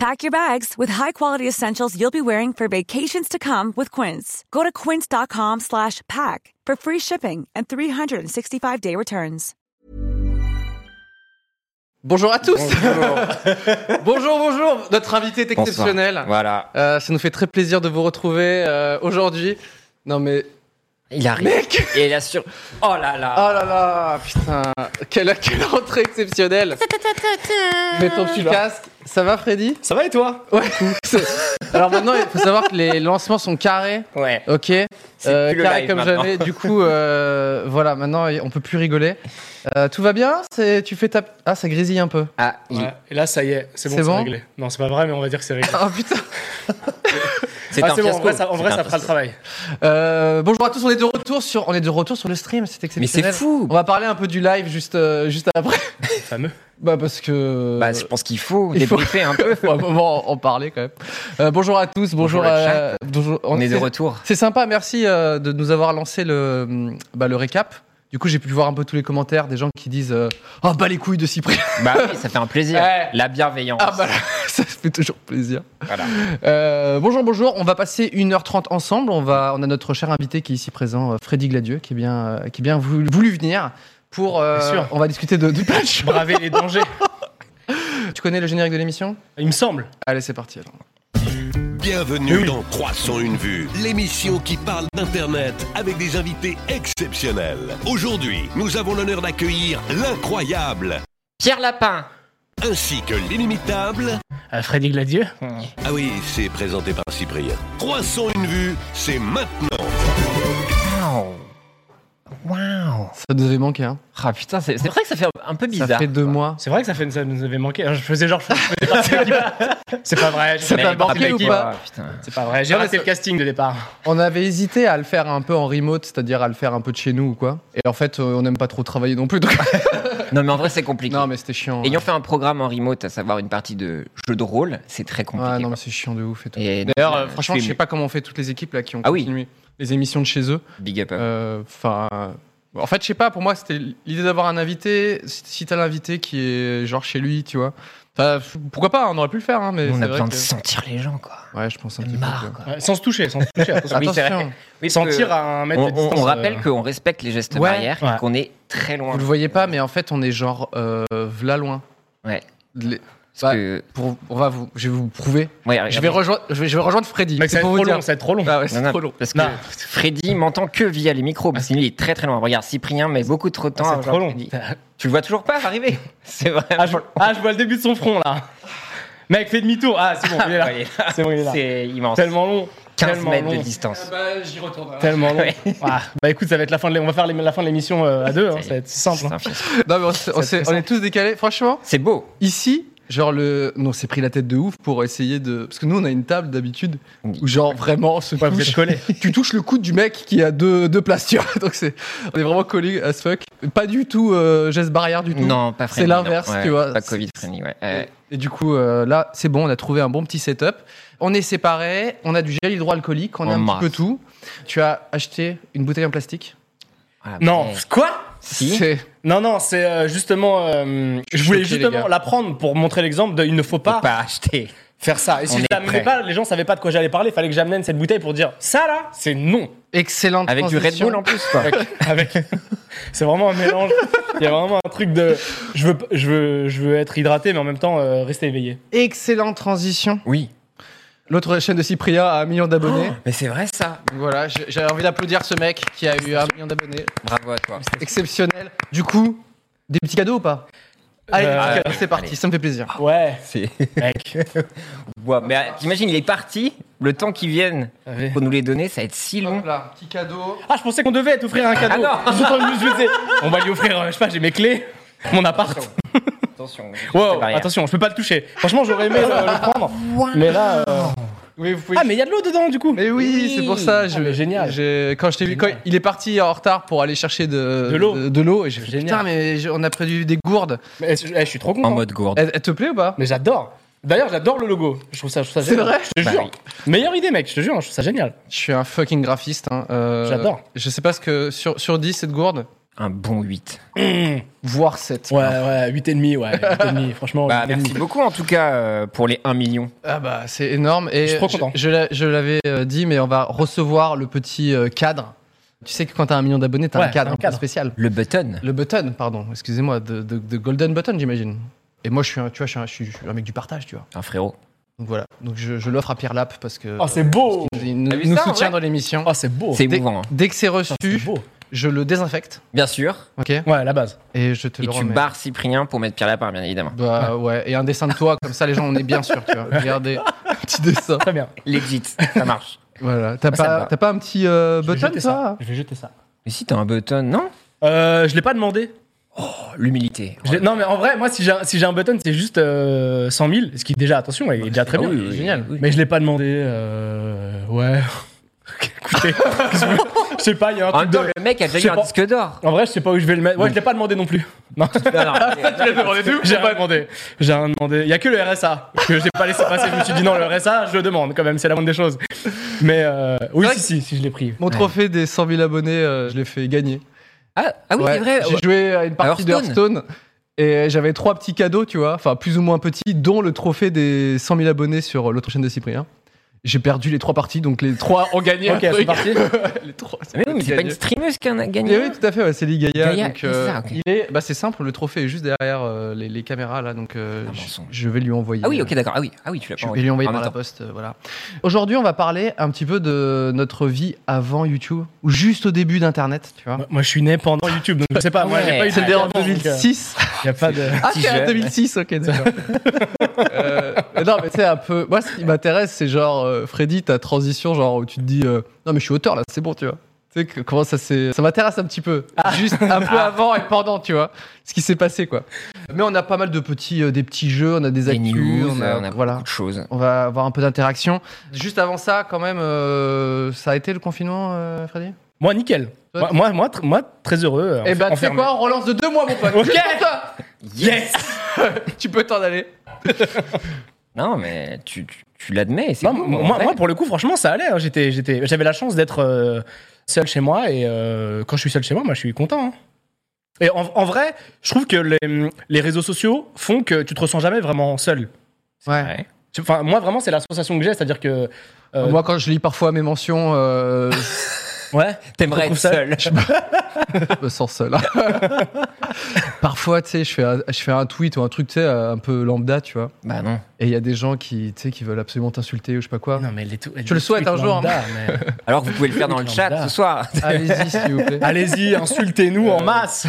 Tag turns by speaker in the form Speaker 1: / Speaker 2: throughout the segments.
Speaker 1: Pack your bags with high-quality essentials you'll be wearing for vacations to come with Quince. Go to quince.com slash pack for free shipping and 365-day returns.
Speaker 2: Bonjour à tous Bonjour, bonjour Notre invité est exceptionnel.
Speaker 3: Voilà.
Speaker 2: Euh, ça nous fait très plaisir de vous retrouver euh, aujourd'hui. Non mais...
Speaker 3: Il arrive.
Speaker 2: Mec
Speaker 3: Et il assure. Oh là
Speaker 2: Oh
Speaker 3: là.
Speaker 2: là là Putain Quelle, quelle entrée exceptionnelle Mets ton petit casque. Ça va Freddy
Speaker 4: Ça va et toi
Speaker 2: Ouais C'est- Alors maintenant, il faut savoir que les lancements sont carrés.
Speaker 3: Ouais.
Speaker 2: Ok,
Speaker 3: C'est
Speaker 2: Euh,
Speaker 3: plus le
Speaker 2: carré
Speaker 3: live
Speaker 2: comme
Speaker 3: maintenant.
Speaker 2: jamais. Du coup, euh, voilà, maintenant on peut plus rigoler. Euh, tout va bien C'est- Tu fais ta. Ah, ça grésille un peu.
Speaker 3: Ah, il-
Speaker 4: Ouais. Et là, ça y est, c'est bon,
Speaker 2: C'est
Speaker 4: c'est
Speaker 2: bon
Speaker 4: réglé. Non, c'est pas vrai, mais on va dire que c'est réglé.
Speaker 2: Oh putain
Speaker 3: c'est
Speaker 4: Ah,
Speaker 3: un
Speaker 4: c'est bon, en
Speaker 3: fiasco.
Speaker 4: vrai, ça, en vrai,
Speaker 3: C'est un
Speaker 4: ça fera le
Speaker 3: fiasco.
Speaker 4: travail.
Speaker 2: Euh, bonjour à tous, on est de retour sur, on est de retour sur le stream, c'est
Speaker 3: Mais
Speaker 2: exceptionnel.
Speaker 3: c'est fou.
Speaker 2: On va parler un peu du live juste, euh, juste après.
Speaker 4: C'est fameux.
Speaker 2: Bah parce que.
Speaker 3: Bah, je pense qu'il faut
Speaker 2: Il faut-
Speaker 3: débriefer hein. un peu.
Speaker 2: il faut un moment en parler quand même. Euh, bonjour à tous, bonjour,
Speaker 3: Bonjour à
Speaker 2: à. bonjour-
Speaker 3: On est de
Speaker 2: c'est-
Speaker 3: retour.
Speaker 2: C'est sympa, merci euh, de nous avoir lancé le, hum, bah, le récap. Du coup, j'ai pu voir un peu tous les commentaires des gens qui disent euh, Oh, bah les couilles de Cyprien
Speaker 3: Bah oui, ça fait un plaisir.
Speaker 2: Ouais.
Speaker 3: La bienveillance.
Speaker 2: Ah, bah là, ça fait toujours plaisir.
Speaker 3: Voilà.
Speaker 2: Euh, bonjour, bonjour. On va passer 1h30 ensemble. On, va, on a notre cher invité qui est ici présent, euh, Freddy Gladieux, qui est bien, euh, qui est bien voulu, voulu venir pour. euh,
Speaker 4: Bien sûr.
Speaker 2: on va discuter de, de plein de choses.
Speaker 4: Braver les dangers,
Speaker 2: Tu connais le générique de l'émission
Speaker 4: il me semble.
Speaker 2: Allez, c'est parti. alors.
Speaker 5: Bienvenue dans 301 vues, l'émission qui parle d'Internet avec des invités exceptionnels. Aujourd'hui, nous avons l'honneur d'accueillir l'incroyable
Speaker 3: Pierre Lapin.
Speaker 5: ainsi que l'inimitable.
Speaker 2: Euh,
Speaker 4: Ah, Freddy Gladieux
Speaker 5: Ah oui, c'est présenté par Cyprien. 301 vues, c'est maintenant.
Speaker 3: Wow. Wow.
Speaker 2: Ça nous avait manqué, hein.
Speaker 3: Ah putain, c'est c'est vrai que ça fait un peu bizarre.
Speaker 2: Ça fait deux mois.
Speaker 4: C'est vrai que ça, fait, ça nous avait manqué. hein. Je faisais genre. je faisais partie de l'équipe. c'est pas vrai. je
Speaker 2: Ça
Speaker 4: faisais
Speaker 2: t'a
Speaker 4: partie de
Speaker 2: manqué ou
Speaker 4: l'équipe.
Speaker 2: pas
Speaker 3: Ah, putain.
Speaker 4: C'est pas vrai. J'ai
Speaker 2: Non, mais
Speaker 4: raté
Speaker 2: ça-
Speaker 4: le casting de départ.
Speaker 2: On avait hésité à le faire un peu en remote, c'est-à-dire à le faire un peu de chez nous ou quoi. Et en fait, euh, on n'aime pas trop travailler non plus. donc-
Speaker 3: Non, mais en vrai, c'est compliqué.
Speaker 2: non, mais c'était chiant. hein.
Speaker 3: Ayant fait un programme en remote, à savoir une partie de jeu de rôle, c'est très compliqué.
Speaker 2: Ouais, non,
Speaker 3: quoi.
Speaker 2: mais c'est chiant de ouf et tout.
Speaker 3: Et
Speaker 2: D'ailleurs,
Speaker 3: donc,
Speaker 2: euh,
Speaker 3: tu
Speaker 2: franchement,
Speaker 3: fais
Speaker 2: je sais pas comment on fait toutes les équipes là qui ont
Speaker 3: Ah oui.
Speaker 2: continué les émissions de chez eux.
Speaker 3: Big up.
Speaker 2: Euh, Enfin, en fait, je sais pas. Pour moi, c'était l'idée d'avoir un invité. Si si t'as l'invité qui est genre chez lui, tu vois. Enfin, f- pourquoi pas On aurait pu le faire, hein, mais
Speaker 3: Nous, on
Speaker 2: c'est
Speaker 3: a
Speaker 2: vrai
Speaker 3: besoin
Speaker 2: que- Ah,
Speaker 3: de sentir les gens, quoi.
Speaker 2: Ouais, je pense un petit peu. quoi.
Speaker 3: Marre, quoi.
Speaker 4: Ouais, Euh, sans se toucher, sans se toucher. attention.
Speaker 3: Ah Oui, c'est vrai.
Speaker 2: Attention,
Speaker 3: Oui, parce que-
Speaker 4: Sentir à un mètre
Speaker 3: On,
Speaker 4: de
Speaker 3: on-
Speaker 4: distance.
Speaker 3: on rappelle
Speaker 4: euh,
Speaker 3: qu'on respecte les gestes
Speaker 2: Ouais.
Speaker 3: barrières,
Speaker 4: Ouais.
Speaker 3: et qu'on est très loin.
Speaker 2: vous le voyez pas, mais en fait, on est genre euh, v'là loin.
Speaker 3: Ouais.
Speaker 2: Les- bah,
Speaker 3: Parce que-
Speaker 2: pour- on va vous, je vais vous prouver.
Speaker 3: Ouais,
Speaker 2: Je
Speaker 3: regardez.
Speaker 2: vais rejoindre, je vais, je vais rejoindre Freddy.
Speaker 4: Mec,
Speaker 2: c'est
Speaker 4: ça va être
Speaker 2: pour
Speaker 4: trop
Speaker 2: vous dire.
Speaker 4: long. Ça va être trop long.
Speaker 2: Ah ouais,
Speaker 3: Non,
Speaker 2: c'est
Speaker 3: non,
Speaker 2: trop long.
Speaker 3: Parce que
Speaker 4: Non.
Speaker 3: Freddy m'entend que via les micros, parce qu'il est très très loin. Regarde, Cyprien met beaucoup trop de temps. à
Speaker 4: Ah, C'est trop
Speaker 3: rejoindre
Speaker 4: long.
Speaker 3: Freddy. Tu le vois toujours pas arriver. C'est vrai.
Speaker 4: Ah je, ah, je vois le début de son front là. Mec, fais demi-tour. Ah, c'est bon, il est là.
Speaker 3: Ouais, il est là.
Speaker 4: C'est bon, il est là.
Speaker 3: C'est immense.
Speaker 4: Tellement long.
Speaker 3: 15
Speaker 4: tellement
Speaker 3: mètres de
Speaker 4: long.
Speaker 3: distance.
Speaker 4: Tellement long.
Speaker 3: Ouais.
Speaker 4: Ah, bah écoute, ça va être la fin de l'é- on va faire les- la fin de l'émission euh, à deux, hein,
Speaker 3: C'est-
Speaker 4: ça va être simple.
Speaker 3: C'est
Speaker 4: hein.
Speaker 3: un fiasco.
Speaker 2: Non, mais on s'est- on
Speaker 4: Ça
Speaker 2: s'est-
Speaker 4: te
Speaker 2: on est tous décalés. Franchement,
Speaker 3: C'est beau.
Speaker 2: Ici, genre le, non, c'est pris la tête de ouf pour essayer de, parce que nous on a une table d'habitude
Speaker 3: Oui.
Speaker 2: où genre vraiment on se
Speaker 4: Ouais, vous
Speaker 2: touche.
Speaker 4: êtes collés.
Speaker 2: tu touches le coude du mec qui a deux deux places, tu vois. donc c'est, on est vraiment collé as fuck. Pas du tout euh, geste barrière du tout.
Speaker 3: Non, pas Freddy.
Speaker 2: C'est l'inverse,
Speaker 3: non. Ouais,
Speaker 2: tu vois.
Speaker 3: Pas Covid Freddy, ouais. Euh,
Speaker 2: Et du coup euh, là, c'est bon, on a trouvé un bon petit setup. On est séparés, on a du gel hydroalcoolique, on a
Speaker 3: En
Speaker 2: un
Speaker 3: masse.
Speaker 2: petit peu tout. Tu as acheté une bouteille en plastique.
Speaker 3: voilà,
Speaker 4: Non,
Speaker 3: ah, mais-
Speaker 4: quoi
Speaker 3: Si.
Speaker 2: C'est
Speaker 4: Non, non, c'est euh, justement. euh, je
Speaker 2: choqué,
Speaker 4: voulais
Speaker 2: les
Speaker 4: justement
Speaker 2: gars.
Speaker 4: la prendre pour montrer l'exemple de il ne faut
Speaker 3: Faut
Speaker 4: pas,
Speaker 3: pas acheter.
Speaker 4: faire ça. Et si
Speaker 3: On
Speaker 4: je
Speaker 3: est
Speaker 4: l'amenais
Speaker 3: prêt.
Speaker 4: pas, les gens savaient pas de quoi j'allais parler, fallait que j'amène cette bouteille pour dire ça là, c'est non.
Speaker 2: excellente.
Speaker 3: Avec du Red
Speaker 2: transition.
Speaker 3: Bull en plus, quoi.
Speaker 4: Avec... c'est vraiment un mélange. Il y a vraiment un truc de. Je veux, je veux, je veux être hydraté, mais en même temps euh, rester éveillé.
Speaker 2: Excellente transition.
Speaker 3: Oui.
Speaker 2: L'autre chaîne de Cyprien a un million d'abonnés.
Speaker 3: Mais c'est vrai ça.
Speaker 2: Donc Voilà, j'ai- j'avais envie d'applaudir ce mec qui a eu un million d'abonnés.
Speaker 3: Bravo à toi.
Speaker 2: Exceptionnel. Du coup, des petits cadeaux ou pas Allez, des
Speaker 4: Euh,
Speaker 2: petits cadeaux,
Speaker 3: allez.
Speaker 2: c'est parti, ça me fait plaisir.
Speaker 3: Ah.
Speaker 4: Ouais,
Speaker 3: C'est.
Speaker 4: mec.
Speaker 3: Ouais, mais euh, t'imagines, il est parti. Le temps qu'il vienne
Speaker 4: Ouais.
Speaker 3: pour nous les donner, ça va être si long.
Speaker 2: Voilà, petit cadeau.
Speaker 4: Ah, je pensais qu'on devait t'offrir un cadeau.
Speaker 3: Ah non.
Speaker 4: J'ai entendu, je me disais, on va lui offrir, euh, je sais pas, j'ai mes clés, mon appart.
Speaker 3: Ah, Attention.
Speaker 4: Wow, attention, je peux pas le toucher. Franchement, j'aurais aimé le, le prendre. Mais là, euh,
Speaker 2: Oui, vous pouvez.
Speaker 4: Ah, mais il y a de l'eau dedans, du coup.
Speaker 2: Mais oui,
Speaker 3: Oui.
Speaker 2: c'est pour ça. je-
Speaker 4: Ah, mais génial.
Speaker 2: j'ai- Quand je t'ai vu, quand
Speaker 4: Génial.
Speaker 2: il est parti en retard pour aller chercher de,
Speaker 4: De l'eau.
Speaker 2: de l'eau, et j'ai fait
Speaker 4: Génial.
Speaker 2: putain, mais je- on a prévu des gourdes.
Speaker 4: Mais je eh, je suis trop content.
Speaker 3: En mode gourde.
Speaker 2: Elle, elle te plaît ou pas
Speaker 4: Mais j'adore. D'ailleurs, j'adore le logo. Je trouve ça, je trouve ça
Speaker 2: C'est
Speaker 4: génial.
Speaker 2: vrai
Speaker 4: Je te
Speaker 3: Bah
Speaker 4: jure.
Speaker 3: oui.
Speaker 4: Meilleure idée, mec. Je te jure, je trouve ça génial.
Speaker 2: Je suis un fucking graphiste. hein, euh,
Speaker 4: J'adore.
Speaker 2: Je sais pas ce que sur sur 10 cette gourde,
Speaker 3: Un bon 8.
Speaker 2: voire 7.
Speaker 4: Ouais, ouais, 8,5, ouais. 8,5, franchement.
Speaker 3: Bah,
Speaker 4: 8,5.
Speaker 3: merci beaucoup en tout cas euh, pour les 1 million.
Speaker 2: Ah bah c'est énorme et
Speaker 4: Je suis trop content.
Speaker 2: Je, l'a- je l'avais euh, dit mais on va recevoir le petit euh, cadre. Tu sais que quand t'as un million d'abonnés t'as
Speaker 4: Ouais,
Speaker 2: un cadre,
Speaker 4: un
Speaker 2: un
Speaker 4: cadre.
Speaker 2: spécial.
Speaker 3: Le button.
Speaker 2: Le button pardon excusez-moi de, de- de golden button j'imagine. Et moi je suis un, tu vois je suis un, je suis- je suis un mec du partage tu vois.
Speaker 3: Un hein, frérot.
Speaker 2: Donc voilà donc je, je l'offre à Pierre Lap parce que
Speaker 4: Oh, c'est beau.
Speaker 2: il, il nous,
Speaker 3: T'as vu
Speaker 2: nous
Speaker 3: Ah, ça, en
Speaker 2: soutient
Speaker 3: vrai
Speaker 2: dans l'émission.
Speaker 4: Oh, c'est beau.
Speaker 3: C'est
Speaker 2: Dès-
Speaker 3: émouvant. hein.
Speaker 2: Dès que c'est reçu
Speaker 4: C'est beau.
Speaker 2: je le désinfecte
Speaker 3: Bien sûr.
Speaker 2: ok
Speaker 4: Ouais, la base.
Speaker 2: et je te
Speaker 3: Et
Speaker 2: le
Speaker 3: tu
Speaker 2: remets.
Speaker 3: barres Cyprien pour mettre Pierre Lapin, bien évidemment.
Speaker 2: Bah ouais et un dessin de toi comme ça les gens on est bien sûr tu vois. Regardez un petit dessin
Speaker 4: Très bien.
Speaker 3: Legit, ça marche.
Speaker 2: voilà t'as
Speaker 3: Ah, Ça me
Speaker 2: pas
Speaker 3: va.
Speaker 2: t'as pas un petit euh,
Speaker 4: je vais
Speaker 2: button
Speaker 4: jeter
Speaker 2: toi
Speaker 4: ça. Je vais jeter ça.
Speaker 3: Mais si t'as un button, non
Speaker 4: Euh, je l'ai pas demandé.
Speaker 3: Oh, L'humilité.
Speaker 4: Je l'ai- non, mais en vrai, moi, si j'ai un- si j'ai un button, c'est juste euh, 100 000. Ce qui, déjà, attention, il est déjà très
Speaker 3: Ah
Speaker 4: bien.
Speaker 3: oui, oui, oui.
Speaker 2: Génial.
Speaker 3: Oui.
Speaker 4: Mais je l'ai pas demandé. Euh, ouais. Écoutez, je sais pas, il y a un
Speaker 3: En
Speaker 4: truc
Speaker 3: même temps,
Speaker 4: de.
Speaker 3: le mec a déjà
Speaker 4: Je sais
Speaker 3: eu un
Speaker 4: pas.
Speaker 3: disque d'or.
Speaker 4: En vrai, je sais pas où je vais le mettre. Ouais, je l'ai pas demandé non plus. Non.
Speaker 3: Non, non,
Speaker 2: euh,
Speaker 4: l'as demandé d'où J'ai rien demandé. J'ai rien demandé. Il y a que le RSA que j'ai pas laissé passer. Je me suis dit non, le RSA, je le demande quand même, c'est la moindre des choses. Mais euh, oui,
Speaker 2: C'est
Speaker 4: si, si, si, je l'ai pris.
Speaker 2: Mon trophée des 100 000 abonnés, euh, je l'ai fait gagner.
Speaker 3: Ah, ah oui,
Speaker 2: Ouais,
Speaker 3: c'est vrai.
Speaker 2: J'ai joué à une partie de
Speaker 3: Hearthstone
Speaker 2: Hearthstone et j'avais trois petits cadeaux, tu vois, enfin plus ou moins petits, dont le trophée des 100 000 abonnés sur l'autre chaîne de Cyprien. J'ai perdu les trois parties, donc les trois ont gagné.
Speaker 4: Ok,
Speaker 2: un
Speaker 4: c'est
Speaker 2: truc.
Speaker 4: parti.
Speaker 2: les trois.
Speaker 3: Mais non, mais c'est pas une
Speaker 2: gagné.
Speaker 3: streameuse qui en a
Speaker 2: Et
Speaker 3: gagné.
Speaker 2: Eh oui, tout à fait, ouais, c'est Lee Gaia.
Speaker 3: Gaia,
Speaker 2: donc,
Speaker 3: c'est ça, ok.
Speaker 2: il est, bah, c'est simple, le trophée est juste derrière euh, les, les caméras là, donc euh,
Speaker 3: Ah,
Speaker 2: je-
Speaker 3: mensonge.
Speaker 2: je vais lui envoyer.
Speaker 3: ah oui, ok, d'accord. Ah oui, ah oui, tu l'as
Speaker 2: Je
Speaker 3: pas
Speaker 2: vais lui envoyer
Speaker 3: En
Speaker 2: par la
Speaker 3: même temps.
Speaker 2: poste, euh, voilà. Aujourd'hui, on va parler un petit peu de notre vie avant YouTube, ou juste au début d'Internet, tu vois.
Speaker 4: Moi- Moi, je suis né pendant YouTube, donc je sais pas. Moi, j'ai pas eu
Speaker 3: Ouais.
Speaker 4: de
Speaker 3: C'est le
Speaker 4: carrière
Speaker 2: en
Speaker 4: avant, donc, euh,
Speaker 2: 2006.
Speaker 4: Y a pas de.
Speaker 2: Ah,
Speaker 3: Petit
Speaker 2: c'est en
Speaker 3: jeune.
Speaker 2: 2006, ok, d'accord. Euh, mais non, mais tu sais, un peu. Moi, ce qui m'intéresse, c'est genre, euh, Freddy, ta transition, genre, où tu te dis, euh, non, mais je suis auteur là, c'est bon, tu vois. Tu sais, que- comment ça s'est. Ça m'intéresse un petit peu. Juste un peu avant et pendant, tu vois. Ce qui s'est passé, quoi. Mais on a pas mal de petits, euh, des petits jeux, on a des
Speaker 3: Des
Speaker 2: actus,
Speaker 3: news, euh,
Speaker 2: on a- voilà.
Speaker 3: beaucoup de choses.
Speaker 2: On va avoir un peu d'interaction. Juste avant ça, quand même, euh, ça a été le confinement, euh, Freddy
Speaker 4: Moi, nickel.
Speaker 2: Toi,
Speaker 4: Moi,
Speaker 2: tu-
Speaker 4: moi, moi, tr- moi, très heureux. euh,
Speaker 2: Eh
Speaker 4: Et
Speaker 2: ben, tu sais quoi, on relance de deux mois, mon pote.
Speaker 4: Ok.
Speaker 3: Yes
Speaker 2: tu peux t'en aller.
Speaker 3: Non, mais tu, tu, tu l'admets. c'est
Speaker 4: Non,
Speaker 3: cool,
Speaker 4: moi,
Speaker 3: en fait.
Speaker 4: moi, pour le coup, franchement, ça allait. hein. J'étais, j'étais, j'avais la chance d'être euh, seul chez moi et euh, quand je suis seul chez moi, moi, je suis content. hein. Et en, en vrai, je trouve que les, les réseaux sociaux font que tu te ressens jamais vraiment seul.
Speaker 2: Ouais.
Speaker 3: Ouais.
Speaker 4: Enfin, moi, vraiment, c'est la sensation que j'ai, c'est-à-dire que euh,
Speaker 2: Moi, quand je lis parfois mes mentions, euh,
Speaker 4: ouais,
Speaker 3: T'aimerais être
Speaker 4: trouve ça-
Speaker 3: seul.
Speaker 2: je me sens seul. parfois, tu sais, je fais, un- je fais un tweet ou un truc, tu sais, euh, un peu lambda, tu vois.
Speaker 3: Bah non.
Speaker 2: Et il y a des gens qui, tu sais, qui veulent absolument t'insulter ou je sais pas quoi.
Speaker 4: non, mais les tou- les
Speaker 2: Je le souhaite
Speaker 4: tweets
Speaker 2: un jour, hein.
Speaker 4: lambda, mais-
Speaker 3: Alors vous pouvez le faire dans le
Speaker 4: Lambda.
Speaker 3: chat ce soir.
Speaker 2: Allez-y, s'il vous plaît.
Speaker 4: Allez-y, insultez-nous
Speaker 3: Euh.
Speaker 4: en masse.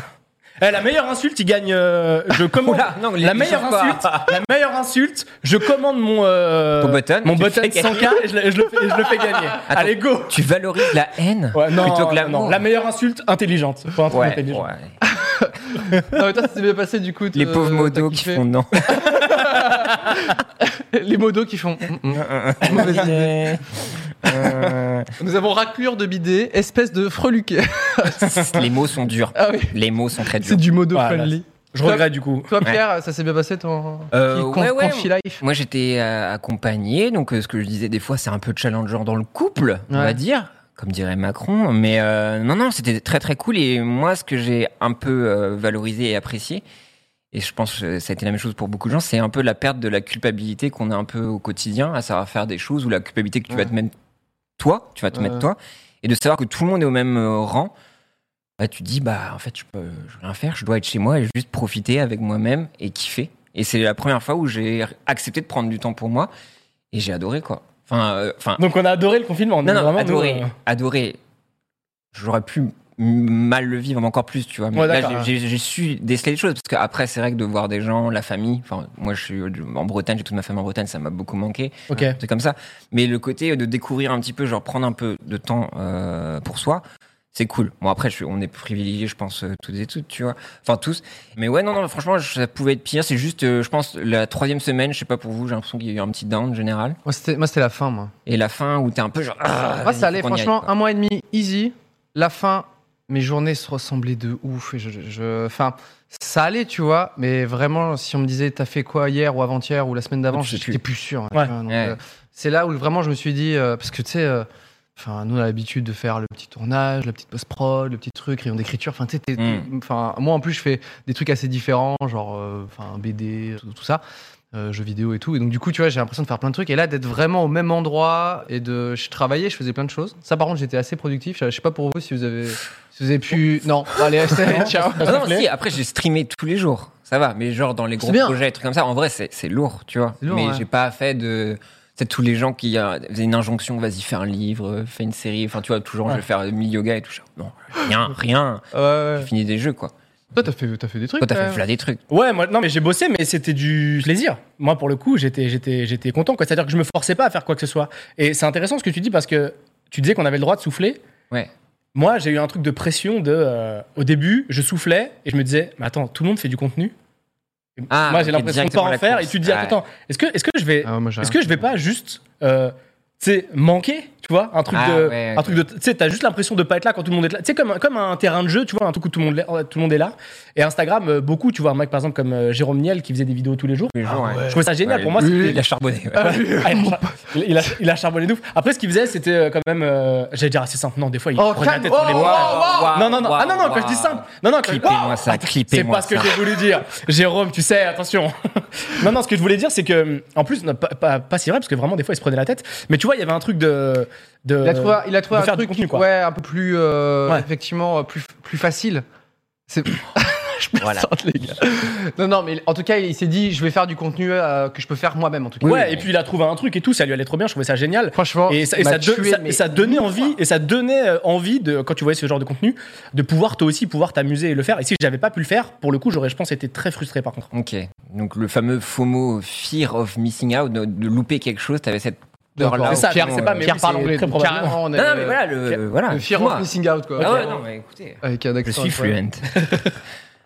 Speaker 4: Eh, la meilleure insulte, il gagne. euh, je commande.
Speaker 3: Oula, non, les-
Speaker 4: la
Speaker 3: ils
Speaker 4: meilleure
Speaker 3: sont pas.
Speaker 4: insulte. la meilleure insulte. Je commande mon euh,
Speaker 3: Ton button,
Speaker 4: mon
Speaker 3: tu
Speaker 4: button
Speaker 3: le fais
Speaker 4: 100K et je, le- je le fais, et je le fais gagner.
Speaker 3: Attends.
Speaker 4: Allez go.
Speaker 3: tu valorises la haine
Speaker 4: Ouais, non,
Speaker 3: plutôt que
Speaker 4: non,
Speaker 3: l'amour.
Speaker 4: non, la meilleure insulte intelligente. Faut un truc
Speaker 3: Ouais,
Speaker 4: intelligent.
Speaker 3: ouais.
Speaker 2: Non, mais toi, ça s'est bien passé, du coup.
Speaker 3: Les
Speaker 4: Euh,
Speaker 2: t'as-
Speaker 3: pauvres
Speaker 2: t'as
Speaker 3: modos qui
Speaker 2: kiffé.
Speaker 3: font non.
Speaker 2: Les modos qui font. Mm, mm. Mauvaise idée.
Speaker 3: Euh,
Speaker 2: Nous avons raclure de bidet, espèce de freluquet.
Speaker 3: les mots sont durs.
Speaker 2: ah oui,
Speaker 3: Les mots sont très
Speaker 2: c'est
Speaker 3: durs.
Speaker 2: du modo
Speaker 4: Voilà.
Speaker 2: friendly.
Speaker 4: Je regrette du coup.
Speaker 2: Toi, Pierre, ça s'est bien passé hein ton
Speaker 3: Euh,
Speaker 2: petit con-
Speaker 3: ouais, ouais.
Speaker 2: confi life
Speaker 3: Moi, j'étais euh, accompagné, donc euh, ce que je disais des fois, c'est un peu challenger dans le couple, on
Speaker 2: Ouais.
Speaker 3: va dire, comme dirait Macron. Mais euh, non, non, c'était très très cool. Et moi, ce que j'ai un peu euh, valorisé et apprécié, et je pense que ça a été la même chose pour beaucoup de gens, c'est un peu la perte de la culpabilité qu'on a un peu au quotidien, à savoir faire des choses ou la culpabilité que tu
Speaker 2: Ouais.
Speaker 3: vas te mettre toi, tu vas te
Speaker 2: Ouais.
Speaker 3: mettre toi, et de savoir que tout le monde est au même euh, rang. Bah, tu te dis, bah, en fait, je peux je peux rien faire, je dois être chez moi et juste profiter avec moi-même et kiffer. Et c'est la première fois où j'ai accepté de prendre du temps pour moi et j'ai adoré, quoi. Enfin, euh, enfin
Speaker 4: Donc on a adoré le confinement. on
Speaker 3: non,
Speaker 4: est
Speaker 3: non,
Speaker 4: vraiment,
Speaker 3: adoré, Ah
Speaker 4: nous, euh,
Speaker 3: adoré. J'aurais pu m- mal le vivre encore plus, tu vois. Mais
Speaker 4: Ouais, d'accord,
Speaker 3: là, j'ai- j'ai j'ai su déceler les choses parce qu'après, c'est vrai que de voir des gens, la famille. Enfin, moi, je suis en Bretagne, j'ai toute ma famille en Bretagne, ça m'a beaucoup manqué.
Speaker 4: Ok.
Speaker 3: C'est comme ça. Mais le côté de découvrir un petit peu, genre prendre un peu de temps euh, pour soi, c'est cool. Bon, après, je- on est privilégiés, je pense, euh, toutes et toutes, tu vois. Enfin, tous. Mais ouais, non, non, franchement, je- ça pouvait être pire. C'est juste, euh, je pense, la troisième semaine, je sais pas pour vous, j'ai l'impression qu'il y a eu un petit down général.
Speaker 2: Moi, c'était moi, c'était la fin, moi.
Speaker 3: Et la fin où t'es un peu genre. Ah,
Speaker 2: moi,
Speaker 3: vas-y,
Speaker 2: ça allait,
Speaker 3: faut qu'on y aille,
Speaker 2: franchement,
Speaker 3: quoi.
Speaker 2: un mois et demi, easy. La fin, mes journées se ressemblaient de ouf. Et je, je- je- Enfin, ça allait, tu vois, mais vraiment, si on me disait, t'as fait quoi hier ou avant-hier ou la semaine d'avant,
Speaker 3: Je sais
Speaker 2: j'étais
Speaker 3: plus.
Speaker 2: plus sûr. hein,
Speaker 4: Ouais.
Speaker 2: tu vois, donc,
Speaker 3: Ouais.
Speaker 2: euh, c'est là où vraiment je me suis dit, euh, parce que tu sais, euh, enfin, nous on a l'habitude de faire le petit tournage, la petite post-prod, le petit truc, rayon d'écriture. Enfin, tu sais, t'es- t'es-
Speaker 3: Hmm.
Speaker 2: enfin, moi en plus, je fais des trucs assez différents, genre euh, enfin, BD, tout, tout ça, euh, jeux vidéo et tout. Et donc, du coup, tu vois, j'ai l'impression de faire plein de trucs. Et là, d'être vraiment au même endroit et de. Je travaillais, je faisais plein de choses. Ça, par contre, j'étais assez productif. Je je sais pas pour vous si vous avez. Si vous avez pu. Non, allez, ciao.
Speaker 3: Ah non,
Speaker 4: plaît
Speaker 3: si, après, j'ai streamé tous les jours. Ça va, mais genre dans les gros
Speaker 2: C'est bien.
Speaker 3: projets, trucs comme ça. En vrai, c'est c'est lourd, tu vois.
Speaker 2: C'est lourd,
Speaker 3: mais
Speaker 2: ouais.
Speaker 3: j'ai pas fait de. C'est tous les gens qui euh, faisaient une injonction, vas-y, fais un livre, euh, fais une série. Enfin, tu vois, toujours, je vais faire 1000 yoga et tout. Genre, non, rien, rien.
Speaker 2: Ouais, ouais.
Speaker 3: J'ai fini des jeux, quoi.
Speaker 2: Toi, t'as fait, t'as fait des trucs.
Speaker 3: Toi, t'as
Speaker 2: quand
Speaker 4: euh,
Speaker 3: fait
Speaker 2: même.
Speaker 3: plein des trucs.
Speaker 4: Ouais, moi, non, mais j'ai bossé, mais c'était du plaisir. Moi, pour le coup, j'étais, j'étais, j'étais content, quoi. C'est-à-dire que je me forçais pas à faire quoi que ce soit. Et c'est intéressant ce que tu dis parce que tu disais qu'on avait le droit de souffler.
Speaker 3: Ouais.
Speaker 4: Moi, j'ai eu un truc de pression de. euh, au début, je soufflais et je me disais, mais attends, tout le monde fait du contenu. Et
Speaker 3: Ah,
Speaker 4: moi, j'ai
Speaker 3: ok,
Speaker 4: l'impression de pas
Speaker 3: directement
Speaker 4: en
Speaker 3: la
Speaker 4: faire.
Speaker 3: course.
Speaker 4: Et tu te dis,
Speaker 3: Ouais.
Speaker 4: attends, est-ce que, est-ce que je vais,
Speaker 2: Ah ouais, moi, j'ai
Speaker 4: est-ce
Speaker 2: rien.
Speaker 4: que je vais pas juste, euh, tu sais, manquer, tu vois, un truc
Speaker 3: Ah,
Speaker 4: de,
Speaker 3: ouais,
Speaker 4: un
Speaker 3: ok.
Speaker 4: truc de, tu sais, t'as juste l'impression de pas être là quand tout le monde est là. Tu sais, comme, un- comme un terrain de jeu, tu vois, un truc où tout le monde, l'est- tout le monde est là. Et Instagram, euh, beaucoup, tu vois, un mec par exemple comme euh, Jérôme Niel qui faisait des vidéos tous les jours.
Speaker 3: Tous les jours, ouais.
Speaker 4: Je trouvais ça génial.
Speaker 2: Ah
Speaker 3: Ouais,
Speaker 4: Pour moi,
Speaker 3: lui,
Speaker 4: c'était
Speaker 3: il a charbonné. ouais.
Speaker 4: ah, il, a, il a- il a charbonné de ouf. Après, ce qu'il faisait, c'était euh, quand même. euh, J'allais dire assez simple. Non, des fois, il
Speaker 2: Oh,
Speaker 4: prenait la
Speaker 2: calme.
Speaker 4: tête pour les
Speaker 2: Oh,
Speaker 4: montages.
Speaker 2: oh, oh.
Speaker 3: Waouh,
Speaker 4: Non, non, non.
Speaker 3: waouh,
Speaker 4: ah non, non, quand
Speaker 3: waouh.
Speaker 4: je dis simple. Non, non, quand
Speaker 3: Clippez-moi
Speaker 4: Waouh.
Speaker 3: ça,
Speaker 4: Attends,
Speaker 3: clippez-moi
Speaker 4: C'est pas
Speaker 3: ça.
Speaker 4: ce que j'ai voulu dire. Jérôme, tu sais, attention. non, non, ce que je voulais dire, c'est que. En plus, non, pas, pas, pas si vrai, parce que vraiment, des fois, il se prenait la tête. Mais tu vois, il y avait un truc de. de
Speaker 2: Il a trouvé, Euh, il a trouvé
Speaker 4: de
Speaker 2: un
Speaker 4: faire du
Speaker 2: truc
Speaker 4: contenu, quoi.
Speaker 2: Ouais, un peu plus, euh,
Speaker 4: Ouais.
Speaker 2: effectivement, euh, plus, plus facile. C'est. je
Speaker 3: Voilà.
Speaker 2: plaisante, les gars. Non, non, mais en tout cas, il s'est dit, je vais faire du contenu euh, que je peux faire moi-même, en tout cas.
Speaker 4: Ouais,
Speaker 3: Oui,
Speaker 4: et
Speaker 3: oui.
Speaker 4: puis il a trouvé un truc et tout, ça lui allait trop bien, je trouvais ça génial.
Speaker 2: Franchement,
Speaker 4: Et ça, et
Speaker 2: il m'a
Speaker 4: ça don-
Speaker 2: tué,
Speaker 4: ça-
Speaker 2: mais-
Speaker 4: et ça donnait envie, et ça donnait euh, envie de, quand tu voyais ce genre de contenu, de pouvoir toi aussi pouvoir t'amuser et le faire. Et si j'avais pas pu le faire, pour le coup, j'aurais, je pense, été très frustré par contre.
Speaker 3: Ok. Donc, le fameux FOMO, Fear of Missing Out, de, de louper quelque chose, t'avais cette peur-là.
Speaker 2: D'accord.
Speaker 4: C'est ça,
Speaker 3: Au pire,
Speaker 4: mais c'est pas
Speaker 3: euh,
Speaker 4: mes-
Speaker 2: Pierre parle
Speaker 4: c'est
Speaker 2: anglais,
Speaker 4: très
Speaker 2: donc
Speaker 4: probablement.
Speaker 2: carrément, on est,
Speaker 3: Non, non, mais voilà,
Speaker 2: euh,
Speaker 3: le. Voilà.
Speaker 2: le fear
Speaker 3: moi.
Speaker 2: of missing out, quoi. euh,
Speaker 3: Ah ouais, non, mais écoutez.
Speaker 2: Avec un
Speaker 3: Je
Speaker 2: accent.
Speaker 3: suis
Speaker 2: quoi.
Speaker 3: fluent.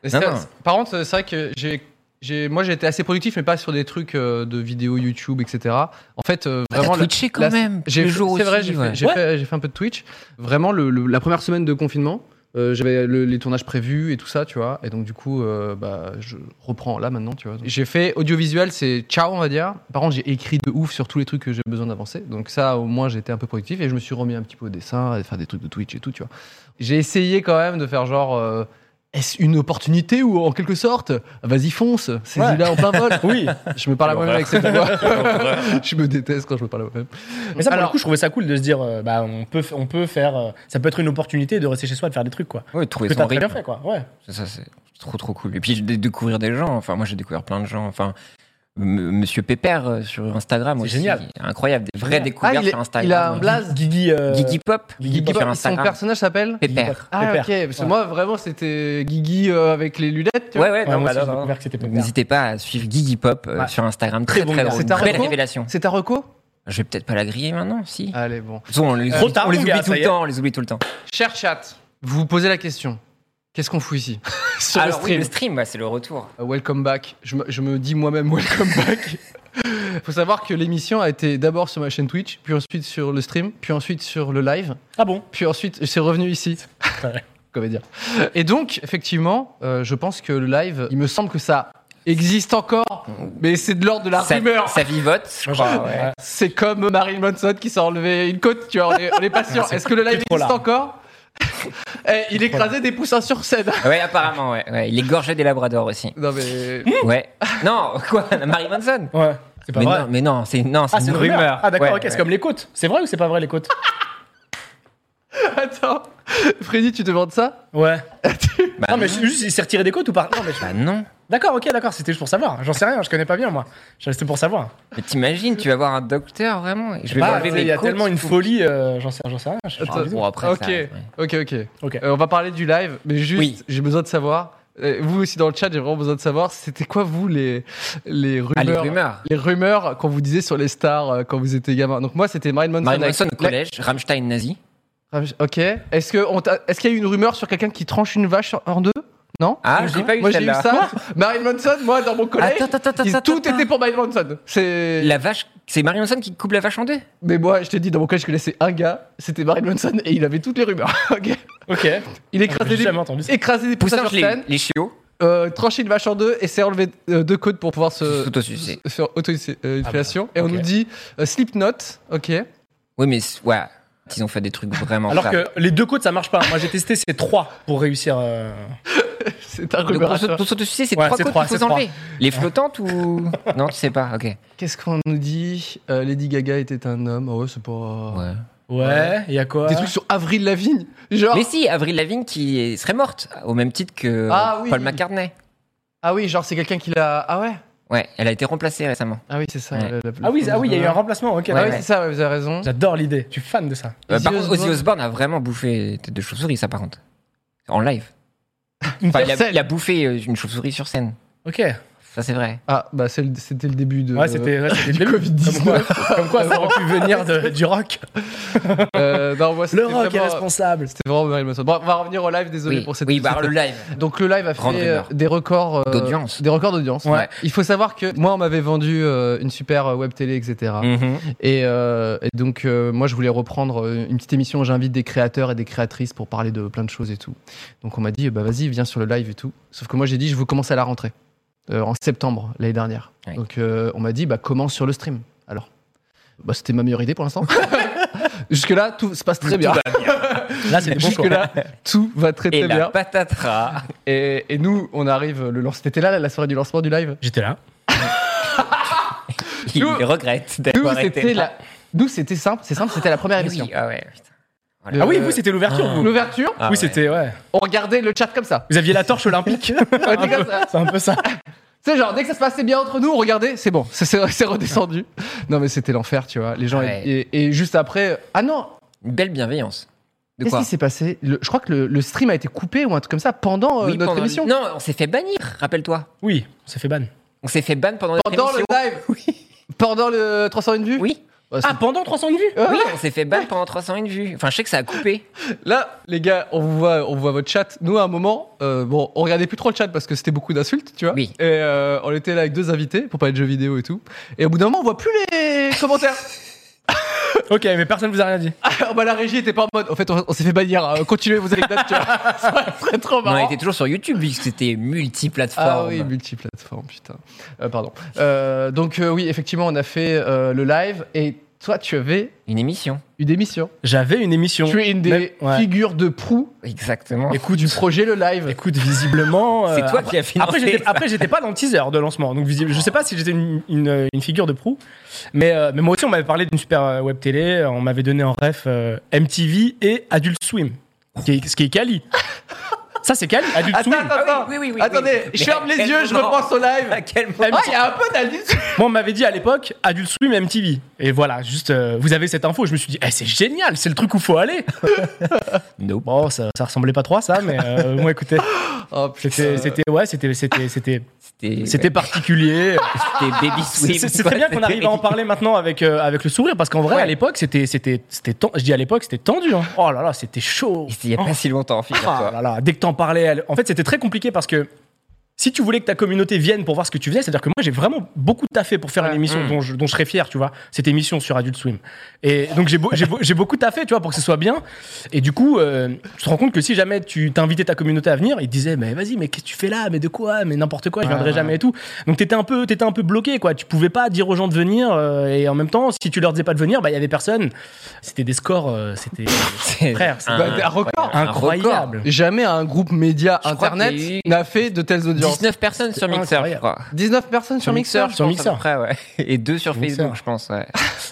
Speaker 2: Mais
Speaker 3: Non,
Speaker 2: c'est-
Speaker 3: non.
Speaker 2: Par contre, c'est vrai que j'ai. j'ai- Moi, j'ai été assez productif, mais pas sur des trucs euh, de vidéos YouTube, etc. En fait, euh,
Speaker 3: Bah, T'as
Speaker 2: vraiment, la-
Speaker 3: twitché quand
Speaker 2: la-
Speaker 3: même.
Speaker 2: J'ai
Speaker 3: le jour
Speaker 2: C'est vrai,
Speaker 3: aussi,
Speaker 2: j'ai
Speaker 3: ouais.
Speaker 2: fait, j'ai
Speaker 4: Ouais.
Speaker 2: fait- j'ai fait un peu de Twitch. Vraiment, le- le- la première semaine de confinement, euh, j'avais le- les tournages prévus et tout ça, tu vois. Et donc, du coup, euh, bah, je reprends là maintenant, tu vois. J'ai fait audiovisuel, c'est ciao, on va dire. Par contre, j'ai écrit de ouf sur tous les trucs que j'ai besoin d'avancer. Donc, ça, au moins, j'étais un peu productif et je me suis remis un petit peu au dessin, à faire des trucs de Twitch et tout, tu vois. J'ai essayé quand même de faire genre. euh, est-ce une opportunité ou en quelque sorte Vas-y, fonce, saisis-la en plein vol.
Speaker 4: Oui,
Speaker 2: Je me parle à moi-même avec cette voix. je me déteste quand je me parle à moi-même.
Speaker 4: mais ça, pour
Speaker 2: Alors-
Speaker 4: le coup, je trouvais ça cool de se dire, euh, bah, on peut, f- on peut faire, euh, ça peut être une opportunité de rester chez soi, de faire des trucs, quoi.
Speaker 3: Ouais,
Speaker 4: Que
Speaker 3: trouver
Speaker 4: t'as
Speaker 3: son
Speaker 4: très bien
Speaker 3: rythme.
Speaker 4: fait, quoi. Ouais.
Speaker 3: Ça, ça, c'est trop trop cool. Et puis de découvrir des gens. Enfin, moi j'ai découvert plein de gens. Enfin, M- Monsieur Pépère euh, sur Instagram
Speaker 4: C'est
Speaker 3: aussi.
Speaker 4: génial.
Speaker 3: Incroyable. Des vraies
Speaker 4: Ah,
Speaker 3: découvertes
Speaker 2: il est-
Speaker 3: sur Instagram. hein.
Speaker 2: il a un blaze.
Speaker 4: Guigui. euh,
Speaker 3: Guigui Pop.
Speaker 4: Guigui Pop,
Speaker 3: sur
Speaker 2: Son
Speaker 3: Instagram.
Speaker 2: personnage s'appelle
Speaker 3: Pépère.
Speaker 2: Ah
Speaker 4: Pépère.
Speaker 2: ok, parce que
Speaker 4: Ouais.
Speaker 2: moi vraiment c'était Guigui euh, avec les lunettes. Tu
Speaker 3: Ouais,
Speaker 2: vois.
Speaker 3: ouais,
Speaker 4: Ouais,
Speaker 3: non,
Speaker 4: moi
Speaker 3: bah,
Speaker 4: aussi, j'ai
Speaker 3: non, non.
Speaker 4: découvert que c'était Pépère.
Speaker 3: N'hésitez pas à suivre Guigui Pop euh,
Speaker 4: Ouais.
Speaker 3: sur Instagram.
Speaker 4: Très
Speaker 3: Très,
Speaker 4: bon
Speaker 3: très
Speaker 4: gars.
Speaker 3: drôle.
Speaker 2: C'est un
Speaker 3: Belle
Speaker 2: reco
Speaker 3: révélation.
Speaker 2: C'est ta reco
Speaker 3: Je vais peut-être pas la griller maintenant, si.
Speaker 2: Allez bon.
Speaker 3: De toute façon, on les,
Speaker 4: Trop
Speaker 3: oublie,
Speaker 4: tard,
Speaker 3: on les
Speaker 4: mon
Speaker 3: oublie
Speaker 4: gars,
Speaker 3: tout
Speaker 4: ça y
Speaker 3: le
Speaker 4: est.
Speaker 3: temps, on les oublie tout le temps.
Speaker 2: Cher chat, vous vous posez la question. Qu'est-ce qu'on fout ici Sur le
Speaker 3: Alors oui,
Speaker 2: stream.
Speaker 3: le stream, ouais, c'est le retour.
Speaker 2: Euh, Welcome back. Je me, je me dis moi-même welcome back. Faut savoir que l'émission a été d'abord sur ma chaîne Twitch, puis ensuite sur le stream, puis ensuite sur le live,
Speaker 4: Ah bon?
Speaker 2: puis ensuite c'est revenu ici.
Speaker 4: Ouais.
Speaker 2: Comédien. Et donc effectivement, euh, je pense que le live, il me semble que ça existe encore, mais c'est de l'ordre de la
Speaker 3: ça,
Speaker 2: rumeur.
Speaker 3: ça vivote, je crois. ouais.
Speaker 4: Ouais.
Speaker 2: C'est comme Marilyn Manson qui s'est enlevé une côte, tu vois, on est, on est pas sûr. Est-ce que le live
Speaker 4: c'est trop
Speaker 2: existe
Speaker 4: large.
Speaker 2: encore Eh, Il écrasait des poussins sur scène.
Speaker 3: Ouais, apparemment, ouais. ouais. Il égorgeait des labradors aussi.
Speaker 2: Non mais...
Speaker 4: Mmh.
Speaker 3: Ouais. Non, quoi Marie Manson
Speaker 4: Ouais. C'est pas
Speaker 3: mais
Speaker 4: vrai.
Speaker 3: non, mais non, c'est non, c'est
Speaker 4: Ah, c'est
Speaker 3: une
Speaker 4: une
Speaker 3: rumeur.
Speaker 4: rumeur. Ah, d'accord,
Speaker 3: Ouais,
Speaker 4: ok, c'est
Speaker 3: ouais.
Speaker 4: comme les côtes. C'est vrai ou c'est pas vrai, les côtes?
Speaker 2: Attends, Freddy, tu demandes ça
Speaker 4: Ouais.
Speaker 3: Bah,
Speaker 4: Non, mais juste, il s'est retiré des côtes ou pas? Non, mais je-
Speaker 3: Bah non.
Speaker 4: D'accord, ok, d'accord, c'était juste pour savoir. J'en sais rien, je connais pas bien moi. Je- C'était pour savoir.
Speaker 3: Mais t'imagines, tu vas voir un docteur vraiment. et Je vais
Speaker 4: Bah,
Speaker 3: m'enlever
Speaker 4: Il
Speaker 3: mes
Speaker 4: y a
Speaker 3: côtes.
Speaker 4: tellement une folie, euh, j'en sais, j'en sais rien. je-
Speaker 3: Ah, bon, après,
Speaker 2: Ok,
Speaker 3: ça, ouais.
Speaker 2: ok, ok.
Speaker 4: Ok.
Speaker 2: Euh, on va parler du live, mais juste,
Speaker 3: Oui.
Speaker 2: j'ai besoin de savoir, euh, vous aussi dans le chat, j'ai vraiment besoin de savoir, c'était quoi vous les, les rumeurs
Speaker 3: Ah, les rumeurs.
Speaker 2: les rumeurs qu'on vous disait sur les stars euh, quand vous étiez gamin. Donc moi, c'était Marilyn Manson.
Speaker 3: Marie
Speaker 2: avec-
Speaker 3: Manson au collège, Rammstein nazi.
Speaker 2: Ok. Est-ce que on t'a- est-ce qu'il y a eu une rumeur sur quelqu'un qui tranche une vache en deux Non
Speaker 3: Ah, j'ai pas eu
Speaker 2: Moi j'ai eu
Speaker 3: celle-là.
Speaker 2: ça. Marilyn Manson, moi dans mon collège,
Speaker 3: Attends, attends, attends,
Speaker 2: ils-
Speaker 3: attends,
Speaker 2: tout
Speaker 3: attends.
Speaker 2: était pour Marilyn Manson. C'est.
Speaker 3: La vache, c'est Marie Manson qui coupe la vache en deux
Speaker 2: Mais moi, je te dis, dans mon collège, je connaissais un gars, c'était Marilyn Manson et il avait toutes les rumeurs. Ok.
Speaker 4: Ok.
Speaker 2: Il
Speaker 3: Ah,
Speaker 4: J'ai
Speaker 2: écrasait des,
Speaker 4: jamais entendu ça.
Speaker 2: écrasait des poussins
Speaker 3: Poussin
Speaker 2: sur
Speaker 3: les,
Speaker 2: scène,
Speaker 3: les chiots.
Speaker 2: euh, tranchait une vache en deux et s'est enlevé euh, deux côtes pour pouvoir se.
Speaker 3: S'autosucer.
Speaker 2: se faire
Speaker 3: Ah, bah,
Speaker 2: auto-inflation. et on
Speaker 4: ok.
Speaker 2: nous dit euh, Slipknot, ok.
Speaker 3: Oui, mais c'est- ouais, ils ont fait des trucs vraiment
Speaker 4: Alors
Speaker 3: crades.
Speaker 4: que les deux côtes, ça marche pas. Moi, j'ai testé ces trois pour réussir. euh,
Speaker 2: C'est un
Speaker 3: Donc, pour s'auto-
Speaker 2: rumeur.
Speaker 3: pour s'autosucer, c'est
Speaker 4: Ouais,
Speaker 3: trois
Speaker 4: c'est
Speaker 3: côtes
Speaker 4: trois,
Speaker 3: qu'il
Speaker 4: c'est
Speaker 3: faut
Speaker 4: trois.
Speaker 3: enlever. Les flottantes ou. Non, tu sais pas, ok.
Speaker 2: Qu'est-ce qu'on nous dit Euh, Lady Gaga était un homme. Oh, c'est pas.
Speaker 3: Ouais.
Speaker 4: Ouais, il y a quoi
Speaker 2: Des trucs sur Avril Lavigne. Genre.
Speaker 3: Mais si, Avril Lavigne qui est- serait morte, au même titre que
Speaker 2: Ah oui.
Speaker 3: Paul McCartney.
Speaker 2: Ah oui, genre c'est quelqu'un qui l'a. Ah ouais
Speaker 3: Ouais, elle a été remplacée récemment.
Speaker 2: Ah oui, c'est ça.
Speaker 3: Ouais.
Speaker 2: la- la-
Speaker 4: Ah oui, ah oui, il y a eu un remplacement. Ok.
Speaker 2: Ah
Speaker 3: Ouais,
Speaker 2: oui,
Speaker 3: ouais.
Speaker 2: c'est ça, ouais, vous avez raison.
Speaker 4: J'adore l'idée. Je suis fan de ça.
Speaker 3: Euh,
Speaker 2: Ozzy
Speaker 3: par contre, Ozzy
Speaker 2: Osbourne.
Speaker 3: Osbourne a vraiment bouffé tête de chauve-souris, ça, par contre. En live. Enfin, il, a,
Speaker 2: personne.
Speaker 3: il a bouffé euh, une chauve-souris sur scène.
Speaker 4: Ok.
Speaker 3: Ça, c'est vrai.
Speaker 2: Ah, bah c'est le- c'était le début de.
Speaker 4: Ouais, c'était ouais, c'était le début.
Speaker 2: Covid-19.
Speaker 4: Comme quoi, comme quoi, ça aurait pu venir de- du rock.
Speaker 2: Euh, non, moi, c'était
Speaker 4: Le rock est
Speaker 2: vraiment-
Speaker 4: responsable.
Speaker 2: C'était vraiment Marilyn Manson. Bon, on va revenir au live, désolé
Speaker 3: Oui,
Speaker 2: pour cette
Speaker 3: oui bah,
Speaker 2: cette-
Speaker 3: le live.
Speaker 2: Donc le live a
Speaker 3: Grande
Speaker 2: fait euh,
Speaker 3: rumeur.
Speaker 2: des records euh,
Speaker 3: D'audience.
Speaker 2: Des records d'audience.
Speaker 4: Ouais.
Speaker 2: Il faut savoir que moi, on m'avait vendu euh, une super euh, web télé, etc.
Speaker 3: Mhm.
Speaker 2: Et, euh, et donc, euh, moi, je voulais reprendre euh, une petite émission où j'invite des créateurs et des créatrices pour parler de plein de choses et tout. Donc, on m'a dit, bah vas-y, viens sur le live et tout. Sauf que moi, j'ai dit, je veux commencer à la rentrée, euh, en septembre l'année dernière.
Speaker 3: Oui.
Speaker 2: Donc, euh, on m'a dit, bah commence sur le stream. Alors, bah, c'était ma meilleure idée pour l'instant. Jusque-là, tout se passe très bien.
Speaker 4: Là, c'est des bons choix.
Speaker 2: Jusque-là, tout va très
Speaker 3: Et
Speaker 2: très
Speaker 3: la
Speaker 2: bien.
Speaker 3: patatras.
Speaker 2: Et, et nous, on arrive le lance. T'étais là, là, la soirée du lancement du live
Speaker 4: J'étais là.
Speaker 3: Il
Speaker 2: Nous-
Speaker 3: regrette
Speaker 2: Nous,
Speaker 3: d'avoir été
Speaker 2: c'était
Speaker 3: là.
Speaker 2: la- nous, c'était simple. C'est simple, c'était la première
Speaker 3: Ah
Speaker 2: émission.
Speaker 3: oui, ah ouais, putain.
Speaker 2: Le-
Speaker 4: Ah oui, vous, c'était l'ouverture. vous.
Speaker 2: L'ouverture,
Speaker 3: Ah
Speaker 4: oui,
Speaker 3: ouais.
Speaker 4: c'était ouais.
Speaker 2: on regardait le chat comme ça.
Speaker 4: Vous aviez la torche olympique.
Speaker 2: Ouais, t'es comme ça.
Speaker 4: c'est un peu ça.
Speaker 2: C'est genre, dès que ça se passait bien entre nous, regardez, c'est bon, c'est- c'est c'est redescendu. Non, mais c'était l'enfer, tu vois. Les gens.
Speaker 3: Ouais.
Speaker 2: Et, et juste après. Ah non
Speaker 3: Une belle bienveillance. De
Speaker 2: Qu'est-ce
Speaker 3: quoi
Speaker 2: qui s'est passé Le- Je crois que le, le stream a été coupé ou un truc comme ça pendant euh,
Speaker 3: Oui,
Speaker 2: notre
Speaker 3: pendant-
Speaker 2: émission.
Speaker 3: Non, on s'est fait bannir, rappelle-toi.
Speaker 4: Oui, ça fait ban.
Speaker 3: On s'est fait ban pendant,
Speaker 2: Pendant
Speaker 3: notre
Speaker 2: le live Pendant le 301 vues
Speaker 3: émission. Oui,
Speaker 2: Ouais, c'est-
Speaker 4: Ah, pendant 300 vues.
Speaker 2: Ouais,
Speaker 3: oui,
Speaker 2: ouais.
Speaker 3: on s'est fait ban pendant 301 vues. Enfin, je sais que ça a coupé.
Speaker 2: Là, les gars, on vous voit, on voit votre chat. Nous, à un moment, euh, bon, on regardait plus trop le chat parce que c'était beaucoup d'insultes, tu vois.
Speaker 3: Oui.
Speaker 2: Et euh, on était là avec deux invités pour parler de jeux vidéo et tout. Et au bout d'un moment, on voit plus les commentaires.
Speaker 4: Ok, mais personne vous a rien dit.
Speaker 2: Ah, bah, la régie était pas en mode. En fait, on, on s'est fait bannir. hein. Continuez vos anecdotes, tu vois. Ça serait trop
Speaker 3: Mais
Speaker 4: Ah.
Speaker 2: marrant.
Speaker 3: on était toujours sur YouTube puisque c'était multiplateforme.
Speaker 2: Ah oui, multiplateforme, putain. Euh, pardon. Euh, donc euh, oui, effectivement, on a fait euh, le live et toi, tu avais
Speaker 3: Une émission.
Speaker 2: une émission.
Speaker 4: J'avais une émission.
Speaker 2: Tu es une des
Speaker 4: Même- ouais.
Speaker 2: figures de proue
Speaker 3: Exactement.
Speaker 2: Écoute, du projet le live.
Speaker 4: Écoute, visiblement.
Speaker 3: C'est
Speaker 4: euh,
Speaker 3: toi
Speaker 4: après-
Speaker 3: qui as financé
Speaker 4: Après, j'étais,
Speaker 3: ça.
Speaker 4: après, j'étais pas dans le teaser de lancement, donc visible. Je sais pas si j'étais une, une- une figure de proue, mais, euh, mais moi aussi, on m'avait parlé d'une super euh, web télé. On m'avait donné en ref euh, MTV et Adult Swim, qui est- ce qui est Cali. Ça, c'est Cali, Adult Swim.
Speaker 2: attends.
Speaker 3: Ah oui, oui, oui,
Speaker 2: Attendez,
Speaker 3: oui.
Speaker 2: je
Speaker 3: Mais
Speaker 2: ferme les
Speaker 3: quel
Speaker 2: yeux, je
Speaker 3: moment.
Speaker 2: repense au live.
Speaker 3: À quel moment
Speaker 2: Ah, il y a un peu d'Aldis.
Speaker 4: Moi, on m'avait dit à l'époque Adult Swim MTV. Et voilà, juste, euh, vous avez cette info. Je me suis dit, eh, c'est génial, c'est le truc où faut aller.
Speaker 3: Nope.
Speaker 4: Bon, ça, ça ressemblait pas trop à ça, mais euh, moi, écoutez,
Speaker 2: Oh,
Speaker 3: euh,
Speaker 4: c'était, c'était, ouais, c'était, c'était, c'était,
Speaker 3: Ah, C'était
Speaker 4: c'était particulier.
Speaker 3: c'était Baby Swim.
Speaker 4: C'est- C'est
Speaker 3: quoi.
Speaker 4: très bien qu'on arrive à en parler maintenant avec, euh, avec le sourire parce qu'en vrai,
Speaker 3: Ouais.
Speaker 4: à l'époque, c'était, c'était, c'était, ten- je dis à l'époque, c'était tendu. hein. Oh là là, c'était chaud.
Speaker 3: Et C'était il y a pas si longtemps,
Speaker 4: Ah
Speaker 3: figure-toi.
Speaker 4: là là, dès que t'en parlais, elle- en fait, c'était très compliqué parce que si tu voulais que ta communauté vienne pour voir ce que tu faisais, c'est-à-dire que moi, j'ai vraiment beaucoup taffé pour faire une émission
Speaker 3: Mm.
Speaker 4: dont, je, dont je serais fier, tu vois, cette émission sur Adult Swim. Et donc, j'ai, beau- j'ai, beau- j'ai beaucoup taffé, tu vois, pour que ce soit bien. Et du coup, euh, tu te rends compte que si jamais tu t'invitais ta communauté à venir, ils te disaient, mais vas-y, mais qu'est-ce que tu fais là Mais de quoi Mais n'importe quoi, je viendrai jamais et tout. Donc, t'étais un peu, t'étais un peu bloqué, quoi. Tu pouvais pas dire aux gens de venir. euh, et en même temps, si tu leur disais pas de venir, bah, il y avait personne. C'était des scores, euh, c'était
Speaker 3: C'est
Speaker 4: Frère, c'est
Speaker 2: bah, un record.
Speaker 3: un record.
Speaker 4: incroyable.
Speaker 2: Jamais un groupe média
Speaker 3: Je crois
Speaker 2: internet
Speaker 3: qu'il y a eu-
Speaker 2: n'a fait de telles audiences.
Speaker 3: 19 personnes sur Mixer, je
Speaker 4: incroyable.
Speaker 3: crois.
Speaker 2: 19 personnes sur Mixer.
Speaker 4: Sur Mixer.
Speaker 3: Après, ouais. Et deux sur
Speaker 4: Mixer. Ah,
Speaker 3: Facebook, je pense. Ouais.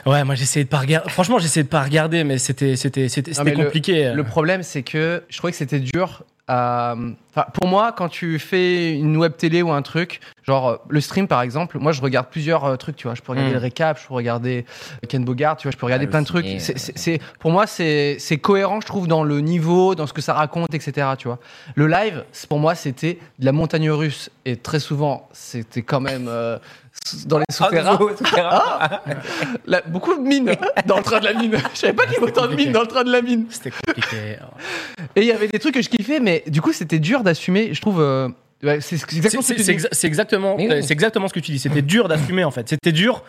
Speaker 4: Ouais, moi j'essayais de pas regarder. Franchement, j'essayais de pas regarder, mais c'était c'était c'était
Speaker 2: Non, mais
Speaker 4: c'était compliqué.
Speaker 3: Euh.
Speaker 4: euh.
Speaker 2: Le problème, c'est que je trouvais que c'était dur. à- Enfin, pour moi, quand tu fais une web télé ou un truc, genre euh, le stream par exemple, moi je regarde plusieurs euh, trucs, tu vois. Je peux regarder
Speaker 3: Mm.
Speaker 2: le récap, je peux regarder euh, Ken Bogart, tu vois, je peux regarder
Speaker 3: Ah,
Speaker 2: plein
Speaker 3: le
Speaker 2: de trucs.
Speaker 3: ciné,
Speaker 2: C'est-
Speaker 3: euh.
Speaker 2: c'est- c'est- pour moi, c'est c'est cohérent, je trouve, dans le niveau, dans ce que ça raconte, etc. Tu vois. Le live, c'est- pour moi, c'était de la montagne russe. Et très souvent, c'était quand même euh, sous- dans les
Speaker 3: Ah,
Speaker 2: souterrains. La- beaucoup de mines dans le train de la mine. Je savais pas qu'il y avait autant de mines dans le train de la mine.
Speaker 4: C'était compliqué.
Speaker 2: Et il y avait des trucs que je kiffais, mais du coup, c'était dur d'assumer. Je trouve. euh, ouais, c'est c'est
Speaker 4: C'est-
Speaker 2: exactement ce que
Speaker 4: C'est
Speaker 2: tu
Speaker 4: c'est
Speaker 2: dis.
Speaker 4: exa- c'est exactement, euh,
Speaker 3: Mais oui.
Speaker 4: c'est exactement ce que tu dis. C'était dur d'assumer en fait. C'était dur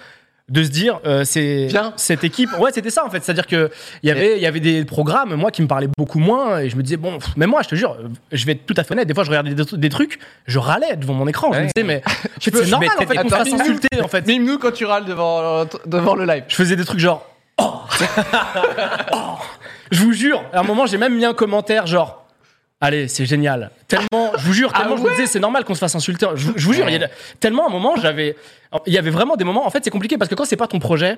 Speaker 4: de se dire euh, c'est
Speaker 2: Bien.
Speaker 4: cette équipe. Ouais, c'était ça en fait. C'est-à-dire que il y avait il y avait des programmes moi qui me parlaient beaucoup moins et je me disais bon, pff, mais moi je te jure, euh, je vais être tout à fait honnête. Des fois je regardais des, des trucs, je râlais devant mon écran. Je me
Speaker 3: Ouais.
Speaker 4: disais mais
Speaker 2: Tu peux-
Speaker 4: c'est normal en fait qu'on se
Speaker 2: Attends,
Speaker 4: fasse
Speaker 2: mime-nous-
Speaker 4: insulter en fait.
Speaker 2: Mime-nous quand tu râles devant, devant le live.
Speaker 4: Je faisais des trucs genre oh, Oh. je vous jure. À un moment j'ai même mis un commentaire genre. Allez, c'est génial. Tellement, je vous jure, tellement je me disais, c'est normal qu'on se fasse insulter. Je, vous- je vous jure, il y a- tellement à un moment, j'avais, il y avait vraiment des moments. En fait, c'est compliqué parce que quand c'est pas ton projet,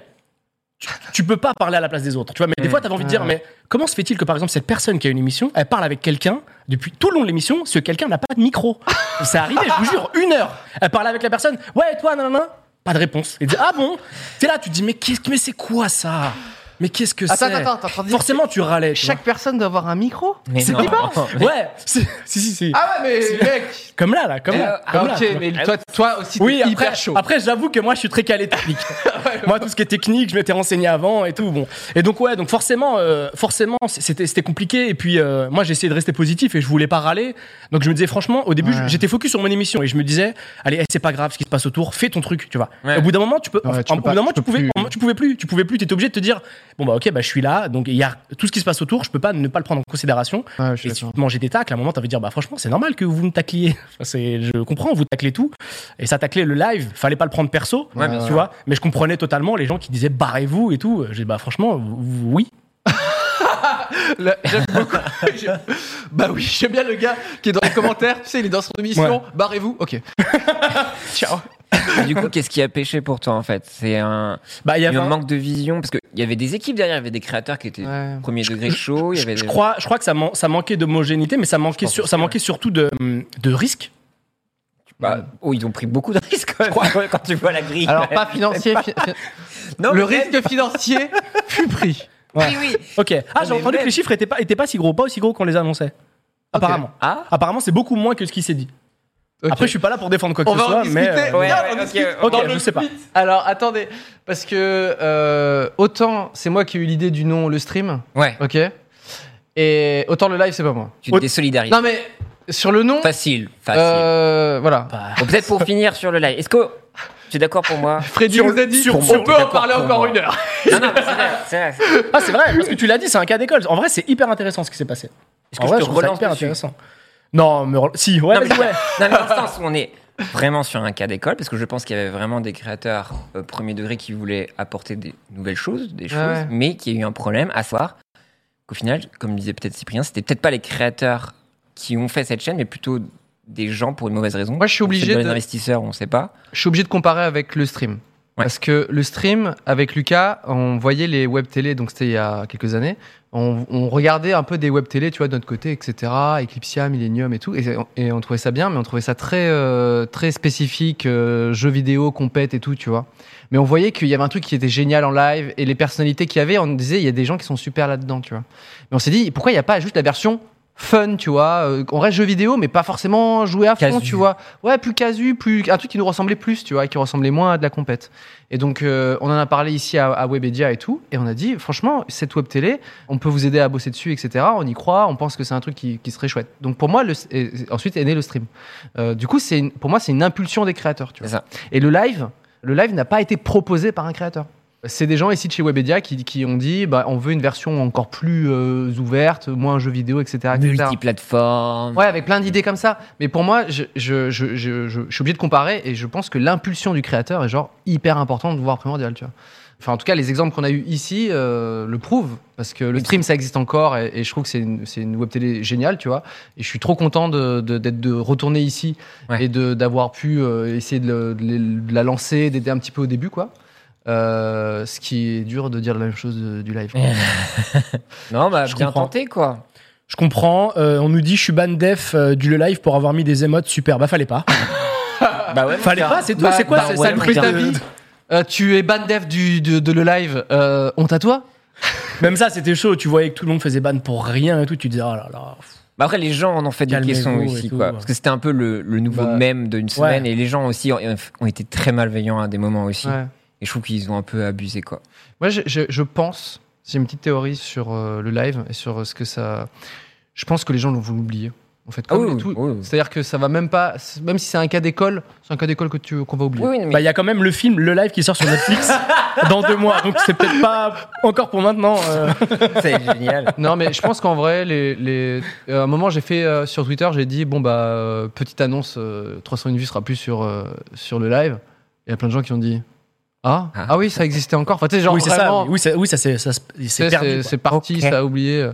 Speaker 4: tu, tu peux pas parler à la place des autres. Tu vois, mais
Speaker 2: Mmh.
Speaker 4: des fois, t'as envie de dire, mais comment se fait-il que par exemple cette personne qui a une émission, elle parle avec quelqu'un depuis tout le long de l'émission, ce quelqu'un n'a pas de micro. ça arrivé, je vous jure, une heure, elle parle avec la personne. Ouais, toi, non, Pas de réponse. Et dit ah bon T'es là, tu te dis mais qu'est-ce que mais c'est quoi ça Mais qu'est-ce que c'est
Speaker 2: Attends, attends, attends, t'es en train de dire
Speaker 4: Forcément, tu râlais. tu
Speaker 2: Chaque personne doit avoir un micro
Speaker 3: C'est
Speaker 4: vois. Ouais, si si si. si.
Speaker 2: Ah ouais, mais mec
Speaker 4: Comme là, là, comme là.
Speaker 3: Euh,
Speaker 4: comme
Speaker 2: Eh, ah, Ok,
Speaker 4: là, comme là.
Speaker 2: mais toi, toi aussi, t'es
Speaker 4: Oui,
Speaker 2: hyper
Speaker 4: après,
Speaker 2: chaud.
Speaker 4: après j'avoue que moi, je suis très calé technique. moi, tout ce qui est technique, je m'étais renseigné avant et tout. Bon. Et donc, ouais, donc forcément, euh, forcément c'était c'était compliqué. Et puis, euh, moi, j'essayais de rester positif et je voulais pas râler. Donc, je me disais, franchement, au début,
Speaker 2: Ouais.
Speaker 4: j'étais focus sur mon émission et je me disais, allez, eh, c'est pas grave ce qui se passe autour, fais ton truc, tu vois.
Speaker 3: Ouais.
Speaker 4: Au bout d'un moment, tu peux.
Speaker 2: Ouais, tu
Speaker 4: en-
Speaker 2: peux
Speaker 4: au
Speaker 2: pas-
Speaker 4: bout d'un moment,
Speaker 2: tu
Speaker 4: tu
Speaker 2: peux
Speaker 4: pouvais,
Speaker 2: plus.
Speaker 4: au moment, tu pouvais plus. Tu pouvais plus. Tu étais obligé de te dire, bon, bah, ok, bah, je suis là. Donc, il y a tout ce qui se passe autour, je peux pas ne pas le prendre en considération.
Speaker 2: Ouais, je suis
Speaker 4: Et si
Speaker 2: d'accord.
Speaker 4: tu te mangeais des tacles, à un moment, t'avais dire, bah franchement, c'est normal que vous me tacliez. Enfin, c'est- je comprends, vous taclez tout. Et ça taclait le live, fallait pas le prendre perso,
Speaker 3: Ouais, bien
Speaker 4: tu
Speaker 3: sûr.
Speaker 4: vois. Mais je comprenais totalement les gens qui disaient, barrez-vous et tout. J'ai dit, bah franchement, vous- vous- oui.
Speaker 2: Là, J'aime beaucoup. J'aime- bah oui, j'aime bien le gars qui est dans les commentaires. Tu sais, il est dans son émission. Barrez-vous. Ok. Ciao.
Speaker 3: Et du coup, qu'est-ce qui a pêché pour toi en fait C'est un,
Speaker 4: Bah, il y
Speaker 3: il y
Speaker 4: avait
Speaker 3: a un
Speaker 4: un-
Speaker 3: manque de vision parce qu'il y avait des équipes derrière, il y avait des créateurs qui étaient
Speaker 2: Ouais.
Speaker 3: premier degré chaud, il y avait
Speaker 4: je
Speaker 3: des-
Speaker 4: crois, je crois que ça, man- ça manquait d'homogénéité, mais ça manquait,
Speaker 3: pense
Speaker 4: sur-
Speaker 3: aussi,
Speaker 4: ça manquait surtout de, de risque.
Speaker 3: Bah, oh, ils ont pris beaucoup de risques quand, même, quand tu vois la grille.
Speaker 2: Alors, pas financier. fi- fi-
Speaker 3: Non,
Speaker 2: le
Speaker 3: mais même-
Speaker 2: risque financier fut pris.
Speaker 3: Oui, oui.
Speaker 4: Ok. Ah, j'ai
Speaker 3: mais
Speaker 4: entendu que
Speaker 3: même-
Speaker 4: les chiffres étaient pas, étaient pas si gros, pas aussi gros qu'on les annonçait. Apparemment.
Speaker 3: Ah.
Speaker 4: Apparemment, c'est beaucoup moins que ce qui s'est dit.
Speaker 2: Ok.
Speaker 4: Après, je suis pas là pour défendre quoi que
Speaker 2: On
Speaker 4: ce
Speaker 2: va en
Speaker 4: soit, mais.
Speaker 2: discuter.
Speaker 4: euh,
Speaker 3: ouais,
Speaker 2: Viens,
Speaker 3: ouais,
Speaker 2: on
Speaker 3: ok,
Speaker 2: discute
Speaker 3: ok,
Speaker 2: dans
Speaker 4: je
Speaker 2: le
Speaker 4: sais pas.
Speaker 2: split. Alors, attendez. Parce que euh, autant c'est moi qui ai eu l'idée du nom le stream.
Speaker 3: Ouais,
Speaker 2: Ok. Et autant le live, c'est pas moi.
Speaker 3: tu
Speaker 4: Au-
Speaker 3: te désolidarises.
Speaker 2: Non, mais sur le nom.
Speaker 3: Facile, facile.
Speaker 2: euh, voilà.
Speaker 3: Bon, Peut-être pour finir sur le live. Est-ce que tu es d'accord pour moi
Speaker 2: Freddy
Speaker 4: Sur-
Speaker 2: nous a dit
Speaker 4: sur-
Speaker 2: on
Speaker 4: sur-
Speaker 2: peut en
Speaker 3: d'accord
Speaker 2: parler
Speaker 3: pour
Speaker 2: encore
Speaker 3: moi.
Speaker 2: une heure.
Speaker 3: Non, non, mais c'est vrai, c'est vrai.
Speaker 4: Ah, c'est vrai, parce que tu l'as dit, c'est un cas d'école. En vrai, c'est hyper intéressant ce qui s'est passé.
Speaker 3: Est-ce
Speaker 4: En
Speaker 3: que
Speaker 4: vrai,
Speaker 3: je te
Speaker 4: trouve ça
Speaker 3: relance
Speaker 4: hyper
Speaker 3: dessus
Speaker 4: intéressant. Non, mais rel- si, ouais,
Speaker 3: non, mais,
Speaker 4: vas-y, ouais.
Speaker 3: non, mais dans le sens où on est vraiment sur un cas d'école, parce que je pense qu'il y avait vraiment des créateurs euh, premier degré qui voulaient apporter des nouvelles choses, des choses,
Speaker 2: ouais.
Speaker 3: mais qui a eu un problème à savoir qu'au final, comme disait peut-être Cyprien, c'était peut-être pas les créateurs qui ont fait cette chaîne, mais plutôt des gens pour une mauvaise raison.
Speaker 2: Moi, je suis obligé
Speaker 3: Peut-être
Speaker 2: de-
Speaker 3: Les investisseurs, on sait pas.
Speaker 2: Je suis obligé de comparer avec le stream. Parce que le stream, avec Lucas, on voyait les web télé, donc c'était il y a quelques années. On, on regardait un peu des web télé, tu vois, de notre côté, etc. Eclipsia, Millennium et tout. Et, on- et on trouvait ça bien, mais on trouvait ça très, euh, très spécifique, euh, jeux vidéo, compète et tout, tu vois. Mais on voyait qu'il y avait un truc qui était génial en live et les personnalités qu'il y avait, on disait, il y a des gens qui sont super là-dedans, tu vois. Mais on s'est dit, pourquoi il n'y a pas juste la version fun, tu vois euh, On reste jeu vidéo, mais pas forcément jouer à fond,
Speaker 3: Casu.
Speaker 2: tu vois. Ouais, plus casu, plus un truc qui nous ressemblait plus, tu vois, et qui ressemblait moins à de la compète. Et donc, euh, on en a parlé ici à, à Webedia et tout, et on a dit, franchement, cette web télé, on peut vous aider à bosser dessus, etc. On y croit, on pense que c'est un truc qui, qui serait chouette. Donc, pour moi, le, et- et ensuite est né le stream. Euh, du coup, c'est une- pour moi, c'est une impulsion des créateurs, tu vois.
Speaker 3: C'est ça.
Speaker 2: Et le live, le live n'a pas été proposé par un créateur. C'est des gens ici de chez Webedia qui, qui ont dit bah, on veut une version encore plus euh, ouverte, moins jeu vidéo, etc. etc.
Speaker 3: Multiplateforme.
Speaker 2: Ah, Ouais, avec plein d'idées comme ça. Mais pour moi, je, je, je, je, je- je suis obligé de comparer et je pense que l'impulsion du créateur est genre hyper importante, voire primordiale, tu vois. Enfin, en tout cas, les exemples qu'on a eu ici euh, le prouvent, parce que le stream, ça existe encore, et, et je trouve que c'est une, c'est une web télé géniale, tu vois. Et je suis trop content de, de, d'être- de retourner ici
Speaker 3: Ouais.
Speaker 2: et de, d'avoir pu euh, essayer de, le- de le- de la lancer, d'aider un petit peu au début, quoi. Euh, ce qui est dur de dire la même chose de- du live. quoi.
Speaker 3: Non, bah,
Speaker 4: Je
Speaker 3: bien
Speaker 4: comprends.
Speaker 3: tenté, quoi.
Speaker 4: Je comprends, euh, on nous dit je suis ban def euh, du le live pour avoir mis des émotes super. Bah fallait pas.
Speaker 3: Bah ouais, mon
Speaker 4: Fallait
Speaker 3: gars.
Speaker 4: pas, c'est
Speaker 2: Bah,
Speaker 4: toi, c'est quoi
Speaker 3: bah
Speaker 4: c'est-
Speaker 3: ouais,
Speaker 4: ça le
Speaker 3: mon
Speaker 4: prix de
Speaker 3: gars.
Speaker 4: ta vie
Speaker 2: Euh, tu es bandef du, de, de le live, euh, honte à toi
Speaker 4: Même ça c'était chaud, tu voyais que tout le monde faisait ban pour rien et tout, tu disais oh là là. pff.
Speaker 3: Bah après, les gens en ont fait des
Speaker 4: Calmez-vous
Speaker 3: caissons
Speaker 4: et
Speaker 3: aussi,
Speaker 4: tout,
Speaker 3: quoi.
Speaker 4: ouais.
Speaker 3: Parce que c'était un peu le, le nouveau
Speaker 2: Bah,
Speaker 3: mème d'une semaine et les gens aussi ont, ont été très malveillants à des moments aussi.
Speaker 2: Ouais.
Speaker 3: Et je trouve qu'ils ont un peu abusé, quoi.
Speaker 2: Moi, je, je- je pense, j'ai une petite théorie sur euh, le live et sur euh, ce que ça. Je pense que les gens l'ont voulu oublier. En fait, comme
Speaker 3: Ah oui,
Speaker 2: les
Speaker 3: oui,
Speaker 2: tout-
Speaker 3: oui, oui.
Speaker 2: C'est-à-dire que ça va même pas. c'est- Même si c'est un cas d'école, c'est un cas d'école que tu qu'on va oublier.
Speaker 3: Oui, oui, non, mais-
Speaker 4: Bah, il y a quand même le film, le live qui sort sur Netflix dans deux mois, donc c'est peut-être pas encore pour maintenant. euh.
Speaker 3: Ça est génial.
Speaker 2: Non, mais je pense qu'en vrai, les, les... euh, à un moment, j'ai fait euh, sur Twitter, j'ai dit bon bah euh, petite annonce, euh, 301 vues sera plus sur euh, sur le live. Et Il y a plein de gens qui ont dit ah
Speaker 3: Ah.
Speaker 2: ah, oui ça existait encore. Enfin, tu sais, genre
Speaker 4: oui, c'est ça.
Speaker 2: vraiment,
Speaker 4: Oui, oui, ça, oui, ça c'est ça se-
Speaker 2: tu sais,
Speaker 4: c'est
Speaker 2: c'est
Speaker 4: perdu. quoi.
Speaker 2: c'est parti,
Speaker 3: Ok.
Speaker 2: ça a oublié.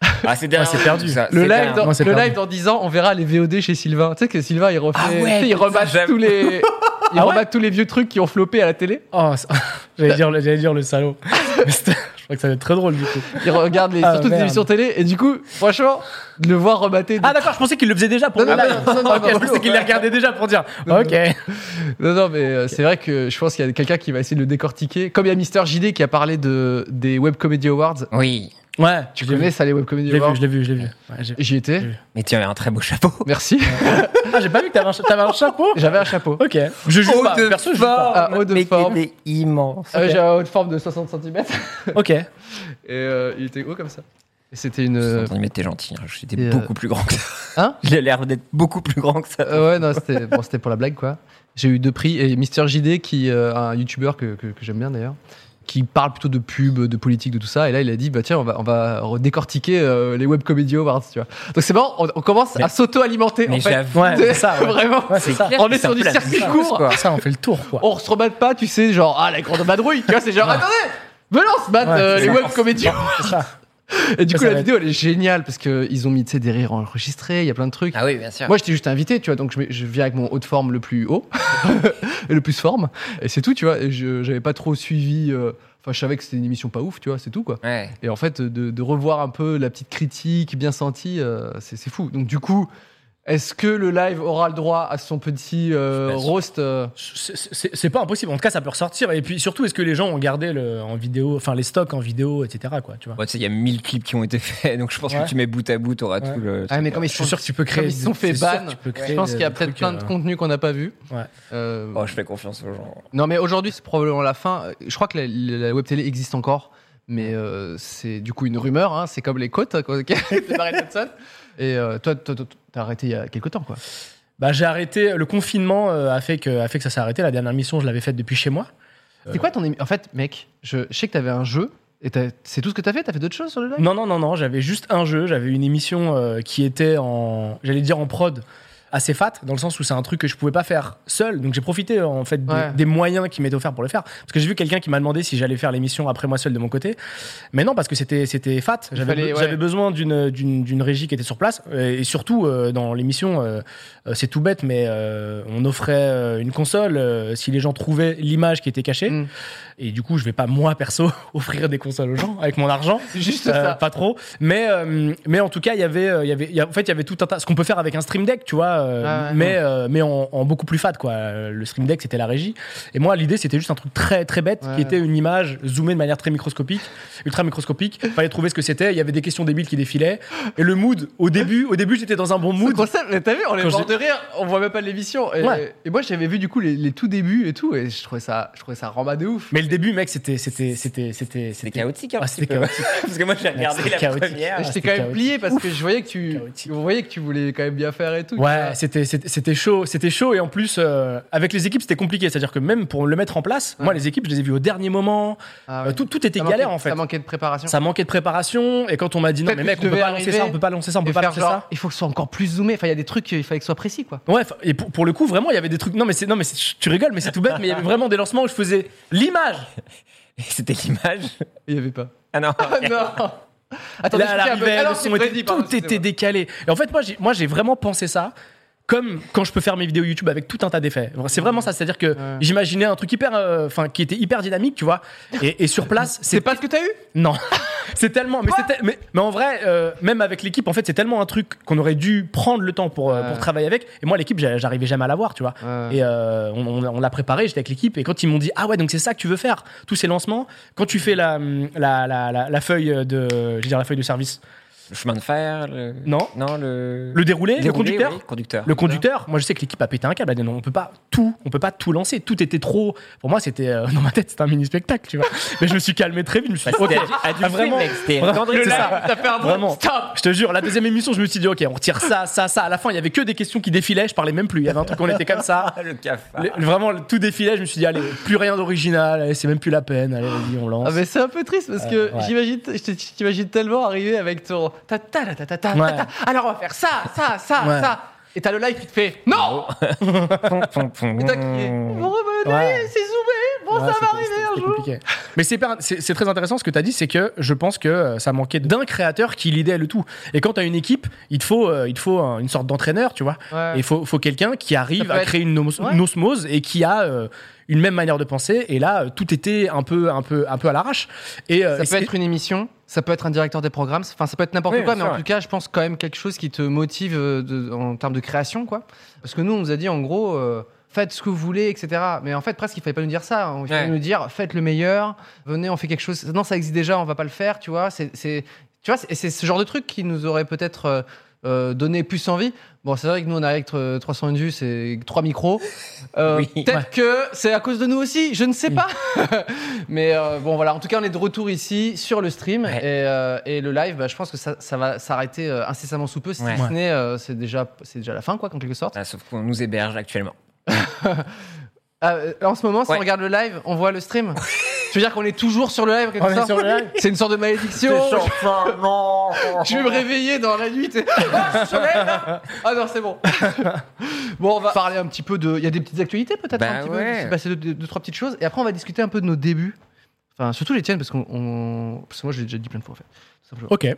Speaker 3: Ah, c'est
Speaker 4: Ouais, c'est perdu.
Speaker 3: ça,
Speaker 2: Le live,
Speaker 3: c'est dingue.
Speaker 2: dans,
Speaker 4: Non, c'est
Speaker 2: le
Speaker 4: perdu.
Speaker 2: live dans 10 ans, on verra les VOD chez Sylvain. Tu sais que Sylvain, il refait,
Speaker 3: Ah ouais,
Speaker 2: tu sais, il
Speaker 3: putain,
Speaker 2: rematche
Speaker 3: j'aime.
Speaker 2: tous les, il
Speaker 4: Ah ouais
Speaker 2: rematche tous les vieux trucs qui ont floppé à la télé.
Speaker 4: Oh, ça- j'allais dire, le- j'allais dire le salaud. Mais c'était- je crois que ça va être très drôle du coup.
Speaker 2: Il regarde les,
Speaker 4: Ah,
Speaker 2: surtout les
Speaker 4: merde.
Speaker 2: émissions télé. Et du coup, franchement, de le voir remater.
Speaker 4: Ah d'accord, je pensais qu'il le faisait déjà pour
Speaker 2: Non,
Speaker 4: le
Speaker 2: non,
Speaker 4: live.
Speaker 2: non, non, non,
Speaker 4: Ok,
Speaker 2: non,
Speaker 4: je pensais
Speaker 2: non,
Speaker 4: qu'il les regardait déjà pour dire.
Speaker 2: Non,
Speaker 4: Ok.
Speaker 2: Non, non, mais euh, c'est vrai que je pense qu'il y a quelqu'un qui va essayer de le décortiquer. Comme il y a Mister JD qui a parlé de, des Web Comedy Awards.
Speaker 3: Oui.
Speaker 4: Ouais.
Speaker 2: Tu
Speaker 4: je l'ai
Speaker 2: connais
Speaker 4: vu.
Speaker 2: ça, les Web Comedy
Speaker 4: Je l'ai vu,
Speaker 2: Awards
Speaker 4: je l'ai vu, je l'ai vu. Ouais, j'ai-
Speaker 2: J'y étais.
Speaker 4: vu.
Speaker 3: Mais tu avais un très beau chapeau.
Speaker 2: Merci.
Speaker 4: Ah, j'ai pas vu que t'avais un, cha- t'avais un chapeau.
Speaker 2: J'avais un chapeau.
Speaker 4: Ok. Je juge
Speaker 3: Haut
Speaker 4: pas.
Speaker 3: de
Speaker 4: Perso, je juge Oh, pas.
Speaker 2: Ah, haut de
Speaker 3: mais qui
Speaker 2: forme.
Speaker 3: était immense.
Speaker 2: Euh, J'avais une forme de 60 cm.
Speaker 4: Ok.
Speaker 2: Et euh, il était haut comme ça. Et c'était une.
Speaker 3: Euh... Mais t'es gentil, hein. j'étais
Speaker 2: Et, euh,
Speaker 3: beaucoup plus grand que ça.
Speaker 2: Hein
Speaker 3: J'ai l'air d'être beaucoup plus grand que ça.
Speaker 2: Euh, ouais, non, c'était bon, c'était pour la blague, quoi. J'ai eu deux prix. Et Mister JD, qui, euh, un youtubeur que, que- que j'aime bien d'ailleurs, qui parle plutôt de pub, de politique, de tout ça. Et là, il a dit, bah tiens, on va, on va décortiquer euh, les Web Comedy Awards, tu vois. Donc c'est marrant, on, on commence
Speaker 3: Mais-
Speaker 2: à s'auto-alimenter, en
Speaker 3: mais
Speaker 2: fait.
Speaker 3: j'avoue.
Speaker 4: Ouais, c'est ça. ouais.
Speaker 2: Vraiment.
Speaker 4: Ouais, c'est ça.
Speaker 3: clair
Speaker 2: On
Speaker 3: que
Speaker 2: est
Speaker 3: c'est un
Speaker 2: sur du
Speaker 3: peu la
Speaker 2: circuit
Speaker 3: même chose,
Speaker 2: court.
Speaker 3: quoi.
Speaker 4: Ça, on fait le tour, quoi.
Speaker 2: On se rebatte pas, tu sais, genre, ah, la grande vadrouille. Tu vois, c'est genre, attendez, venons se battre
Speaker 4: Ouais,
Speaker 2: euh,
Speaker 4: c'est
Speaker 2: les
Speaker 4: ça.
Speaker 2: Web Comedy Awards.
Speaker 4: C'est ça.
Speaker 2: Et du
Speaker 4: Ça,
Speaker 2: coup,
Speaker 4: ça
Speaker 2: la
Speaker 4: va
Speaker 2: vidéo, elle est géniale parce qu'ils ont mis, tu sais, des rires enregistrés, il y a plein de trucs.
Speaker 3: Ah oui, bien sûr.
Speaker 2: Moi, j'étais juste invité, tu vois, donc je, mets- je viens avec mon haut de forme le plus haut et le plus forme, et c'est tout, tu vois. Et je j'avais pas trop suivi. euh, Enfin, je savais que c'était une émission pas ouf, tu vois, c'est tout, quoi.
Speaker 3: Ouais.
Speaker 2: Et en fait, de, de revoir un peu la petite critique bien sentie, euh, c'est c'est fou. Donc, du coup, est-ce que le live aura le droit à son petit euh,
Speaker 3: Je suis pas sûr.
Speaker 2: roast euh,
Speaker 4: C'est- C'est c'est pas impossible. En tout cas, ça peut ressortir. Et puis surtout, est-ce que les gens ont gardé le, en vidéo, enfin les stocks en vidéo, etc. Quoi, tu vois.
Speaker 3: Bon, tu sais, il y a 1000 clips qui ont été faits, donc je pense
Speaker 4: Ouais.
Speaker 3: que tu mets bout à bout, t'auras
Speaker 4: Ouais.
Speaker 3: tout le.
Speaker 2: Ah, mais comme ils
Speaker 4: Je suis
Speaker 2: sont,
Speaker 4: sûr que tu peux
Speaker 2: comme
Speaker 4: créer.
Speaker 2: ils se sont
Speaker 4: c'est
Speaker 2: fait
Speaker 4: sûr
Speaker 2: ban,
Speaker 4: que tu peux
Speaker 2: je
Speaker 4: créer
Speaker 2: pense
Speaker 4: des-
Speaker 2: qu'il y a
Speaker 4: des
Speaker 2: peut-être
Speaker 4: trucs,
Speaker 2: plein de
Speaker 4: euh,
Speaker 2: contenus qu'on n'a pas vu.
Speaker 4: Ouais.
Speaker 2: Euh,
Speaker 3: Oh, je fais confiance aux gens.
Speaker 2: Non, mais aujourd'hui, c'est probablement la fin. Euh, Je crois que la, la web télé existe encore, mais euh, c'est du coup une rumeur. hein. C'est comme les côtes, quoi. C'est Barry Johnson. Et euh, toi, toi, toi, t'as arrêté il y a quelques temps, quoi.
Speaker 4: Bah, j'ai arrêté. Le confinement euh, a fait que, a fait que ça s'est arrêté. La dernière mission, je l'avais faite depuis chez moi. Euh.
Speaker 2: C'est quoi ton émi- En fait, mec, je, je sais que t'avais un jeu. Et t'as- c'est tout ce que t'as fait T'as fait d'autres choses sur le live
Speaker 4: Non, non, non, non. J'avais juste un jeu. J'avais une émission euh, qui était en, j'allais dire en prod, assez fat, dans le sens où c'est un truc que je pouvais pas faire seul. Donc j'ai profité en fait des,
Speaker 2: Ouais.
Speaker 4: des moyens qui m'étaient offerts pour le faire. Parce que j'ai vu quelqu'un qui m'a demandé si j'allais faire l'émission après moi seul de mon côté. Mais non, parce que c'était c'était fat.
Speaker 2: Il
Speaker 4: J'avais
Speaker 2: fallait,
Speaker 4: be-
Speaker 2: ouais.
Speaker 4: j'avais besoin d'une d'une d'une régie qui était sur place. Et surtout euh, dans l'émission, euh, euh, c'est tout bête, mais euh, on offrait euh, une console euh, si les gens trouvaient l'image qui était cachée.
Speaker 2: Mm.
Speaker 4: Et du coup, je vais pas moi perso offrir des consoles aux gens avec mon argent.
Speaker 2: C'est juste
Speaker 4: Euh,
Speaker 2: ça.
Speaker 4: pas trop mais euh, mais en tout cas il y avait euh, il y avait il y a- en fait il y avait tout un tas ce qu'on peut faire avec un stream deck tu vois euh,
Speaker 2: Ah ouais.
Speaker 4: mais euh, mais en, en beaucoup plus fat quoi Euh, le stream deck c'était la régie et moi l'idée c'était juste un truc très très bête
Speaker 2: Ouais.
Speaker 4: qui était une image zoomée de manière très microscopique ultra microscopique fallait trouver ce que c'était il y avait des questions débiles qui défilaient et le mood au début au début j'étais dans un bon
Speaker 2: Mood.
Speaker 4: mood
Speaker 2: mais t'as vu, on est
Speaker 4: Quand
Speaker 2: mort
Speaker 4: j'ai-
Speaker 2: de rire, on voit même pas l'émission. Et,
Speaker 4: Ouais.
Speaker 2: et moi, j'avais vu du coup les, les tout débuts et tout, et je trouvais ça, je trouvais ça rama de ouf.
Speaker 4: mais le début mec c'était c'était c'était c'était
Speaker 3: C'était chaotique, hein,
Speaker 4: Ah,
Speaker 3: un petit
Speaker 4: c'était
Speaker 3: peu.
Speaker 4: chaotique.
Speaker 3: Parce que moi, j'ai regardé
Speaker 4: C'était
Speaker 3: la
Speaker 4: chaotique.
Speaker 3: première.
Speaker 2: Et J'étais
Speaker 4: Ah, c'était
Speaker 2: quand même
Speaker 4: chaotique.
Speaker 2: plié parce que je voyais que tu,
Speaker 4: Chaotique.
Speaker 2: on voyait que tu voulais quand même bien faire et tout. tu vois.
Speaker 4: Ouais, c'était c'était c'était chaud, c'était chaud et en plus euh, avec les équipes c'était compliqué, c'est-à-dire que même pour le mettre en place, moi les équipes je les ai vues au dernier moment,
Speaker 2: Ah
Speaker 4: Euh,
Speaker 2: ouais.
Speaker 4: tout, tout était
Speaker 2: Ça
Speaker 4: galère
Speaker 2: manquait-
Speaker 4: en fait.
Speaker 2: Ça manquait de préparation.
Speaker 4: Ça manquait de préparation et quand on m'a dit non
Speaker 2: Peut-être
Speaker 4: mais
Speaker 2: que
Speaker 4: mec
Speaker 2: tu
Speaker 4: on peut
Speaker 2: devais
Speaker 4: pas lancer
Speaker 2: arriver
Speaker 4: ça, on peut pas lancer ça, on peut
Speaker 2: Et
Speaker 4: pas
Speaker 2: faire
Speaker 4: lancer
Speaker 2: genre,
Speaker 4: ça.
Speaker 2: Il faut que ce soit encore plus zoomé. Enfin, il y a des trucs, il fallait que ce soit précis, quoi.
Speaker 4: Ouais, fa- et pour, pour le coup vraiment il y avait des trucs non mais c'est non mais c'est- tu rigoles mais c'est tout bête mais il y avait vraiment des lancements où je faisais l'image.
Speaker 3: Et C'était l'image.
Speaker 2: Il y avait pas.
Speaker 3: Ah non.
Speaker 2: Ah non Attendez,
Speaker 4: Là,
Speaker 2: je
Speaker 4: à
Speaker 2: fais un peu-
Speaker 4: l'arrivée,
Speaker 2: Ah non,
Speaker 4: le
Speaker 2: c'est
Speaker 4: son était-
Speaker 2: Freddy, pardon,
Speaker 4: tout était
Speaker 2: excusez-moi.
Speaker 4: décalé. Et en fait, moi, j'ai- moi, j'ai vraiment pensé ça comme quand je peux faire mes vidéos YouTube avec tout un tas d'effets. C'est vraiment ça, c'est-à-dire que j'imaginais un truc hyper, euh, enfin, qui était hyper dynamique, tu vois. Et, et sur place,
Speaker 2: C'est
Speaker 4: c'est
Speaker 2: pas ce que t'as eu
Speaker 4: non, c'est tellement, mais, c'était- mais, mais en vrai, euh, même avec l'équipe, en fait, c'est tellement un truc qu'on aurait dû prendre le temps pour, euh,
Speaker 2: Ouais.
Speaker 4: pour travailler avec. Et moi, l'équipe, j'a- j'arrivais jamais à la voir, tu vois.
Speaker 2: Ouais.
Speaker 4: Et euh, on, on- on l'a préparé, j'étais avec l'équipe. Et quand ils m'ont dit, ah ouais, donc c'est ça que tu veux faire, tous ces lancements, quand tu fais la, hum, la, la, la, la feuille de, je veux dire, la feuille de service.
Speaker 3: Le chemin de fer le...
Speaker 4: Non.
Speaker 3: Non, le.
Speaker 4: Le déroulé, le
Speaker 3: Déroulé,
Speaker 4: conducteur
Speaker 3: oui, conducteur.
Speaker 4: Le conducteur, moi je sais que l'équipe a pété un câble, elle a dit non, on peut pas tout, on peut pas tout lancer, tout était trop. Pour moi, c'était euh, dans ma tête, c'était un mini spectacle, tu vois. Mais je me suis calmé très vite, je me suis dit, ok, ah, vraiment, vraiment, c'est ça. Vraiment. Je te jure, la deuxième émission, je me suis dit, ok, on retire ça, ça, ça. À la fin, il y avait que des questions qui défilaient, je parlais même plus. Il y avait un truc, on était comme ça.
Speaker 3: Ah, Le cafard.
Speaker 4: Le- vraiment, le- tout défilait, je me suis dit, allez, plus rien d'original, allez, c'est même plus la peine, allez, vas-y, on lance.
Speaker 2: Ah mais c'est un peu triste parce
Speaker 4: Euh,
Speaker 2: que
Speaker 4: ouais.
Speaker 2: j'imagine, je te- je t'imagine tellement arriver avec ton ta ta ta ta ta ta, ta,
Speaker 4: Ouais.
Speaker 2: ta. Alors on va faire ça, ça, ça,
Speaker 4: Ouais.
Speaker 2: ça. Et t'as le live qui te fait non.
Speaker 3: Pom, pom, pom.
Speaker 2: Et t'as crié. Bon, ben,
Speaker 4: Mmh. Ouais.
Speaker 2: allez, c'est zoomé. Bon, Oh,
Speaker 4: Ouais,
Speaker 2: ça va
Speaker 4: c'était-
Speaker 2: arriver
Speaker 4: c'était
Speaker 2: un
Speaker 4: très
Speaker 2: jour.
Speaker 4: compliqué. Mais c'est pas- c'est c'est très intéressant ce que tu as dit, c'est que je pense que euh, ça manquait d'un créateur qui l'idée le tout. Et quand tu as une équipe, il te faut, euh, il te faut un- une sorte d'entraîneur, tu vois.
Speaker 2: Ouais.
Speaker 4: Et Il faut, faut quelqu'un qui arrive
Speaker 2: peut
Speaker 4: à
Speaker 2: être-
Speaker 4: créer une, homos-
Speaker 2: Ouais.
Speaker 4: une osmose et qui a euh, une même manière de penser. Et là, euh, tout était un peu, un peu, un peu à l'arrache. Et euh,
Speaker 2: Ça
Speaker 4: et
Speaker 2: peut
Speaker 4: c'est-
Speaker 2: être une émission, ça peut être un directeur des programmes, enfin ça peut être n'importe
Speaker 3: Oui,
Speaker 2: quoi,
Speaker 3: c'est
Speaker 2: mais en
Speaker 3: vrai.
Speaker 2: tout cas, je pense quand même quelque chose qui te motive euh, de- en termes de création, quoi. Parce que nous, on nous a dit en gros, euh, faites ce que vous voulez, etc. Mais en fait, presque, il fallait pas nous dire ça. hein. Il fallait
Speaker 3: Ouais.
Speaker 2: nous dire, faites le meilleur, venez, on fait quelque chose. Non, ça existe déjà, on va pas le faire, tu vois. C'est, c'est- tu vois, c'est, c'est ce genre de truc qui nous aurait peut-être euh, euh, donné plus envie. Bon, c'est vrai que nous, on arrive avec euh, 300 vues, c'est trois micros. Euh,
Speaker 3: Oui.
Speaker 2: Peut-être que c'est à cause de nous aussi, je ne sais pas. Mais euh, bon, voilà, en tout cas, on est de retour ici sur le stream
Speaker 3: Ouais.
Speaker 2: et, euh, et le live, bah, je pense que ça, ça va s'arrêter euh, incessamment sous peu, si
Speaker 3: Ouais.
Speaker 2: ce n'est, euh, c'est déjà, c'est déjà la fin, quoi, en quelque sorte.
Speaker 3: Ah, sauf qu'on nous héberge actuellement.
Speaker 2: Ah, euh, en ce moment, si on
Speaker 3: Ouais.
Speaker 2: regarde le live, on voit le stream. Tu veux dire qu'on est toujours sur le live, en quelque
Speaker 4: On est
Speaker 2: sorte
Speaker 4: sur le live.
Speaker 2: C'est une sorte de malédiction. Je vais me réveiller dans la nuit. t'es- Ah, je suis là. Ah non, c'est bon. bon, on va Ben parler un petit peu de. Il y a des petites actualités peut-être.
Speaker 3: Bah
Speaker 2: un petit peu,
Speaker 3: ouais.
Speaker 2: il s'est passé deux, deux- deux, trois petites choses. Et après, on va discuter un peu de nos débuts. Enfin, surtout les tiennes, parce, qu'on on- parce que moi, je l'ai déjà dit plein de fois en fait. tout simplement.
Speaker 4: Ok.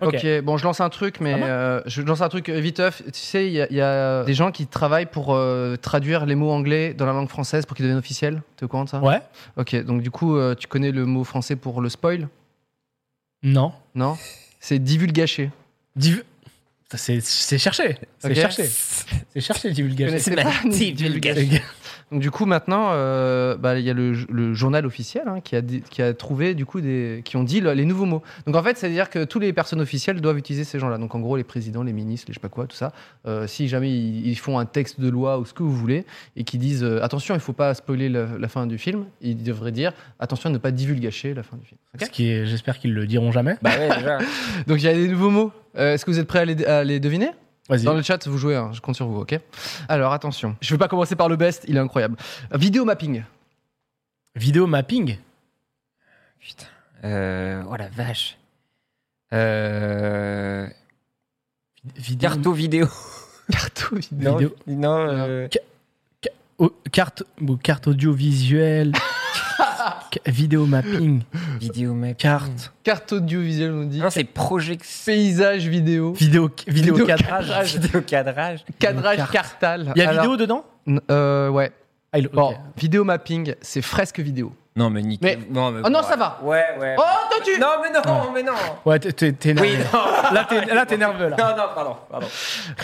Speaker 4: Ok.
Speaker 2: ok, bon, je lance un truc, mais euh, je lance un truc euh, viteuf. Tu sais, il y, a- il y a des gens qui travaillent pour euh, traduire les mots anglais dans la langue française pour qu'ils deviennent officiels. T'es au courant de ça
Speaker 4: Ouais.
Speaker 2: Ok, donc du coup, euh, tu connais le mot français pour le spoil
Speaker 4: Non.
Speaker 2: Non C'est divulgacher.
Speaker 4: Div- Putain, C'est c'est cherché. C'est
Speaker 2: Ok.
Speaker 4: cherché. C'est cherché, divulgation.
Speaker 2: Connaissez pas divulgacher. Donc du coup maintenant, euh, bah, il y a le, le journal officiel hein, qui, a dit- qui a trouvé du coup des qui ont dit le- les nouveaux mots. Donc en fait, c'est à dire que tous les personnes officielles doivent utiliser ces gens-là. Donc en gros, les présidents, les ministres, les je sais pas quoi, tout ça. Euh, si jamais ils, ils font un texte de loi ou ce que vous voulez et qui disent euh, attention, il faut pas spoiler la, la fin du film, ils devraient dire attention à ne pas divulgacher la fin du film. Ok
Speaker 4: Ce qui est- J'espère qu'ils le diront jamais.
Speaker 3: Bah ouais, déjà.
Speaker 2: Donc il y a des nouveaux mots. Euh, Est-ce que vous êtes prêts à les- à les deviner
Speaker 4: Vas-y.
Speaker 2: dans le chat, vous jouez, hein, je compte sur vous, ok Alors attention, je vais pas commencer par le best, il est incroyable. Vidéo mapping.
Speaker 4: Vidéo mapping.
Speaker 3: Putain. Euh, oh la vache. Euh,
Speaker 4: Vidéo.
Speaker 3: carto vidéo.
Speaker 2: Carto vidéo.
Speaker 3: Non,
Speaker 4: Vidéo.
Speaker 3: non, euh,
Speaker 4: au- carte, ou carte audiovisuelle. Ca- vidéo mapping.
Speaker 3: vidéo mec.
Speaker 4: Carte.
Speaker 2: Carte audiovisuelle, on dit.
Speaker 3: Non, c'est projection.
Speaker 2: Paysage vidéo.
Speaker 4: Vidéo, vidéo,
Speaker 2: Vidéo
Speaker 4: cadrage.
Speaker 2: cadrage.
Speaker 3: Vidéo cadrage.
Speaker 2: Cadrage
Speaker 4: carte.
Speaker 2: cartal.
Speaker 4: Il y a
Speaker 2: Alors,
Speaker 4: vidéo dedans
Speaker 2: n- euh, Ouais.
Speaker 4: ah, il-
Speaker 2: Bon,
Speaker 4: ok.
Speaker 2: vidéo mapping, c'est fresque vidéo.
Speaker 3: Non, mais nickel.
Speaker 2: Mais-
Speaker 3: Non, mais
Speaker 2: Oh non,
Speaker 3: bon,
Speaker 2: ça va.
Speaker 3: Ouais, ouais.
Speaker 2: Oh, toi tu.
Speaker 3: non, mais non, mais non.
Speaker 4: Ouais, t'es- t'es t'es
Speaker 3: Oui,
Speaker 4: nerveux.
Speaker 3: non.
Speaker 4: Là, t'es là, t'es nerveux. Là,
Speaker 3: Non, non, pardon, pardon.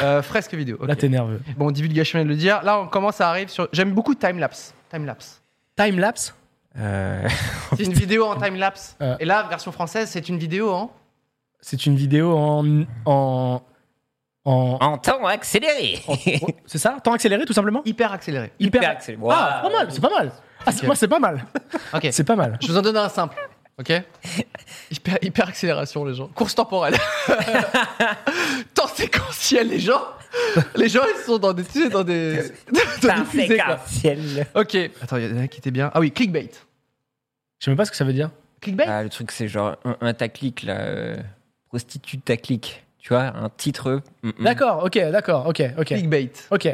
Speaker 2: Euh, fresque vidéo. ok.
Speaker 4: là t'es nerveux.
Speaker 2: Bon, divulgation vient de le dire. Là, on commence à arriver sur. J'aime beaucoup time lapse. Time lapse.
Speaker 4: Time lapse.
Speaker 3: Euh,
Speaker 2: C'est une vidéo en time lapse.
Speaker 4: Euh.
Speaker 2: Et là, version française, c'est une vidéo en.
Speaker 4: C'est une vidéo en en en.
Speaker 3: en temps accéléré.
Speaker 4: en- c'est ça Temps accéléré, tout simplement.
Speaker 2: Hyper accélérée.
Speaker 3: Hyper accéléré.
Speaker 4: Ah,
Speaker 3: Wow.
Speaker 4: pas mal. C'est pas mal. Ah, c'est
Speaker 2: Ok.
Speaker 4: moi, c'est pas mal.
Speaker 2: Ok.
Speaker 4: C'est pas mal.
Speaker 2: Je vous en donne un simple. Ok hyper, hyper accélération, les gens. Course temporelle. Temps séquentiel, les gens. Les gens, ils sont dans des. Tu sais, dans des. dans des fusées, quoi.
Speaker 3: séquentiel.
Speaker 2: Ok. Attends, il y en a un qui était bien. Ah oui, clickbait.
Speaker 4: Je sais même pas ce que ça veut dire.
Speaker 2: Clickbait
Speaker 3: Ah, le truc, c'est genre un, un taclic, là. euh, prostitute taclic. Tu vois, un titre. mm, mm.
Speaker 4: D'accord. Ok. D'accord. Ok. Ok.
Speaker 2: Clickbait.
Speaker 4: Ok.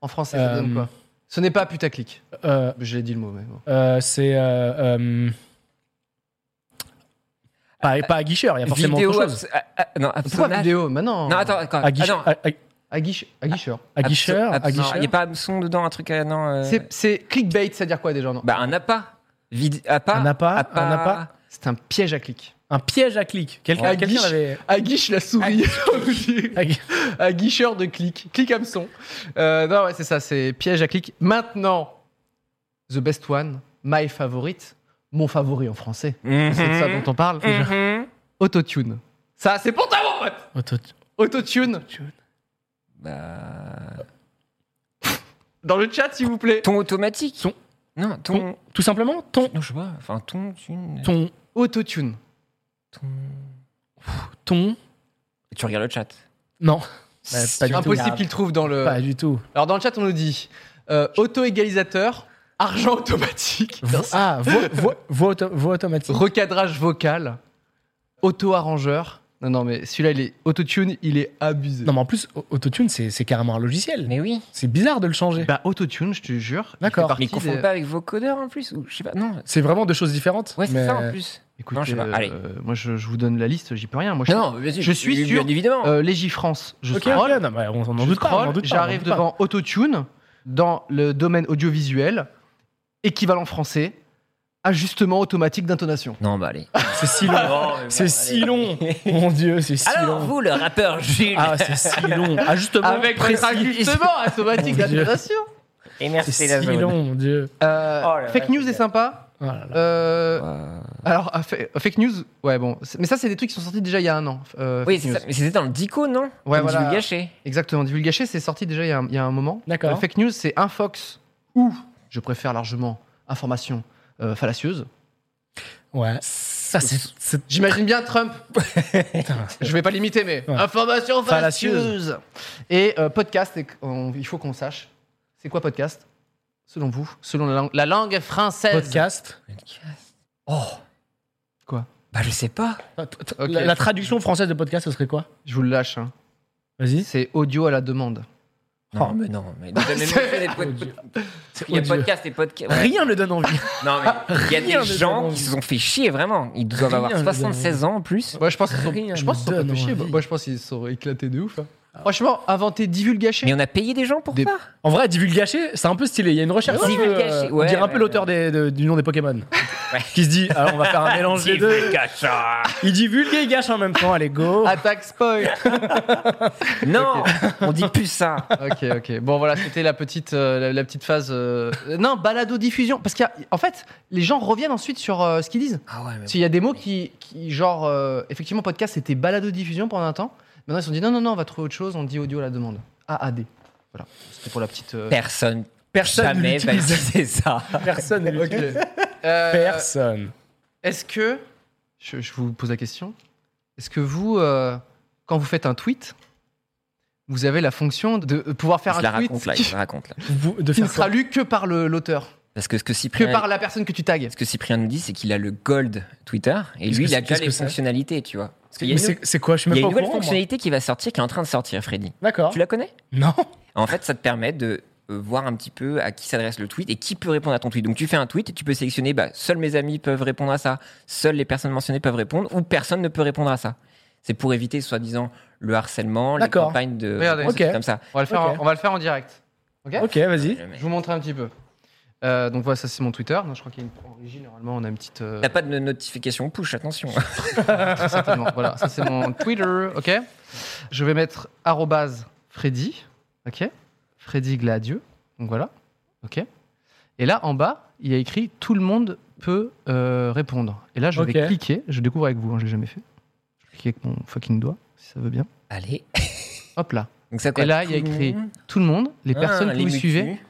Speaker 2: En français, ça
Speaker 4: Euh,
Speaker 2: donne quoi Ce n'est pas putaclic.
Speaker 4: Euh,
Speaker 2: Je l'ai dit le mot, mais bon.
Speaker 4: Euh, c'est. euh, euh, pas, pas à guicheur, il y a forcément
Speaker 3: Vidéo
Speaker 4: autre chose.
Speaker 3: abs- ah, ah, non,
Speaker 2: Pourquoi
Speaker 3: absonnage.
Speaker 2: vidéo Maintenant.
Speaker 3: Non, attends, attends.
Speaker 4: À
Speaker 3: Ah, non.
Speaker 4: guicheur. à- à-
Speaker 2: À guiche- à guicheur.
Speaker 4: à
Speaker 3: Abso-
Speaker 4: guicheur. à
Speaker 3: abso- non,
Speaker 4: guicheur.
Speaker 3: Il n'y a pas abson dedans, un truc. euh, non, euh,
Speaker 2: C'est- C'est clickbait, c'est-à-dire quoi déjà non
Speaker 3: Bah, un appât. Vid- appât.
Speaker 4: Un appât, un appât.
Speaker 2: C'est un piège à clic.
Speaker 4: Un piège à clic. Quelqu'un
Speaker 2: Ouais.
Speaker 4: quelqu'un
Speaker 2: Guiche.
Speaker 4: avait.
Speaker 2: À guiche la
Speaker 3: Ah,
Speaker 2: souris.
Speaker 4: à gui-
Speaker 2: à guicheur de clic, clic hameçon. Euh, non, ouais, c'est ça, c'est piège à clic. Maintenant, The Best One, My Favorite, mon favori en français,
Speaker 3: Mhm.
Speaker 2: c'est de ça dont on parle.
Speaker 3: Mhm.
Speaker 2: Autotune. Ça, c'est pour ta mon pote
Speaker 4: Auto-
Speaker 2: Autotune
Speaker 3: Bah,
Speaker 2: dans le chat, s'il vous plaît.
Speaker 3: ton automatique.
Speaker 4: Ton-
Speaker 3: Non, ton.
Speaker 4: Tout simplement, ton.
Speaker 3: Non, je sais pas. Enfin, ton. Une...
Speaker 4: Ton.
Speaker 2: Autotune.
Speaker 4: Ton.
Speaker 3: Tu regardes le chat.
Speaker 4: Non,
Speaker 3: C'est
Speaker 4: Bah, pas du tout.
Speaker 2: Impossible qu'il trouve dans le.
Speaker 4: pas du tout.
Speaker 2: Alors, dans le chat, on nous dit euh, auto-égalisateur, argent automatique,
Speaker 4: Ah, voix, voix- voix auto- voix automatique.
Speaker 2: recadrage vocal, auto-arrangeur. Non, non, mais celui-là, il est autotune, il est abusé.
Speaker 4: Non, mais en plus, au- autotune, c'est c'est carrément un logiciel.
Speaker 3: Mais oui.
Speaker 4: C'est bizarre de le changer.
Speaker 2: Bah, autotune, je te jure. il
Speaker 4: D'accord.
Speaker 2: fait partie
Speaker 3: Mais ils confondent
Speaker 2: des-
Speaker 3: pas avec vocodeur en plus ou je sais pas. Non.
Speaker 4: C'est vraiment deux choses différentes.
Speaker 3: Ouais, c'est
Speaker 4: mais-
Speaker 3: ça en plus.
Speaker 2: Écoute,
Speaker 3: Non, je sais pas.
Speaker 2: euh,
Speaker 3: Allez.
Speaker 2: moi, je, je vous donne la liste, j'y peux rien. Moi, je,
Speaker 3: non, bien sûr,
Speaker 2: je suis
Speaker 3: bien
Speaker 2: sûr.
Speaker 3: évidemment.
Speaker 2: Euh, Légifrance, je
Speaker 4: Ok,
Speaker 2: scroll.
Speaker 4: ok, non, bah, on on en
Speaker 2: Je
Speaker 4: doute pas, on en
Speaker 2: scroll,
Speaker 4: doute pas. on en
Speaker 2: j'arrive
Speaker 4: doute pas.
Speaker 2: devant Autotune, dans le domaine audiovisuel, équivalent français, ajustement automatique d'intonation.
Speaker 3: Non, bah allez.
Speaker 4: C'est si long. Oh, C'est si long. Mon dieu, c'est si
Speaker 3: Alors,
Speaker 4: long.
Speaker 3: vous, le rappeur Jules.
Speaker 4: Ah, c'est si long. Ah, justement,
Speaker 2: Avec votre
Speaker 4: précis.
Speaker 2: ajustement automatique
Speaker 4: Mon Dieu. Oh
Speaker 2: d'intonation.
Speaker 3: et
Speaker 4: C'est
Speaker 3: merci,
Speaker 4: si
Speaker 3: la zone.
Speaker 4: long, mon dieu.
Speaker 2: Euh,
Speaker 3: Oh là là,
Speaker 2: fake news
Speaker 3: c'est
Speaker 2: est
Speaker 3: bien.
Speaker 2: sympa.
Speaker 4: Oh là là.
Speaker 2: Euh,
Speaker 3: Euh,
Speaker 2: Alors, ah, fa- fake news, ouais, bon. C'est- Mais ça, c'est des trucs qui sont sortis déjà il y a un an. euh,
Speaker 3: Oui,
Speaker 2: fake
Speaker 3: c'est
Speaker 2: news.
Speaker 3: ça. Mais c'était dans le Dico, non
Speaker 2: Ouais,
Speaker 3: Comme
Speaker 2: voilà.
Speaker 3: Jules Gachet.
Speaker 2: Exactement. Divulgaché, c'est sorti déjà il y a un, il y a un moment.
Speaker 4: D'accord.
Speaker 2: Euh, fake news, c'est infox ou, je préfère largement, information euh, fallacieuse.
Speaker 4: Ouais. Ça, c'est. c'est- Euh,
Speaker 2: J'imagine bien Trump.
Speaker 4: putain.
Speaker 2: Je vais pas limiter, mais
Speaker 4: Ouais.
Speaker 2: information
Speaker 4: Fallacieuse.
Speaker 2: fallacieuse. Et euh, podcast, et qu'on- il faut qu'on sache. C'est quoi podcast Selon vous, selon la langue, la langue française.
Speaker 4: Podcast. euh,
Speaker 3: Oh.
Speaker 2: Quoi
Speaker 3: Bah, je sais pas.
Speaker 2: Ok.
Speaker 4: La, la traduction française de podcast, ce serait quoi
Speaker 2: Je vous le lâche. hein.
Speaker 4: Vas-y.
Speaker 2: C'est audio à la demande.
Speaker 3: Non,
Speaker 4: Oh.
Speaker 3: mais non. Mais déjà, même les pod- Il y a
Speaker 4: odieux.
Speaker 3: podcast et podcast. ouais.
Speaker 4: Rien ne donne envie.
Speaker 3: Non, mais il y a
Speaker 4: Rien
Speaker 3: des
Speaker 4: ne donne
Speaker 3: gens
Speaker 4: envie.
Speaker 3: qui se sont fait chier, vraiment. Ils doivent
Speaker 4: Rien ne
Speaker 3: avoir
Speaker 4: donne
Speaker 3: 76 ans en plus.
Speaker 2: Moi, je pense qu'ils sont,
Speaker 4: Rien
Speaker 2: je pense qu'ils sont pas
Speaker 4: ne
Speaker 2: fait
Speaker 4: donne
Speaker 2: chier.
Speaker 4: envie. Ah.
Speaker 2: Moi, je pense qu'ils se sont éclatés de ouf. hein. Franchement, inventer, divulgacher.
Speaker 3: Mais on a payé des gens pour
Speaker 2: Des-
Speaker 3: ça
Speaker 4: En vrai, divulgacher, c'est un peu stylé. Il y a une recherche.
Speaker 3: Ouais.
Speaker 4: un peu,
Speaker 3: Divulgacher,
Speaker 4: euh, on
Speaker 3: ouais,
Speaker 4: dirait un
Speaker 3: ouais,
Speaker 4: peu l'auteur des- de- du nom des Pokémon. Qui se dit, ah, on va faire un mélange des deux. Il divulgue et il gâche en même temps. Allez, go.
Speaker 2: Attaque spoil.
Speaker 3: Non On dit plus ça
Speaker 2: ok, ok. Bon, voilà, c'était la petite, euh, la, la petite phase. euh, euh, Non, balado diffusion, parce qu'en fait, les gens reviennent ensuite sur euh, ce qu'ils disent.
Speaker 3: Ah ouais, mais.
Speaker 2: Parce qu'il y a des mots qui, qui, genre, euh, effectivement, podcast, c'était balado diffusion pendant un temps. Maintenant, ils se sont dit non, non, non, on va trouver autre chose, on dit audio à la demande. AAD. Voilà, c'était pour la petite. euh,
Speaker 3: Personne.
Speaker 4: Personne ne
Speaker 3: jamais va
Speaker 4: l'utilise.
Speaker 3: utiliser ça.
Speaker 4: Personne ne
Speaker 2: Ok.
Speaker 4: l'utilise.
Speaker 2: Euh,
Speaker 4: Personne.
Speaker 2: Est-ce que. Je, je vous pose la question. Est-ce que vous, euh, quand vous faites un tweet, vous avez la fonction de euh, pouvoir faire
Speaker 3: Je
Speaker 2: un
Speaker 3: la
Speaker 2: tweet
Speaker 3: raconte là,
Speaker 2: qui,
Speaker 3: je la raconte là.
Speaker 4: Vous- de
Speaker 2: qui ne
Speaker 4: faire
Speaker 2: sera
Speaker 4: quoi
Speaker 2: lu que par le- l'auteur,
Speaker 3: Parce que ce que
Speaker 2: que
Speaker 3: Cyprien,
Speaker 2: par la personne que tu tagues
Speaker 3: ce que Cyprien nous dit, c'est qu'il a le gold Twitter et
Speaker 4: Qu'est-ce
Speaker 3: lui,
Speaker 4: que
Speaker 3: il a déjà
Speaker 4: c'est- qu'est-ce
Speaker 3: les
Speaker 4: que c'est
Speaker 3: fonctionnalités, tu vois. Parce qu'il y a
Speaker 4: Mais
Speaker 3: une,
Speaker 4: c'est c'est quoi Je suis
Speaker 3: il y a une
Speaker 4: même pas au
Speaker 3: nouvelle
Speaker 4: courant. moi. Ah.
Speaker 3: fonctionnalité qui va sortir, qui est en train de sortir, Freddy.
Speaker 4: D'accord.
Speaker 3: Tu la connais
Speaker 4: Non.
Speaker 3: En fait, ça te permet de euh, voir un petit peu à qui s'adresse le tweet et qui peut répondre à ton tweet. Donc tu fais un tweet et tu peux sélectionner, bah, seuls mes amis peuvent répondre à ça, seules les personnes mentionnées peuvent répondre ou personne ne peut répondre à ça. C'est pour éviter, soi-disant, le harcèlement, les
Speaker 4: D'accord.
Speaker 3: campagnes de...
Speaker 2: Regardez.
Speaker 3: des trucs
Speaker 4: Ok.
Speaker 3: comme ça.
Speaker 2: on va, le faire
Speaker 4: Ok.
Speaker 2: en, on va le faire en direct. Ok
Speaker 4: Ok, vas-y.
Speaker 2: Je vous montre un petit peu. Euh, donc voilà, ça c'est mon Twitter. Non, je crois qu'il y a une en régie, normalement on a une petite. euh,
Speaker 3: T'as pas de notification push, attention.
Speaker 2: très certainement. voilà, ça c'est mon Twitter. Ok. Je vais mettre arrobase Freddy. Ok. Freddy Gladieux. Donc voilà. Ok. Et là en bas, il y a écrit tout le monde peut euh, répondre. Et là, je
Speaker 4: Ok.
Speaker 2: vais cliquer. Je découvre avec vous. Hein, je l'ai jamais fait. Je vais cliquer avec mon fucking doigt, si ça veut bien.
Speaker 3: Allez.
Speaker 2: Hop là.
Speaker 3: Donc ça, quoi,
Speaker 2: Et là,
Speaker 3: tout
Speaker 2: il y a
Speaker 3: le
Speaker 2: écrit
Speaker 3: monde
Speaker 2: Tout le monde, les
Speaker 3: Ah,
Speaker 2: personnes que
Speaker 3: les
Speaker 2: vous
Speaker 3: mutus.
Speaker 2: suivez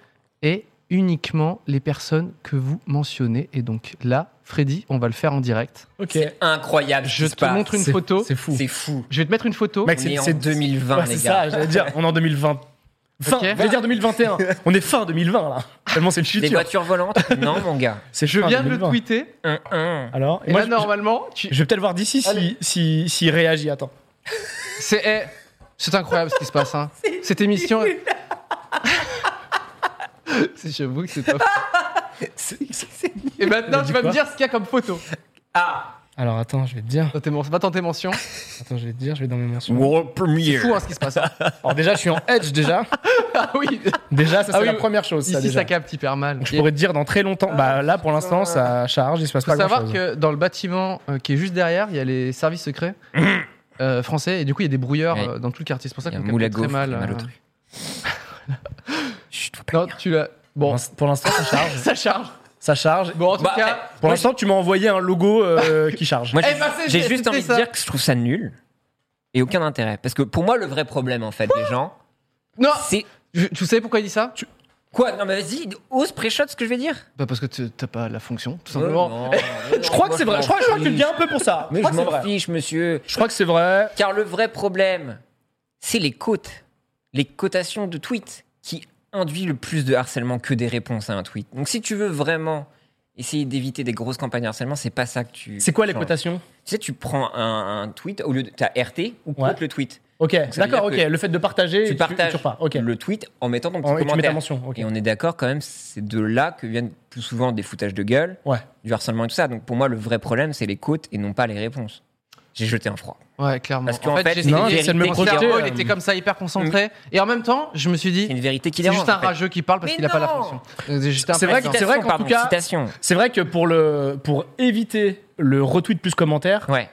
Speaker 2: et uniquement les personnes que vous mentionnez. Et donc là, Freddy, on va le faire en direct.
Speaker 4: Ok.
Speaker 3: C'est incroyable. ce
Speaker 2: Je
Speaker 3: qui se
Speaker 2: te
Speaker 3: passe.
Speaker 2: montre une
Speaker 4: C'est-
Speaker 2: photo.
Speaker 4: C'est fou.
Speaker 3: C'est fou.
Speaker 2: Je vais te mettre une photo.
Speaker 4: Mec,
Speaker 3: On
Speaker 4: c'est-
Speaker 3: est en
Speaker 4: c'est-
Speaker 3: 2020,
Speaker 4: Ouais,
Speaker 3: les
Speaker 4: c'est
Speaker 3: gars.
Speaker 4: ça, j'allais dire, on est en 2020. Fin,
Speaker 2: Ok.
Speaker 4: j'allais dire 2021. On est fin 2020 là. Tellement c'est le
Speaker 3: Des
Speaker 4: futur.
Speaker 3: voitures volantes Non, mon gars.
Speaker 4: C'est
Speaker 2: Je
Speaker 4: fin
Speaker 2: viens de le
Speaker 4: 2020.
Speaker 2: tweeter.
Speaker 3: Un, un.
Speaker 4: Alors, et
Speaker 2: Et
Speaker 4: moi,
Speaker 2: là,
Speaker 4: je-
Speaker 2: normalement, tu-
Speaker 4: je, je vais peut-être voir d'ici
Speaker 2: Allez.
Speaker 4: s'il si, s'il réagit. Attends.
Speaker 2: c'est eh, c'est incroyable ce qui se passe. hein. Cette émission. C'est- J'avoue que c'est pas. Et maintenant,
Speaker 4: dit
Speaker 2: tu vas me
Speaker 4: quoi
Speaker 2: dire ce qu'il y a comme photo.
Speaker 4: Alors, attends, je vais te dire.
Speaker 2: Dans tes mens- Va tenter mention. C'est
Speaker 4: Attends, je vais te dire, je vais dans mes mentions.
Speaker 3: World premiere.
Speaker 2: fou hein, ce qui se passe. hein.
Speaker 3: Ah
Speaker 4: Alors, déjà, je suis en edge déjà.
Speaker 2: Ah oui.
Speaker 4: Déjà, ça, c'est
Speaker 2: Ah oui,
Speaker 4: la première chose.
Speaker 2: Ici,
Speaker 4: ça,
Speaker 2: ça,
Speaker 4: déjà.
Speaker 2: capte hyper mal.
Speaker 4: Donc, je
Speaker 2: Et
Speaker 4: pourrais te dire dans très longtemps. Bah là, pour l'instant, ça charge, il se passe
Speaker 2: faut
Speaker 4: pas grand
Speaker 2: savoir
Speaker 4: chose.
Speaker 2: que dans le bâtiment euh, qui est juste derrière, il y a les services secrets euh, français et du coup il y a des brouilleurs
Speaker 3: Mm. Ouais.
Speaker 2: euh, dans tout le quartier. C'est pour ça
Speaker 3: Il y a
Speaker 2: qu'on
Speaker 3: un moule à
Speaker 2: capte très
Speaker 3: gaufres,
Speaker 2: mal.
Speaker 3: il y a mal au
Speaker 2: euh.
Speaker 3: truc. Chut, faut pas
Speaker 2: hein. Non,
Speaker 3: dire.
Speaker 2: tu l'as. Bon,
Speaker 4: Pour l'instant, ça charge.
Speaker 2: ça charge.
Speaker 4: Ça charge.
Speaker 2: Bon, en tout
Speaker 3: Bah,
Speaker 2: cas,
Speaker 4: Pour l'instant, tu m'as envoyé un logo euh, qui charge.
Speaker 3: Moi,
Speaker 2: Eh
Speaker 3: j'ai-
Speaker 2: ben, c'est-
Speaker 3: j'ai
Speaker 2: j'ai
Speaker 3: juste
Speaker 2: testé
Speaker 3: envie de
Speaker 2: ça.
Speaker 3: dire que je trouve ça nul. et aucun intérêt. Parce que pour moi, le vrai problème, en fait, des gens,
Speaker 2: Non
Speaker 3: c'est.
Speaker 2: Je- Tu sais pourquoi il dit ça
Speaker 3: Quoi Non, mais vas-y, ose pré-shot ce que je vais dire.
Speaker 2: Bah parce que tu- t'as pas la fonction, tout simplement.
Speaker 4: Je crois que c'est vrai. Je crois, je crois que tu le dis un peu pour ça.
Speaker 3: Mais je
Speaker 4: je crois que c'est
Speaker 3: m'en
Speaker 4: vrai.
Speaker 3: fiche, monsieur.
Speaker 4: Je crois que c'est vrai.
Speaker 3: Car le vrai problème, c'est les cotes, les cotations de tweets qui induit le plus de harcèlement que des réponses à un tweet. Donc si tu veux vraiment essayer d'éviter des grosses campagnes de harcèlement, c'est pas ça que tu.
Speaker 4: C'est quoi les
Speaker 3: changes.
Speaker 4: cotations
Speaker 3: Tu sais, tu prends un, un tweet au lieu de t'as RT ou
Speaker 4: Ouais.
Speaker 3: cote le tweet.
Speaker 4: Ok,
Speaker 3: veut
Speaker 4: d'accord, ok.
Speaker 3: dire que
Speaker 4: Le fait de partager,
Speaker 3: tu partages
Speaker 4: pas. Ok.
Speaker 3: le tweet en mettant ton petit
Speaker 4: En- et tu mets ta
Speaker 3: commentaire.
Speaker 4: mention. ok.
Speaker 3: Et on est d'accord quand même, c'est de là que viennent plus souvent des foutages de gueule,
Speaker 4: Ouais.
Speaker 3: du harcèlement et tout ça. Donc pour moi, le vrai problème, c'est les côtes et non pas les réponses. J'ai jeté un froid.
Speaker 2: Ouais, clairement.
Speaker 3: Parce qu'en
Speaker 2: j'ai-
Speaker 3: fait,
Speaker 2: Mm.
Speaker 3: c'est une
Speaker 4: non, j'essaie de
Speaker 3: vérité
Speaker 4: me
Speaker 3: qui
Speaker 2: mon
Speaker 4: projeter,
Speaker 3: dérange.
Speaker 2: cerveau,
Speaker 4: euh,
Speaker 2: il était comme ça, hyper concentré. Et en même temps, je me suis
Speaker 3: C'est une
Speaker 2: dit,
Speaker 3: vérité qui
Speaker 2: c'est
Speaker 3: dérange.
Speaker 2: juste un
Speaker 3: en fait.
Speaker 2: rageux qui parle parce
Speaker 3: Mais
Speaker 2: qu'il a pas la
Speaker 3: non
Speaker 2: fonction. Euh, C'est juste un
Speaker 4: C'est vrai
Speaker 2: peu
Speaker 4: que-
Speaker 2: ça.
Speaker 4: c'est vrai qu'en
Speaker 3: Pardon,
Speaker 4: tout cas-
Speaker 3: citation.
Speaker 4: C'est vrai que pour le pour éviter le retweet plus commentaire.
Speaker 3: Ouais.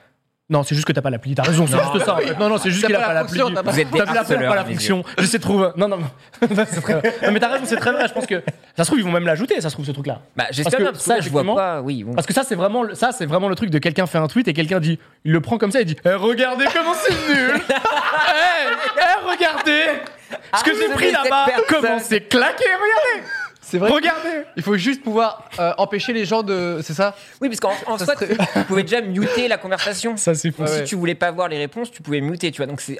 Speaker 4: Non, c'est juste que t'as pas l'appli. T'as raison, c'est juste ça. en fait. Non, non, c'est juste
Speaker 2: T'as
Speaker 4: qu'il a
Speaker 2: pas
Speaker 4: pas
Speaker 2: la
Speaker 4: l'appli.
Speaker 2: fonction, t'as pas-
Speaker 3: Vous êtes des
Speaker 4: T'as pas la- pas
Speaker 3: harceleurs,
Speaker 4: la
Speaker 3: mes
Speaker 4: fonction. Je sais trop. Non, non, non. C'est très vrai. Non, mais t'as raison, c'est très vrai. Je pense que ça se trouve ils vont même l'ajouter. Ça se trouve ce truc-là.
Speaker 3: Bah,
Speaker 4: Parce
Speaker 3: j'espère
Speaker 4: que
Speaker 3: bien, parce que
Speaker 4: ça,
Speaker 3: moi, je vois
Speaker 4: effectivement-
Speaker 3: pas. Oui, bon.
Speaker 4: Parce que ça, c'est vraiment, le- ça, c'est vraiment le truc de quelqu'un fait un tweet et quelqu'un dit, il le prend comme ça et dit, Eh, regardez comment c'est nul, Eh, eh, regardez ce que
Speaker 3: Ah,
Speaker 4: j'ai
Speaker 3: vous
Speaker 4: pris
Speaker 3: aimez
Speaker 4: là-bas,
Speaker 3: cette personne.
Speaker 4: comment c'est claqué, regardez,
Speaker 2: C'est vrai.
Speaker 4: regardez.
Speaker 2: Il faut juste pouvoir euh, empêcher les gens de. C'est ça
Speaker 3: Oui, parce qu'en en
Speaker 2: Ça
Speaker 3: soi,
Speaker 2: serait-
Speaker 3: tu tu pouvais déjà muter la conversation.
Speaker 4: Ça c'est fou.
Speaker 3: Donc,
Speaker 2: Ouais, ouais.
Speaker 3: Si tu voulais pas voir les réponses, tu pouvais muter, tu vois. Donc, c'est.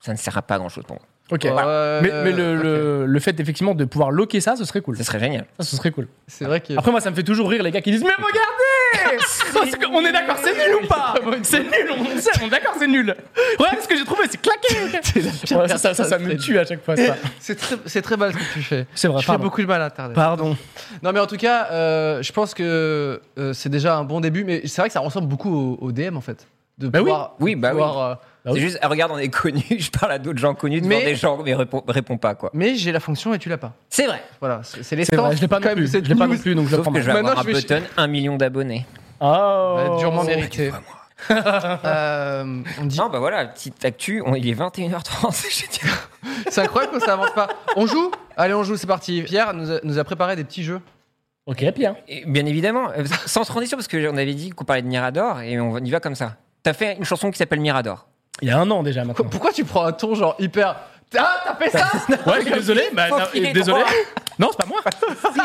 Speaker 3: Ça ne sert à pas grand chose pour moi.
Speaker 4: Ok. Bah,
Speaker 2: Ouais,
Speaker 4: Mais, mais le, le- le fait effectivement de pouvoir loquer ça, ce serait cool.
Speaker 3: Ce serait génial.
Speaker 4: Ça, ce serait cool.
Speaker 2: C'est vrai qu'il.
Speaker 4: Après moi, ça me fait toujours rire les gars qui disent, mais regardez, Parce que- on est d'accord, c'est nul ou pas C'est nul, on sait, on est d'accord, c'est nul. Regardez ce que j'ai trouvé, c'est claqué. Ouais, ça, ça, ça, ça me
Speaker 2: personne,
Speaker 4: tue à chaque fois. ça.
Speaker 2: C'est très, c'est très mal ce que tu fais.
Speaker 4: C'est vrai,
Speaker 2: Tu fais
Speaker 4: pardon.
Speaker 2: beaucoup de mal à Internet.
Speaker 4: Pardon.
Speaker 2: Non, mais en tout cas, euh, je pense que euh, c'est déjà un bon début. Mais c'est vrai que ça ressemble beaucoup au, au DM en fait. De
Speaker 4: Bah oui.
Speaker 2: pouvoir.
Speaker 3: Oui, bah oui.
Speaker 2: pouvoir, euh,
Speaker 4: Ah oui.
Speaker 3: C'est juste, ah, regarde, on est connu, je parle à d'autres gens connus devant
Speaker 2: Mais-
Speaker 3: des gens, mais réponds, réponds pas, quoi.
Speaker 2: Mais j'ai la fonction et tu l'as pas.
Speaker 3: C'est vrai.
Speaker 2: Voilà, c'est c'est
Speaker 4: C'est
Speaker 2: l'essence.
Speaker 4: vrai, je l'ai pas
Speaker 2: quand
Speaker 4: non
Speaker 2: même
Speaker 4: plus.
Speaker 2: de
Speaker 4: Je
Speaker 2: cette
Speaker 4: l'ai pas non
Speaker 2: news.
Speaker 4: plus, donc je le
Speaker 3: Sauf
Speaker 4: prends
Speaker 3: que
Speaker 4: mal.
Speaker 3: je vais
Speaker 2: Maintenant,
Speaker 3: avoir un
Speaker 2: je vais
Speaker 3: button, un million d'abonnés.
Speaker 4: Oh.
Speaker 2: Ouais, Durement mérité. Euh, on dit,
Speaker 3: Non, bah voilà, petite actu, on- il est 21h30. j'ai dit-
Speaker 2: c'est incroyable que ça avance pas. On joue Allez, on joue, c'est parti. Pierre nous a, nous a préparé des petits jeux.
Speaker 4: Ok, Pierre.
Speaker 3: Et Bien évidemment, euh, sans transition, parce qu'on avait dit qu'on parlait de Mirador, et on y va comme ça. T'as fait une chanson qui s'appelle Mirador.
Speaker 4: Il y a un an déjà
Speaker 2: Qu-
Speaker 4: maintenant.
Speaker 2: Pourquoi tu prends un ton genre hyper. Ah, t'as fait ça
Speaker 4: Ouais, je suis désolé. bah,
Speaker 3: Faut
Speaker 4: non,
Speaker 3: qu'il ait
Speaker 4: désolé.
Speaker 3: droit.
Speaker 4: Non, c'est pas moi.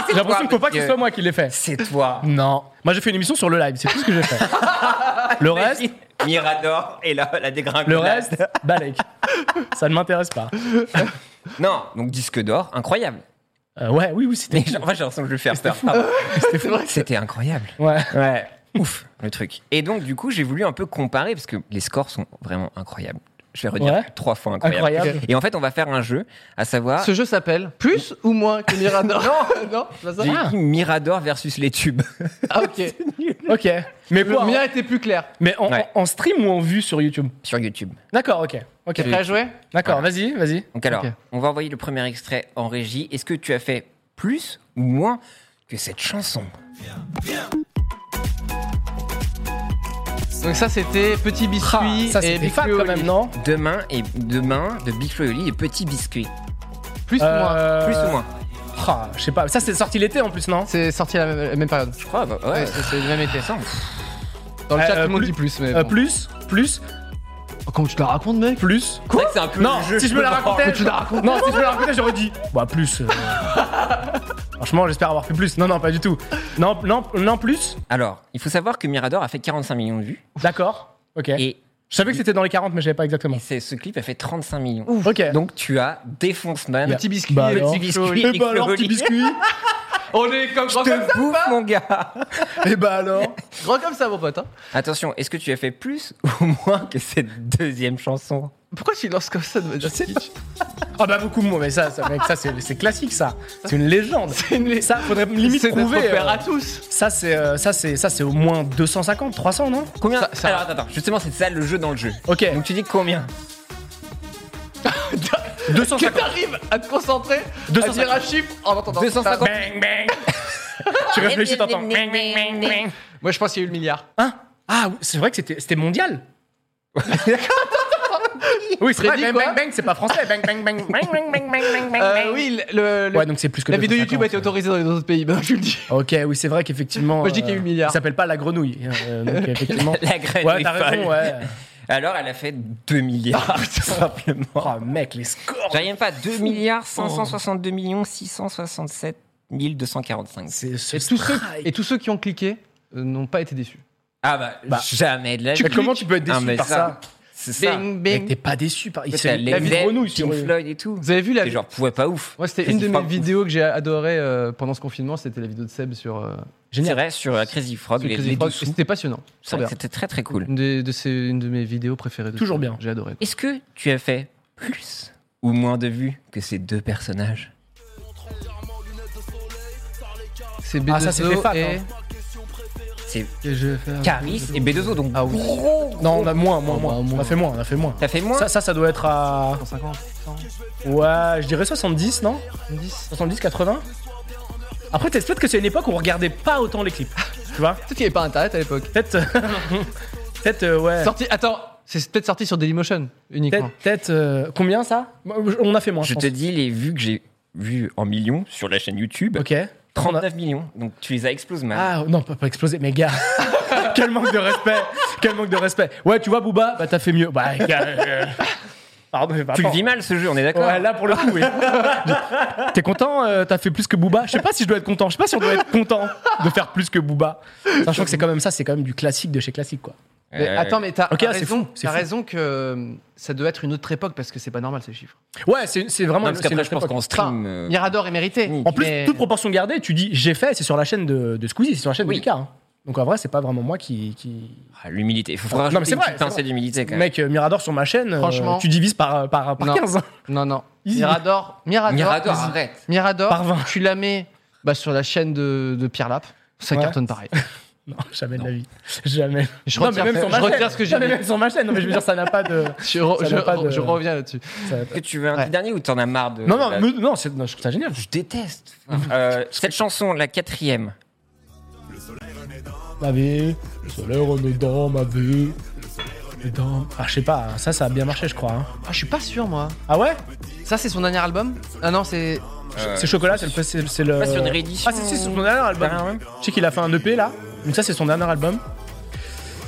Speaker 4: J'ai l'impression qu'il ne faut pas que ce
Speaker 3: monsieur.
Speaker 4: soit moi qui l'ai fait.
Speaker 3: C'est toi.
Speaker 4: Non. Moi, j'ai fait une émission sur le live. C'est tout ce que j'ai fait. Le reste,
Speaker 3: Mirador et la, la dégringolade.
Speaker 4: le reste, balèque. Ça ne m'intéresse pas.
Speaker 3: Non, donc disque d'or, incroyable.
Speaker 4: Euh, ouais, oui, oui, c'était.
Speaker 3: Mais genre, moi, j'ai l'impression que je vais le faire. peur. Pardon. C'était incroyable.
Speaker 4: Ouais.
Speaker 3: Ouais. Ouf, le truc. Et donc, du coup, j'ai voulu un peu comparer parce que les scores sont vraiment incroyables. Je vais redire
Speaker 4: Ouais.
Speaker 3: trois fois incroyable.
Speaker 4: Incroyable.
Speaker 3: Et en fait, on va faire un jeu, à savoir.
Speaker 2: Ce jeu s'appelle Plus ou moins que Mirador Non, non, c'est pas ça
Speaker 3: J'ai
Speaker 4: Ah.
Speaker 3: dit Mirador versus les tubes.
Speaker 2: Ah, ok.
Speaker 4: Ok.
Speaker 2: Le
Speaker 4: Mais quoi hein
Speaker 2: mien était plus clair.
Speaker 4: Mais en,
Speaker 3: Ouais.
Speaker 4: en stream ou en vue sur YouTube
Speaker 3: Sur YouTube.
Speaker 4: D'accord, ok. Ok.
Speaker 2: T'es prêt à jouer
Speaker 4: D'accord, vas-y, vas-y.
Speaker 3: Donc, alors,
Speaker 2: Ok.
Speaker 3: on va envoyer le premier extrait en régie. Est-ce que tu as fait plus ou moins que cette chanson
Speaker 2: Donc, ça, c'était Petit Biscuit
Speaker 4: Ah, ça,
Speaker 2: et
Speaker 4: c'est des
Speaker 2: Big
Speaker 4: fans
Speaker 2: Flo et
Speaker 4: quand
Speaker 2: Oli.
Speaker 4: même, non
Speaker 3: Demain et demain de Big Flo et Oli et Petit Biscuit.
Speaker 2: Plus ou moins
Speaker 4: Euh,
Speaker 3: Plus ou moins
Speaker 4: ah, Je sais pas. Ça, c'est sorti l'été en plus, non
Speaker 2: C'est sorti à la même, la même période.
Speaker 3: Je crois, bah, ouais.
Speaker 2: Ouais, c'est c'est le même été.
Speaker 3: Attends,
Speaker 2: Dans le
Speaker 4: Euh,
Speaker 2: chat,
Speaker 4: euh,
Speaker 2: tout le monde
Speaker 4: plus-
Speaker 2: dit plus, mais.
Speaker 4: Euh,
Speaker 2: bon.
Speaker 4: Plus, plus,
Speaker 2: Oh, Comment tu te la racontes, mec
Speaker 4: plus.
Speaker 3: C'est vrai que c'est un peu
Speaker 4: Non,
Speaker 3: le jeu.
Speaker 4: si je me la racontais,
Speaker 2: que tu la racontes.
Speaker 4: non, si je me la racontais, j'aurais dit. Bah plus. euh, Franchement, j'espère avoir fait plus. Non, non, pas du tout. Non, non, non plus.
Speaker 3: Alors, il faut savoir que Mirador a fait 45 millions de vues
Speaker 4: D'accord. Ok.
Speaker 3: et,
Speaker 4: Je savais que c'était dans les 40, mais je savais pas exactement.
Speaker 3: et c'est- ce clip a fait 35 millions.
Speaker 4: Ok.
Speaker 3: Donc tu as Défonce Man,
Speaker 4: Yeah.
Speaker 2: Petit biscuit,
Speaker 4: Bah alors.
Speaker 3: Petit
Speaker 2: Big Flo et Oli.
Speaker 3: Biscuit,
Speaker 4: et bah alors,
Speaker 3: Xoli.
Speaker 4: petit biscuit.
Speaker 2: On est comme, grand,
Speaker 3: Je
Speaker 2: comme ça,
Speaker 3: te bouffe mon gars.
Speaker 4: et bah alors.
Speaker 2: grand comme ça, mon pote. hein.
Speaker 3: Attention, est-ce que tu as fait plus ou moins que cette deuxième chanson
Speaker 2: Pourquoi tu lances comme ça de manière kitsch
Speaker 4: Ah bah beaucoup moins. Mais ça, ça, mec, ça c'est c'est classique, ça. C'est une légende. Ça, faudrait limite
Speaker 2: C'est notre
Speaker 4: trouver.
Speaker 2: père
Speaker 4: euh,
Speaker 2: à tous.
Speaker 4: Ça c'est euh, ça c'est ça c'est au moins 250, 300, non
Speaker 3: Combien
Speaker 2: Ça- ça-
Speaker 3: Alors attends, attends, justement c'est ça le jeu dans le jeu.
Speaker 4: Ok.
Speaker 3: Donc tu dis combien
Speaker 4: 250.
Speaker 2: Que t'arrives à te concentrer, à
Speaker 4: 250.
Speaker 2: dire un chiffre Oh, en entendant
Speaker 3: 250.
Speaker 4: Bang bang. tu réfléchis, t'entends. Bang, bang, bang, bang.
Speaker 2: ça. Moi, je pense qu'il y a eu le milliard.
Speaker 4: Hein Ah, oui, c'est vrai que c'était c'était mondial. oui, c'est vrai,
Speaker 2: Freddy,
Speaker 4: bang,
Speaker 2: quoi
Speaker 4: bang, bang, c'est pas français. Bang, bang, bang, bang, bang, bang, bang, bang, bang,
Speaker 2: Euh,
Speaker 4: bang.
Speaker 2: oui, le, le-
Speaker 4: Ouais, donc c'est plus que
Speaker 2: la vidéo
Speaker 4: 250,
Speaker 2: YouTube a été
Speaker 4: ouais.
Speaker 2: autorisée dans les autres pays. Maintenant, je le dis.
Speaker 4: Ok, oui, c'est vrai qu'effectivement.
Speaker 2: Moi, je dis
Speaker 4: euh,
Speaker 2: qu'il y a eu le milliard.
Speaker 4: Il s'appelle pas la grenouille. euh, donc, effectivement.
Speaker 3: La graine
Speaker 4: ouais, Ah,
Speaker 3: est
Speaker 4: t'as
Speaker 3: folle.
Speaker 4: raison, ouais.
Speaker 3: Alors, elle a fait 2 milliards, tout simplement.
Speaker 4: Oh mec, les scores
Speaker 3: J'arrive même pas, 2
Speaker 4: Oh.
Speaker 3: milliards 562 millions 667 245.
Speaker 4: C'est ce
Speaker 2: Et tous, ceux,
Speaker 4: strike.
Speaker 2: et tous ceux qui ont cliqué euh, n'ont pas été déçus.
Speaker 3: Ah bah,
Speaker 4: Bah,
Speaker 3: jamais de la
Speaker 4: Tu-
Speaker 3: vie.
Speaker 4: Comment tu peux être déçu
Speaker 3: Ah, mais
Speaker 4: par ça,
Speaker 3: ça, C'est ça.
Speaker 4: Mec, t'es pas déçu par. Il
Speaker 3: T'as
Speaker 4: s'est
Speaker 3: les
Speaker 4: la vie de
Speaker 3: Led,
Speaker 4: grenouille sur
Speaker 3: Pink Floyd et tout.
Speaker 2: Vous avez vu la
Speaker 3: C'est genre, pouvait pas ouf.
Speaker 2: Moi, c'était
Speaker 3: C'est
Speaker 2: une de
Speaker 3: pas
Speaker 2: mes
Speaker 3: ouf.
Speaker 2: vidéos que j'ai adoré euh, pendant ce confinement. C'était la vidéo de Seb sur, euh,
Speaker 3: C'est vrai, sur euh, Crazy Frog,
Speaker 2: sur
Speaker 3: les,
Speaker 2: Crazy
Speaker 3: les
Speaker 2: Frog.
Speaker 3: dessous.
Speaker 2: Et C'était passionnant.
Speaker 3: C'est
Speaker 2: Trop
Speaker 3: vrai
Speaker 2: bien.
Speaker 3: que C'était très très cool.
Speaker 4: Mm.
Speaker 2: Une, des- de ces- une de mes vidéos préférées. De
Speaker 4: Toujours
Speaker 2: tout.
Speaker 4: bien.
Speaker 2: J'ai adoré.
Speaker 3: Est-ce que tu as fait plus ou moins de vues que ces deux personnages
Speaker 2: C'est
Speaker 4: Ah, ça, c'est
Speaker 2: Bedozo
Speaker 4: des facs,
Speaker 2: et...
Speaker 4: hein.
Speaker 3: C'est
Speaker 4: Ah,
Speaker 2: que je vais faire-
Speaker 3: Caris et B2O, donc
Speaker 2: Ah oui.
Speaker 3: gros,
Speaker 4: Non, on a moins, moins,
Speaker 2: Oh,
Speaker 4: moins.
Speaker 2: bah,
Speaker 4: On a
Speaker 2: moins.
Speaker 4: fait moins, on a fait moins.
Speaker 3: T'as fait moins
Speaker 4: Ça, ça, ça doit être à.
Speaker 2: 150, 100,
Speaker 4: Ouais, je dirais 70, non
Speaker 2: 110.
Speaker 4: 70, 80 Après, peut-être peut-être que c'est une époque où on regardait pas autant les clips. Tu vois
Speaker 2: Peut-être qu'il n'y avait pas internet à l'époque.
Speaker 4: Peut-être. peut-être, euh, ouais.
Speaker 2: Sorti... Attends, c'est peut-être sorti sur Dailymotion uniquement.
Speaker 4: Peut-être. peut-être, euh, Combien ça On a fait moins.
Speaker 3: Je te
Speaker 4: pense.
Speaker 3: dis les vues que j'ai vues en millions sur la chaîne YouTube.
Speaker 4: Ok.
Speaker 3: 39 millions, donc tu les as explosé mal.
Speaker 4: Ah non, pas, pas explosé, mais gars, quel manque de respect, quel manque de respect. Ouais, tu vois, Booba, bah t'as fait mieux. Bah, gars, euh, pardon, mais
Speaker 3: Ah, tu le
Speaker 4: pardon.
Speaker 3: vis mal ce jeu, on est d'accord
Speaker 4: Ouais, là pour le coup, oui. T'es content euh, T'as fait plus que Booba Je sais pas si je dois être content. Je sais pas si on doit être content de faire plus que Booba. Sachant que c'est quand même ça, c'est quand même du classique de chez classique, quoi.
Speaker 2: Mais
Speaker 3: Euh,
Speaker 2: attends, mais t'as
Speaker 4: Ok,
Speaker 2: t'as
Speaker 4: c'est
Speaker 2: raison,
Speaker 4: fou, c'est
Speaker 2: t'as
Speaker 4: fou.
Speaker 2: raison que euh, ça doit être une autre époque parce que c'est pas normal ces chiffres.
Speaker 4: Ouais, c'est c'est vraiment.
Speaker 3: non, parce
Speaker 4: c'est
Speaker 3: qu'après,
Speaker 4: notre
Speaker 3: je pense
Speaker 4: époque.
Speaker 3: qu'en
Speaker 2: Enfin,
Speaker 3: stream. euh,
Speaker 2: Mirador est mérité.
Speaker 3: oui.
Speaker 4: En plus,
Speaker 2: mais-
Speaker 4: toute proportion gardée, tu dis j'ai fait, c'est sur la chaîne de, de Squeezie, c'est sur la chaîne
Speaker 3: Oui.
Speaker 4: de Lucas. hein. Donc en vrai, c'est pas vraiment moi qui. qui-
Speaker 3: ah, L'humilité. Il faut
Speaker 4: Non,
Speaker 3: rajouter
Speaker 4: mais c'est
Speaker 3: une
Speaker 4: vrai,
Speaker 3: petite
Speaker 4: c'est
Speaker 3: pincée
Speaker 4: vrai.
Speaker 3: d'humilité quand même.
Speaker 4: Mec, euh, Mirador sur ma chaîne, euh,
Speaker 2: Franchement.
Speaker 4: tu divises par, par, par
Speaker 2: Non.
Speaker 4: 15. hein.
Speaker 2: Non, non.
Speaker 4: Easy.
Speaker 2: Mirador, Mirador,
Speaker 3: Mirador,
Speaker 2: vas-y.
Speaker 3: arrête.
Speaker 2: Mirador,
Speaker 4: Par vingt.
Speaker 2: tu la mets bah, sur la chaîne de, de Pierre Lap. Ça
Speaker 4: Ouais.
Speaker 2: cartonne pareil.
Speaker 4: Non, jamais de la vie. Jamais.
Speaker 2: Je
Speaker 4: Non,
Speaker 2: retire,
Speaker 4: mais même sur
Speaker 2: je
Speaker 4: ma chaîne.
Speaker 2: retire ce que j'ai
Speaker 4: Non, mais
Speaker 2: dit.
Speaker 4: même sur ma chaîne. Non, mais je veux dire, ça n'a pas de.
Speaker 2: Je, re-
Speaker 4: Ça
Speaker 2: je-
Speaker 4: n'a pas de-
Speaker 2: je reviens là-dessus.
Speaker 4: ça n'a pas-
Speaker 3: Est-ce que tu veux un
Speaker 2: Ouais.
Speaker 3: petit dernier ou t'en as marre de.
Speaker 4: Non, non,
Speaker 3: la-
Speaker 4: mais- non, c'est- non, je trouve ça génial.
Speaker 3: Je déteste. Euh, cette chanson, la quatrième.
Speaker 4: Ma vie, le soleil remet dans ma vie. le soleil remet dans- Ah, je sais pas, ça, ça a bien marché, je crois. hein.
Speaker 2: Ah, je suis pas sûr, moi.
Speaker 4: Ah ouais
Speaker 2: Ça, c'est son dernier album Ah non, c'est.
Speaker 3: Euh,
Speaker 4: C'est Chocolat, c'est le. C'est c'est le...
Speaker 3: pas sur
Speaker 2: Euh,
Speaker 3: une réédition.
Speaker 4: Ah, si, si, c'est son dernier album.
Speaker 3: Ouais.
Speaker 4: Je sais qu'il a fait un EP là. Donc, ça, c'est son dernier album.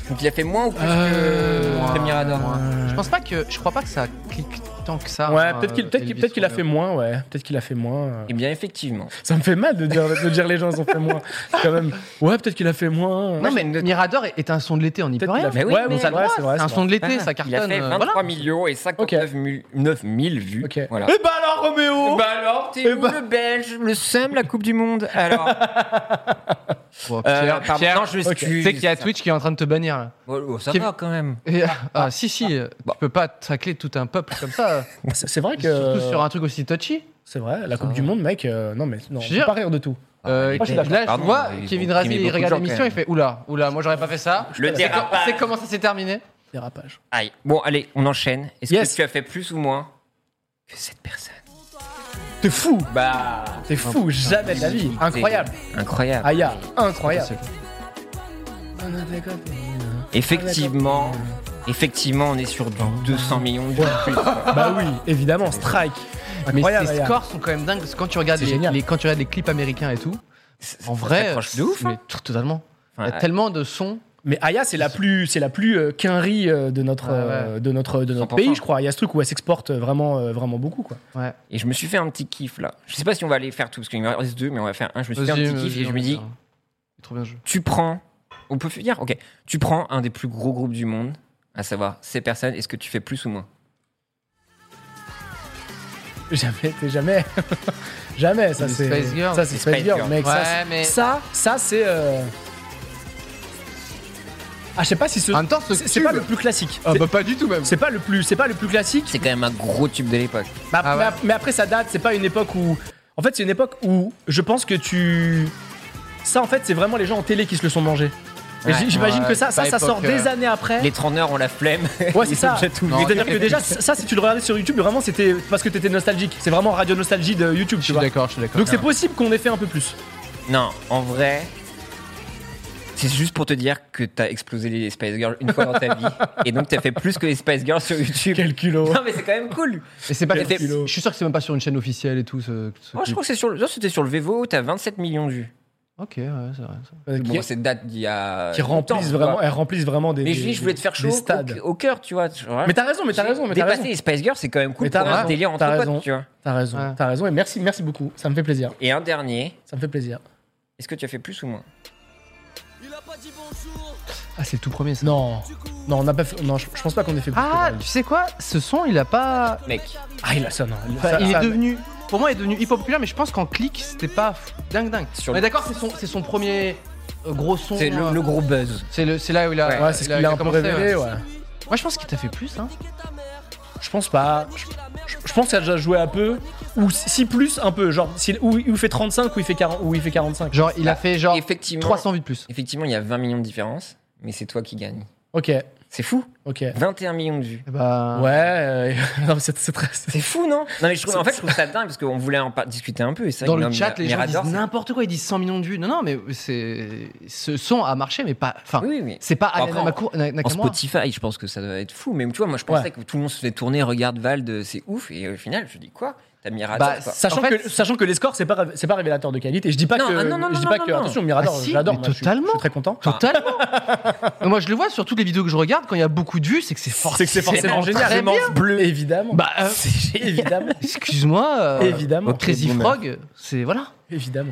Speaker 3: Donc il a fait moins ou plus
Speaker 4: Euh,
Speaker 2: Euh,
Speaker 3: que que Mirador
Speaker 2: Ouais. Je pense pas que. Je crois pas que ça clique tant que ça.
Speaker 4: ouais,
Speaker 2: hein,
Speaker 4: peut-être qu'il peut
Speaker 2: Elvis
Speaker 4: a fait
Speaker 2: Roller.
Speaker 4: moins, ouais. Peut-être qu'il a fait moins. euh.
Speaker 3: Eh bien, effectivement.
Speaker 4: Ça me fait mal de dire, de dire les gens, ils ont fait moins. C'est Quand même. Ouais, peut-être qu'il a fait moins.
Speaker 2: Non,
Speaker 3: Moi,
Speaker 2: mais
Speaker 3: j'ai une note.
Speaker 2: Mirador est- est un son de l'été, on n'y peut
Speaker 4: Peut-être qu'il
Speaker 2: rien.
Speaker 4: a fait.
Speaker 3: Mais oui,
Speaker 4: ouais,
Speaker 3: mais
Speaker 4: bon, c'est
Speaker 3: elle
Speaker 4: vrai,
Speaker 3: doit,
Speaker 4: c'est vrai.
Speaker 2: C'est un
Speaker 4: c'est
Speaker 2: son
Speaker 4: vrai.
Speaker 2: de l'été,
Speaker 3: Ah,
Speaker 2: ça cartonne.
Speaker 3: Il a fait
Speaker 2: euh,
Speaker 3: 23
Speaker 2: voilà.
Speaker 3: millions et 59 mu- 9 000 vues.
Speaker 4: Ok.
Speaker 3: Voilà.
Speaker 4: Eh ben alors, Roméo
Speaker 3: Bah alors, t'es
Speaker 4: Eh
Speaker 3: où
Speaker 4: bah-
Speaker 3: le Belge, le Sem, la Coupe du Monde Alors, euh,
Speaker 2: Oh,
Speaker 4: Euh,
Speaker 2: Pierre,
Speaker 3: pardon,
Speaker 2: Pierre,
Speaker 3: non, je m'excuse.
Speaker 2: tu sais qu'il y a Twitch qui est en train de te bannir là.
Speaker 3: Oh, oh, ça
Speaker 2: Qui-
Speaker 3: va quand même.
Speaker 2: Et- ah, si, si, euh,
Speaker 3: Bon.
Speaker 2: tu peux pas tacler tout un peuple comme ça.
Speaker 4: C'est c'est vrai que.
Speaker 2: Surtout sur un truc aussi touchy.
Speaker 4: C'est vrai, la Coupe du Monde, mec. euh, non, mais non,
Speaker 2: Je veux
Speaker 4: on peut
Speaker 2: dire-
Speaker 4: pas rire de tout.
Speaker 2: Euh,
Speaker 4: Moi, je suis
Speaker 2: là,
Speaker 4: d'accord.
Speaker 2: je
Speaker 3: Pardon,
Speaker 2: vois
Speaker 3: ils
Speaker 2: Kevin
Speaker 3: ont
Speaker 2: Razi,
Speaker 3: primé
Speaker 2: il
Speaker 3: beaucoup de
Speaker 2: regarde
Speaker 3: gens,
Speaker 2: l'émission,
Speaker 3: quand
Speaker 2: il fait Oula, oula, moi j'aurais pas fait ça.
Speaker 3: Le
Speaker 2: C'est quand-
Speaker 3: dérapage.
Speaker 2: C'est comment ça s'est terminé
Speaker 4: Dérapage.
Speaker 3: Aïe. Bon, allez, on enchaîne. Est-ce
Speaker 4: Yes.
Speaker 3: que tu as fait plus ou moins que cette personne
Speaker 4: T'es fou
Speaker 3: Bah,
Speaker 4: T'es fou, jamais de la vie. Incroyable.
Speaker 3: incroyable.
Speaker 4: Aya, incroyable.
Speaker 3: Effectivement, effectivement, on est sur du 200 millions de vues. en plus.
Speaker 4: Bah oui, évidemment, Strike.
Speaker 2: Mais
Speaker 4: Incroyable.
Speaker 2: ces
Speaker 4: Aya.
Speaker 2: scores sont quand même dingues parce que quand tu regardes
Speaker 4: C'est
Speaker 2: les,
Speaker 4: génial.
Speaker 2: les- quand tu regardes les clips américains et tout,
Speaker 3: C'est-
Speaker 2: en
Speaker 3: ça
Speaker 2: vrai,
Speaker 3: s'approche de ouf.
Speaker 2: mais
Speaker 3: hein.
Speaker 2: t- totalement. Il y a
Speaker 3: Enfin,
Speaker 2: tellement de sons.
Speaker 4: Mais Aya, c'est la plus, c'est la plus euh, qu'un riz, euh, de notre,
Speaker 2: Ah ouais.
Speaker 4: euh, de notre, de notre
Speaker 3: 100%.
Speaker 4: pays, je crois. Il y a ce truc où elle s'exporte vraiment, euh, vraiment beaucoup, quoi.
Speaker 2: Ouais.
Speaker 3: Et je me suis fait un petit kiff là. Je sais pas si on va aller faire tout parce qu'il me reste deux, mais on va faire un. Je me suis fait un
Speaker 2: Vas-y,
Speaker 3: petit kiff
Speaker 2: vas-y,
Speaker 3: et je
Speaker 2: on
Speaker 3: me
Speaker 2: va
Speaker 3: dis,
Speaker 2: faire. C'est trop bien le jeu.
Speaker 3: tu prends, on peut finir, ok, tu prends un des plus gros groupes du monde, à savoir ces personnes, est-ce que tu fais plus ou moins
Speaker 4: Jamais, t'es jamais, jamais. Ça
Speaker 2: Les
Speaker 4: c'est,
Speaker 2: Spice Girls.
Speaker 4: ça c'est
Speaker 3: Les
Speaker 4: Space
Speaker 3: Spice
Speaker 4: Girl,
Speaker 3: Girls.
Speaker 4: mec. ça,
Speaker 2: Ouais,
Speaker 4: c'est-
Speaker 2: mais-
Speaker 4: ça, ça c'est. euh, Ah, je sais pas si ce.
Speaker 2: En même temps, ce
Speaker 4: c'est c'est
Speaker 2: tube-
Speaker 4: pas le plus classique.
Speaker 2: Ah
Speaker 4: C'est-
Speaker 2: bah pas du tout même.
Speaker 4: C'est pas le plus, c'est pas le plus classique.
Speaker 3: C'est quand même un gros tube de l'époque.
Speaker 4: Mais, ap-
Speaker 2: Ah ouais.
Speaker 4: mais ap- mais après, ça date, c'est pas une époque où. En fait, c'est une époque où je pense que tu. Ça, en fait, c'est vraiment les gens en télé qui se le sont mangés. Et
Speaker 3: Ouais.
Speaker 4: j- J'imagine
Speaker 2: Ouais,
Speaker 4: que ça,
Speaker 2: c'est
Speaker 4: ça,
Speaker 2: pas
Speaker 4: ça sort
Speaker 2: époque,
Speaker 4: des
Speaker 2: euh,
Speaker 4: années après.
Speaker 3: Les treneurs ont la flemme.
Speaker 4: Ouais, c'est
Speaker 3: Ils
Speaker 4: ça.
Speaker 3: ont déjà tout
Speaker 2: Non,
Speaker 3: vu.
Speaker 4: C'est-à-dire que déjà, ça, ça, si tu le regardais sur YouTube, vraiment, c'était parce que t'étais nostalgique. C'est vraiment radio nostalgie de
Speaker 2: Je
Speaker 4: YouTube, tu
Speaker 2: suis
Speaker 4: vois.
Speaker 2: d'accord, je suis d'accord.
Speaker 4: Donc c'est possible qu'on ait fait un peu plus.
Speaker 3: Non, en vrai, c'est juste pour te dire que t'as explosé les Spice Girls une fois dans ta vie. Et donc t'as fait plus que les Spice Girls sur YouTube.
Speaker 4: Quel culot.
Speaker 3: Non, mais c'est quand même cool.
Speaker 2: Et c'est pas.
Speaker 4: Quel
Speaker 2: c'est-
Speaker 4: culot.
Speaker 2: Je suis sûr que c'est même pas sur une chaîne officielle et tout. ce- ce
Speaker 3: Moi, je
Speaker 2: clip.
Speaker 3: crois que c'est sur le- non, c'était sur le Vevo, t'as 27 millions de vues.
Speaker 2: Ok, ouais, c'est vrai. ça.
Speaker 4: euh, qui,
Speaker 3: Bon, c'est date d'il y a.
Speaker 4: qui
Speaker 3: longtemps,
Speaker 4: remplissent vraiment,
Speaker 3: quoi.
Speaker 4: elles remplissent vraiment des.
Speaker 3: Mais je dis, je voulais te faire chaud
Speaker 4: des stades.
Speaker 3: au, au cœur, tu vois. tu vois.
Speaker 4: Mais t'as raison, mais t'as
Speaker 3: J'ai
Speaker 4: raison, mais t'as
Speaker 3: Dépasser
Speaker 4: raison.
Speaker 3: les Spice Girls, c'est quand même cool
Speaker 4: Mais t'as
Speaker 3: pour un
Speaker 4: raison,
Speaker 3: délire
Speaker 4: t'as
Speaker 3: entre
Speaker 4: raison.
Speaker 3: potes, tu vois.
Speaker 4: T'as raison,
Speaker 2: Ouais.
Speaker 4: t'as raison. Et merci, merci beaucoup. Ça me fait plaisir.
Speaker 3: Et un dernier,
Speaker 4: Ça me fait plaisir.
Speaker 3: est-ce que tu as fait plus ou moins
Speaker 2: Ah, c'est le tout premier, ça.
Speaker 4: Non, non, on n'a pas. fait- Non, je, je pense pas qu'on ait fait. plus
Speaker 2: Ah,
Speaker 4: que-
Speaker 2: tu sais quoi Ce son, il a pas.
Speaker 3: Mec,
Speaker 4: ah, il a ça, non.
Speaker 2: Enfin,
Speaker 4: ça-
Speaker 2: il
Speaker 4: ça-
Speaker 2: est devenu. Pour moi, il est devenu hyper populaire, mais je pense qu'en clic, c'était pas fou- dingue dingue.
Speaker 3: Sur
Speaker 2: On est
Speaker 3: le-
Speaker 2: d'accord, c'est son, c'est son premier euh, gros son.
Speaker 3: c'est le,
Speaker 2: hein.
Speaker 3: le gros buzz.
Speaker 2: C'est le- c'est là où il a.
Speaker 4: Ouais, c'est ce qu'il a un peu
Speaker 2: commencé,
Speaker 4: révélé,
Speaker 2: ouais.
Speaker 4: ouais.
Speaker 2: Moi, je pense qu'il t'a fait plus, hein.
Speaker 4: Je pense pas. Je, je- je pense qu'il a déjà joué un peu. Ou si si plus, un peu. Genre, s'il- ou il ou il fait 35 ou il fait, 40, ou il fait 45.
Speaker 2: Genre, il a fait genre
Speaker 3: Effectivement,
Speaker 2: 300 vues de plus.
Speaker 3: effectivement, il y a 20 millions de différence, mais c'est toi qui gagne.
Speaker 4: Ok,
Speaker 3: C'est fou
Speaker 4: ok.
Speaker 3: 21 millions de vues.
Speaker 2: Eh bah.
Speaker 4: Ouais, euh, non, mais c'est c'est très.
Speaker 3: C'est fou, non Non, mais je trouve, en fait, je trouve ça dingue parce qu'on voulait en par- discuter un peu. Et c'est vrai
Speaker 2: Dans
Speaker 3: que
Speaker 2: le
Speaker 3: non,
Speaker 2: chat, les
Speaker 3: mais- mais
Speaker 2: gens
Speaker 3: Radar,
Speaker 2: disent
Speaker 3: c'est-
Speaker 2: n'importe quoi, ils disent 100 millions de vues. Non, non, mais c'est ce son a marché, mais pas. Enfin,
Speaker 3: Oui, oui.
Speaker 2: c'est pas
Speaker 3: Encore
Speaker 2: Ayana
Speaker 3: en-
Speaker 2: Mako- Na-
Speaker 3: En
Speaker 2: Nakamura.
Speaker 3: Spotify, je pense que ça doit être fou. Mais tu vois, moi, je pensais
Speaker 4: Ouais.
Speaker 3: que tout le monde se fait tourner, regarde Vald, euh, c'est ouf. Et au final, je dis quoi T'as mis
Speaker 2: Bah,
Speaker 3: Radar quoi.
Speaker 4: Sachant,
Speaker 2: En fait-
Speaker 4: que, sachant que les scores, c'est pas, c'est pas révélateur de qualité. Je dis pas
Speaker 3: Non,
Speaker 4: que.
Speaker 3: ah non, non,
Speaker 4: je dis
Speaker 3: non,
Speaker 4: pas
Speaker 3: non,
Speaker 4: que.
Speaker 3: non.
Speaker 4: Attention, Mirador,
Speaker 2: Ah si,
Speaker 4: j'adore.
Speaker 2: mais
Speaker 4: moi, je suis-
Speaker 2: totalement.
Speaker 4: Je, suis très content.
Speaker 2: Totalement. Moi, je le vois sur toutes les vidéos que je regarde. Quand il y a beaucoup de vues, c'est que c'est forcément.
Speaker 4: C'est que c'est forcément génial.
Speaker 2: très bien.
Speaker 4: bleu. Évidemment.
Speaker 2: Bah, euh,
Speaker 4: C'est génial, évidemment.
Speaker 2: excuse-moi. euh,
Speaker 4: Évidemment.
Speaker 2: euh, Crazy
Speaker 3: Boomer.
Speaker 2: Frog, c'est voilà.
Speaker 4: Évidemment.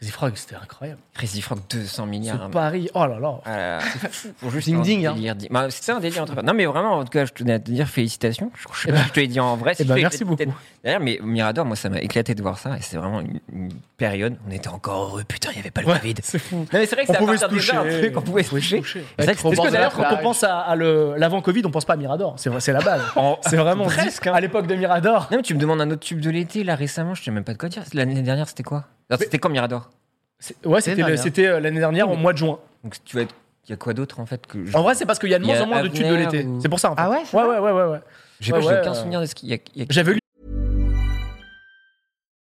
Speaker 4: Vas-y, Frog, c'était incroyable.
Speaker 3: Crazy Frog, 200 milliards.
Speaker 4: Ce
Speaker 3: hein.
Speaker 4: Paris, oh là là.
Speaker 3: Ah là là, c'est fou. Pour juste
Speaker 2: Ding
Speaker 3: un
Speaker 2: ding, hein.
Speaker 3: délire. di- Bah, c'est un délire entre Non, mais vraiment, en tout cas, je tenais à te dire félicitations. Je, je sais
Speaker 2: bah,
Speaker 3: pas si je te l'ai dit en vrai. si
Speaker 4: eh ben,
Speaker 3: je te l'ai
Speaker 4: merci
Speaker 3: peut-être-
Speaker 4: beaucoup.
Speaker 3: peut-être- D'ailleurs, mais Mirador, moi, ça m'a éclaté de voir ça. Et c'est vraiment une, une période. On était encore heureux. Putain, il n'y avait pas le
Speaker 4: Ouais,
Speaker 3: Covid.
Speaker 4: C'est fou.
Speaker 3: Non, mais c'est vrai que
Speaker 4: On
Speaker 3: c'est à
Speaker 4: pouvait se
Speaker 3: partir de là, un
Speaker 4: toucher.
Speaker 3: truc, on pouvait se toucher. C'est vrai que
Speaker 4: Est-ce
Speaker 3: c'était-
Speaker 4: que d'ailleurs,
Speaker 2: la
Speaker 4: quand on
Speaker 2: plage.
Speaker 4: pense à, à le- l'avant-Covid, on pense pas à Mirador C'est vrai- c'est la base.
Speaker 3: En-
Speaker 4: C'est vraiment
Speaker 3: Presque,
Speaker 4: dit,
Speaker 3: hein.
Speaker 4: à l'époque de Mirador.
Speaker 3: Non, mais tu me demandes un autre tube de l'été, là, récemment, je sais même pas de quoi dire. L'année dernière, c'était quoi Non, C'était quand Mirador
Speaker 4: C'est- Ouais, c'était le-
Speaker 3: hein.
Speaker 2: dernière.
Speaker 4: c'était euh, l'année dernière au mois de juin.
Speaker 3: Donc, tu vas être. Il y a quoi d'autre en fait que je-
Speaker 4: En vrai, c'est parce qu'il y a de
Speaker 3: Il y
Speaker 4: moins
Speaker 3: a
Speaker 4: en moins de tubes de
Speaker 3: Avenir
Speaker 4: l'été.
Speaker 3: ou-
Speaker 4: C'est pour ça. en fait.
Speaker 2: Ah ouais, c'est
Speaker 4: Ouais, ouais, ouais, ouais, ouais.
Speaker 3: J'ai pas-
Speaker 4: Ouais,
Speaker 3: j'ai
Speaker 4: ouais,
Speaker 3: aucun
Speaker 4: euh,
Speaker 3: souvenir de ce qu'il y a. il y a-
Speaker 4: J'avais lu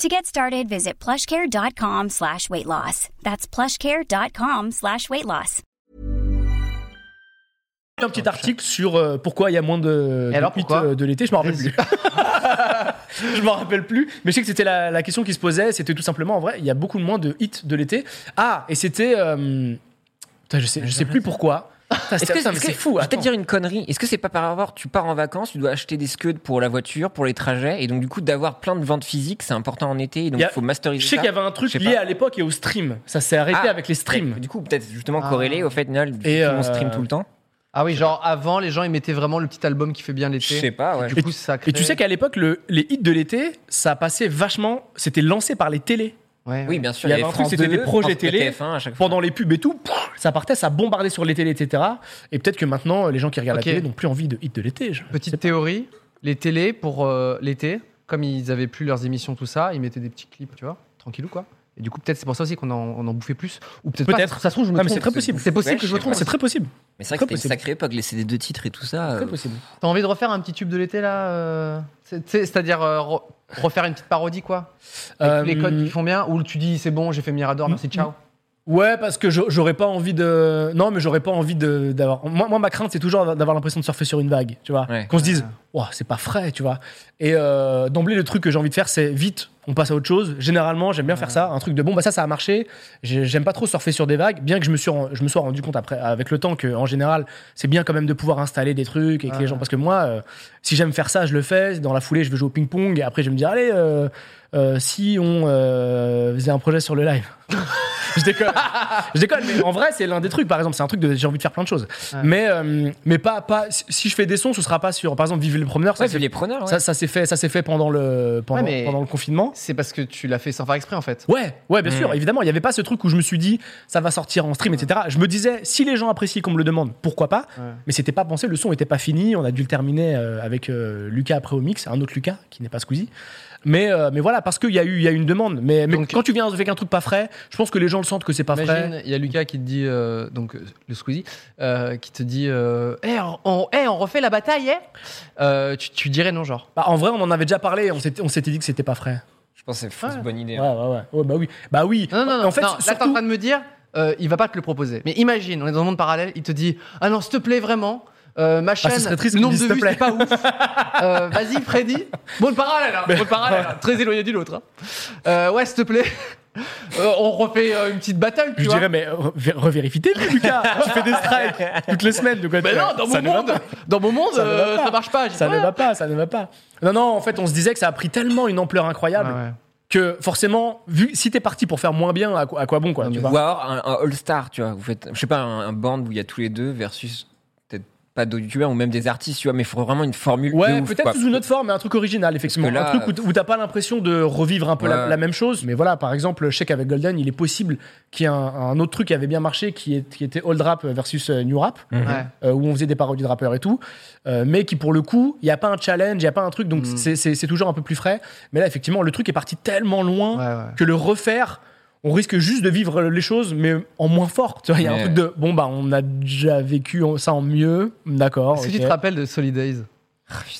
Speaker 6: To get started, visit plushcare.com slash weight loss. That's plushcare.com slash weight loss.
Speaker 4: un petit article sur euh, pourquoi il y a moins de,
Speaker 2: Et
Speaker 4: de
Speaker 2: alors,
Speaker 4: tweets,
Speaker 2: pourquoi
Speaker 4: euh, de l'été. Je m'en rappelle plus. je m'en rappelle plus. Mais je sais que c'était la, la question qui se posait. C'était tout simplement, en vrai, il y a beaucoup moins de hits de l'été. Ah, et c'était. euh, putain, je sais, je sais plus pourquoi. Putain,
Speaker 3: Est-ce
Speaker 4: c'était-
Speaker 3: que
Speaker 4: putain, mais
Speaker 3: est-ce
Speaker 4: c'est
Speaker 3: que-
Speaker 4: fou.
Speaker 3: Je vais
Speaker 4: attends.
Speaker 3: peut-être dire une connerie. Est-ce que c'est pas par avoir, tu pars en vacances, tu dois acheter des scuds pour la voiture, pour les trajets, et donc du coup d'avoir plein de ventes physiques, c'est important en été, et donc
Speaker 4: Y a-
Speaker 3: il faut masteriser.
Speaker 4: Je sais
Speaker 3: ça.
Speaker 4: qu'il y avait un truc
Speaker 3: Je sais
Speaker 4: lié
Speaker 3: pas.
Speaker 4: à l'époque et au stream. Ça s'est arrêté
Speaker 3: Ah,
Speaker 4: avec les streams.
Speaker 3: mais Du coup, peut-être justement corrélé au fait, Nol,
Speaker 4: Et,
Speaker 3: et on stream
Speaker 4: euh,
Speaker 3: tout le temps.
Speaker 2: Ah oui, genre avant, les gens ils mettaient vraiment le petit album qui fait bien
Speaker 3: Je
Speaker 2: l'été.
Speaker 3: sais pas. Ouais.
Speaker 2: Du coup, ça crée...
Speaker 4: Et tu sais qu'à l'époque, le- les hits de l'été, ça passait vachement. C'était lancé par les télés.
Speaker 2: Ouais,
Speaker 3: Oui,
Speaker 2: ouais.
Speaker 3: bien sûr.
Speaker 4: Il y avait un truc,
Speaker 3: France
Speaker 4: c'était des
Speaker 3: 2,
Speaker 4: projets
Speaker 3: France
Speaker 4: télé.
Speaker 3: TF1 à chaque fois.
Speaker 4: pendant les pubs et tout, pff, ça partait, ça bombardait sur les télés, etc. Et peut-être que maintenant, les gens qui regardent
Speaker 2: Ok.
Speaker 4: la télé n'ont plus envie de hit de l'été. je-
Speaker 2: Petite théorie, les télés pour euh, l'été, comme ils avaient plus leurs émissions, tout ça, ils mettaient des petits clips, tu vois, tranquillou quoi. Et du coup, peut-être c'est pour ça aussi qu'on en, on en bouffait plus. Ou peut-être
Speaker 4: Peut-être.
Speaker 2: pas, ça se trouve, je me
Speaker 4: Ah, mais
Speaker 2: trompe.
Speaker 4: c'est très possible.
Speaker 2: C'est possible
Speaker 3: Ouais,
Speaker 2: que je
Speaker 3: je
Speaker 2: me
Speaker 3: sais
Speaker 2: trompe.
Speaker 3: pas.
Speaker 4: C'est très possible.
Speaker 3: Mais c'est vrai
Speaker 4: Très
Speaker 3: que c'était
Speaker 4: possible.
Speaker 3: une sacrée époque, les CD2 titres et tout ça.
Speaker 4: Très
Speaker 3: euh,
Speaker 4: possible.
Speaker 2: T'as envie de refaire un petit tube de l'été là euh, c'est- tu sais, C'est-à-dire euh, re- refaire une petite parodie quoi Avec tous les
Speaker 4: Euh,
Speaker 2: codes qui font bien Ou tu dis c'est bon, j'ai fait Mirador, merci, ciao.
Speaker 4: Ouais, parce que je- j'aurais pas envie de. Non, mais j'aurais pas envie de- d'avoir. Moi, moi, ma crainte, c'est toujours d'avoir l'impression de surfer sur une vague, tu vois.
Speaker 3: Ouais.
Speaker 4: Qu'on se dise, Ouah, c'est pas frais, tu vois. Et euh, d'emblée, le truc que j'ai envie de faire, c'est vite, on passe à autre chose. Généralement, j'aime bien faire ça. Un truc de bon, bah ça, ça a marché. J'ai- J'aime pas trop surfer sur des vagues, bien que je me, suis, ren- je me sois rendu compte après, avec le temps, que en général, c'est bien quand même de pouvoir installer des trucs et que les gens. Parce que moi, euh, si j'aime faire ça, je le fais. Dans la foulée, je vais jouer au ping-pong. Et après, je vais me dire, allez, euh, euh, si on euh, faisait un projet sur le live. je déconne. je déconne, mais en vrai, c'est l'un des trucs, par exemple. C'est un truc de j'ai envie de faire plein de choses. Mais, euh, mais pas, pas, si- si je fais des sons, ce sera pas sur, par exemple, Vive Vive les promeneurs, ça,
Speaker 3: Ouais,
Speaker 4: s'est-
Speaker 3: vu les preneurs. ouais.
Speaker 4: ça, ça s'est fait, ça s'est fait pendant le pendant,
Speaker 2: Ouais, mais-
Speaker 4: pendant le confinement.
Speaker 2: C'est parce que tu l'as fait sans faire exprès en fait.
Speaker 4: Ouais, ouais, bien
Speaker 3: Mm.
Speaker 4: sûr. Évidemment, il n'y avait pas ce truc où je me suis dit ça va sortir en stream, etc. Je me disais si les gens apprécient qu'on me le demande, pourquoi pas.
Speaker 2: Ouais.
Speaker 4: Mais c'était pas pensé. Le son était pas fini. On a dû le terminer euh, avec euh, Lucas après au mix, un autre Lucas qui n'est pas Squeezie. Mais euh, mais voilà, parce qu'il y a eu il y a eu une demande. Mais, mais
Speaker 2: Donc-
Speaker 4: quand tu viens avec un truc pas frais, je pense que les gens le sentent que c'est pas frais.
Speaker 2: Imagine, il y a Lucas qui te dit, euh, donc euh, le Squeezie, euh, qui te dit euh, Eh, on, on- eh, on refait la bataille, eh Euh, tu, tu dirais non, genre.
Speaker 4: Bah, en vrai, on en avait déjà parlé. On s'était on s'était dit que c'était pas frais.
Speaker 3: Je pense que c'est fausse
Speaker 2: Ouais.
Speaker 3: bonne idée. hein.
Speaker 4: Ouais, ouais, ouais. Ouais, bah oui, bah oui.
Speaker 2: Non, non, non,
Speaker 4: en fait,
Speaker 2: non, là t'es en
Speaker 4: surtout,
Speaker 2: train de me dire, euh, il va pas te le proposer. Mais imagine, on est dans un monde parallèle, il te dit Ah non, s'il te plaît, vraiment, euh, ma chaîne,
Speaker 4: Ah, serait triste
Speaker 2: le
Speaker 4: qu'il
Speaker 2: nombre
Speaker 4: dise
Speaker 2: de
Speaker 4: s'il te
Speaker 2: vues,
Speaker 4: plaît.
Speaker 2: c'est pas ouf. Euh, Vas-y, Freddy. Bon, le parallèle, hein, bon, le parallèle hein, très éloigné du l'autre. hein. Euh, ouais, s'il te plaît, Euh, on refait euh, une petite bataille, tu
Speaker 4: je
Speaker 2: vois.
Speaker 4: dirais mais re- revérifie tes vues, Lucas. tu fais des strikes toutes les semaines. Donc,
Speaker 2: Mais Bah non, dans
Speaker 4: ça
Speaker 2: mon
Speaker 4: ne va
Speaker 2: monde, dans mon monde,
Speaker 4: Ça ne va
Speaker 2: euh,
Speaker 4: pas.
Speaker 2: ça marche pas. J'ai dit,
Speaker 4: Ça ne
Speaker 2: Ouais.
Speaker 4: va pas, ça ne va pas. Non, non, en fait, on se disait que ça a pris tellement une ampleur incroyable
Speaker 2: Ah ouais.
Speaker 4: que forcément, vu, si t'es parti pour faire moins bien, à quoi, à quoi bon, quoi,
Speaker 2: Non,
Speaker 4: tu
Speaker 2: mais
Speaker 3: Ou
Speaker 4: vois.
Speaker 3: alors un, un All-Star, tu vois. Vous faites, je sais pas, un, un band où il y a tous les deux versus peut-être pas d'autres youtubeurs ou même des artistes, tu vois, mais il faut vraiment une formule.
Speaker 4: Ouais,
Speaker 3: de ouf,
Speaker 4: peut-être
Speaker 3: quoi.
Speaker 4: sous une autre forme, mais un truc original, effectivement.
Speaker 3: là,
Speaker 4: un truc où, t- où t'as pas l'impression de revivre un peu la,
Speaker 3: Ouais.
Speaker 4: la même chose. Mais voilà, par exemple, je sais qu'avec Golden, il est possible qu'il y ait un, un autre truc qui avait bien marché, qui, est- qui était old rap versus euh, new rap,
Speaker 3: Mhm.
Speaker 2: Ouais.
Speaker 4: euh, où on faisait des parodies de rappeurs et tout, euh, mais qui pour le coup, il n'y a pas un challenge, il n'y a pas un truc, donc
Speaker 2: Mhm.
Speaker 4: c'est- c'est c'est toujours un peu plus frais. Mais là, effectivement, le truc est parti tellement loin.
Speaker 2: Ouais, ouais.
Speaker 4: que le refaire, on risque juste de vivre les choses, mais en moins fort. Tu vois, il y a un
Speaker 3: Ouais.
Speaker 4: truc de bon, bah, on a déjà vécu en- ça en mieux, d'accord.
Speaker 2: Est-ce
Speaker 4: Oh, ok.
Speaker 2: que tu te rappelles de Solid Days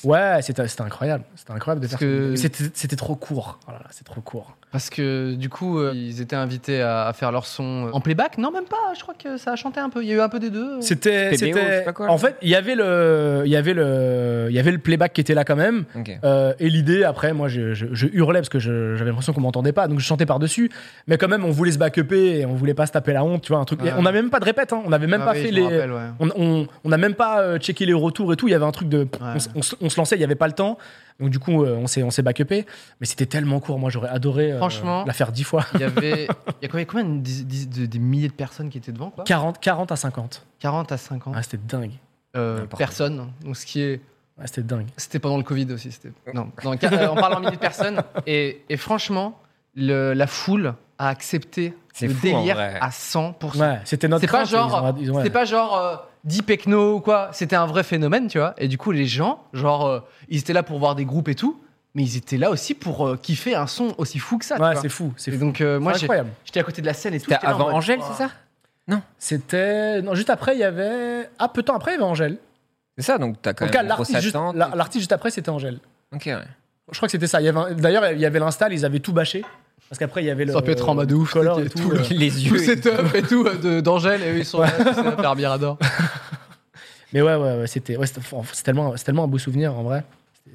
Speaker 4: Ouais, c'était c'était incroyable. C'était incroyable de
Speaker 2: Parce
Speaker 4: faire
Speaker 2: que-
Speaker 4: ça. C'était- C'était trop court. Oh là là, c'est trop court.
Speaker 2: Parce que du coup, euh, ils étaient invités à, à faire leur son euh, en playback. Non, même pas. Je crois que ça a chanté un peu. Il y a eu un peu des deux.
Speaker 4: C'était.
Speaker 3: PBO, je sais
Speaker 4: c'était-
Speaker 3: pas quoi, là.
Speaker 4: En fait, il y avait le, il y avait le, il y avait le playback qui était là quand même.
Speaker 3: Ok.
Speaker 4: Euh, et l'idée, après, moi, je, je- je hurlais parce que je- j'avais l'impression qu'on m'entendait pas, donc je chantais par-dessus. Mais quand même, on voulait se back-upper et on voulait pas se taper la honte, tu vois, un truc.
Speaker 2: Ouais.
Speaker 4: Et on n'avait même pas de répète, hein. on n'avait même
Speaker 2: Ah
Speaker 4: pas
Speaker 2: oui,
Speaker 4: fait
Speaker 2: je
Speaker 4: les.
Speaker 2: me rappelle, ouais.
Speaker 4: On- On on n'a même pas euh, checké les retours et tout. Il y avait un truc de. on s- On, se- on se lançait, il n'y avait pas le temps. Donc, du coup, euh, on s'est on s'est back-upé. Mais c'était tellement court. Moi, j'aurais adoré euh,
Speaker 2: Franchement.
Speaker 4: la faire 10 fois.
Speaker 2: Il y avait. Il y a combien, combien de dix- dix- de- des milliers de personnes qui étaient devant quoi
Speaker 4: 40, 40 à 50.
Speaker 2: 40 à 50
Speaker 4: Ah, c'était dingue.
Speaker 2: euh,
Speaker 3: n'importe
Speaker 2: personnes. Donc ce qui est.
Speaker 4: Ah, c'était dingue.
Speaker 2: C'était pendant le Covid aussi. C'était. Non. non, ca- euh, on parle en milliers de personnes. Et, et franchement, le- la foule a accepté
Speaker 3: C'est
Speaker 2: le
Speaker 3: fou, en
Speaker 2: délire
Speaker 3: vrai.
Speaker 2: à 100%.
Speaker 4: Ouais, c'était notre
Speaker 2: C'est pas
Speaker 4: crainte,
Speaker 2: genre,
Speaker 4: ils ont- ils ont- ouais.
Speaker 2: c'est pas genre euh, deep techno ou quoi. C'était un vrai phénomène, tu vois. Et du coup, les gens, genre, euh, ils étaient là pour voir des groupes et tout, mais ils étaient là aussi pour euh, kiffer un son aussi fou que ça. tu
Speaker 4: Ouais,
Speaker 2: vois.
Speaker 4: c'est fou. C'est
Speaker 2: Et
Speaker 4: fou.
Speaker 2: donc euh, moi,
Speaker 4: C'est
Speaker 2: j'ai-
Speaker 4: incroyable.
Speaker 2: j'étais à côté de la scène et tout.
Speaker 3: C'était
Speaker 2: j'étais là en
Speaker 3: avant
Speaker 2: mode,
Speaker 3: Angèle,
Speaker 2: Ouah.
Speaker 3: c'est ça
Speaker 4: C'était. Non, juste après, il y avait. Ah, peu de temps après, il y avait Angèle.
Speaker 3: C'est ça, donc t'as
Speaker 4: En
Speaker 3: quand
Speaker 4: tout
Speaker 3: même
Speaker 4: cas,
Speaker 3: une grosse
Speaker 4: l'artiste juste,
Speaker 3: attente.
Speaker 4: la- l'artiste juste après, c'était Angèle.
Speaker 3: Ok, ouais.
Speaker 4: Je crois que c'était ça. Il y avait un- D'ailleurs, il y avait l'install, ils avaient tout bâché. Parce qu'après, il y avait le.
Speaker 2: Ça peut être en mode
Speaker 4: le
Speaker 2: ouf,
Speaker 4: color
Speaker 2: qui-
Speaker 4: et tout.
Speaker 2: tout le-
Speaker 4: euh.
Speaker 3: Les
Speaker 2: Tout
Speaker 3: yeux. et-
Speaker 2: setup et tout euh, de- d'Angèle et eux ils sont là, tous, euh, faire Mirador.
Speaker 4: Mais ouais, ouais, ouais, c'était ouais, c'était- c'est tellement, c'est tellement un beau souvenir en vrai.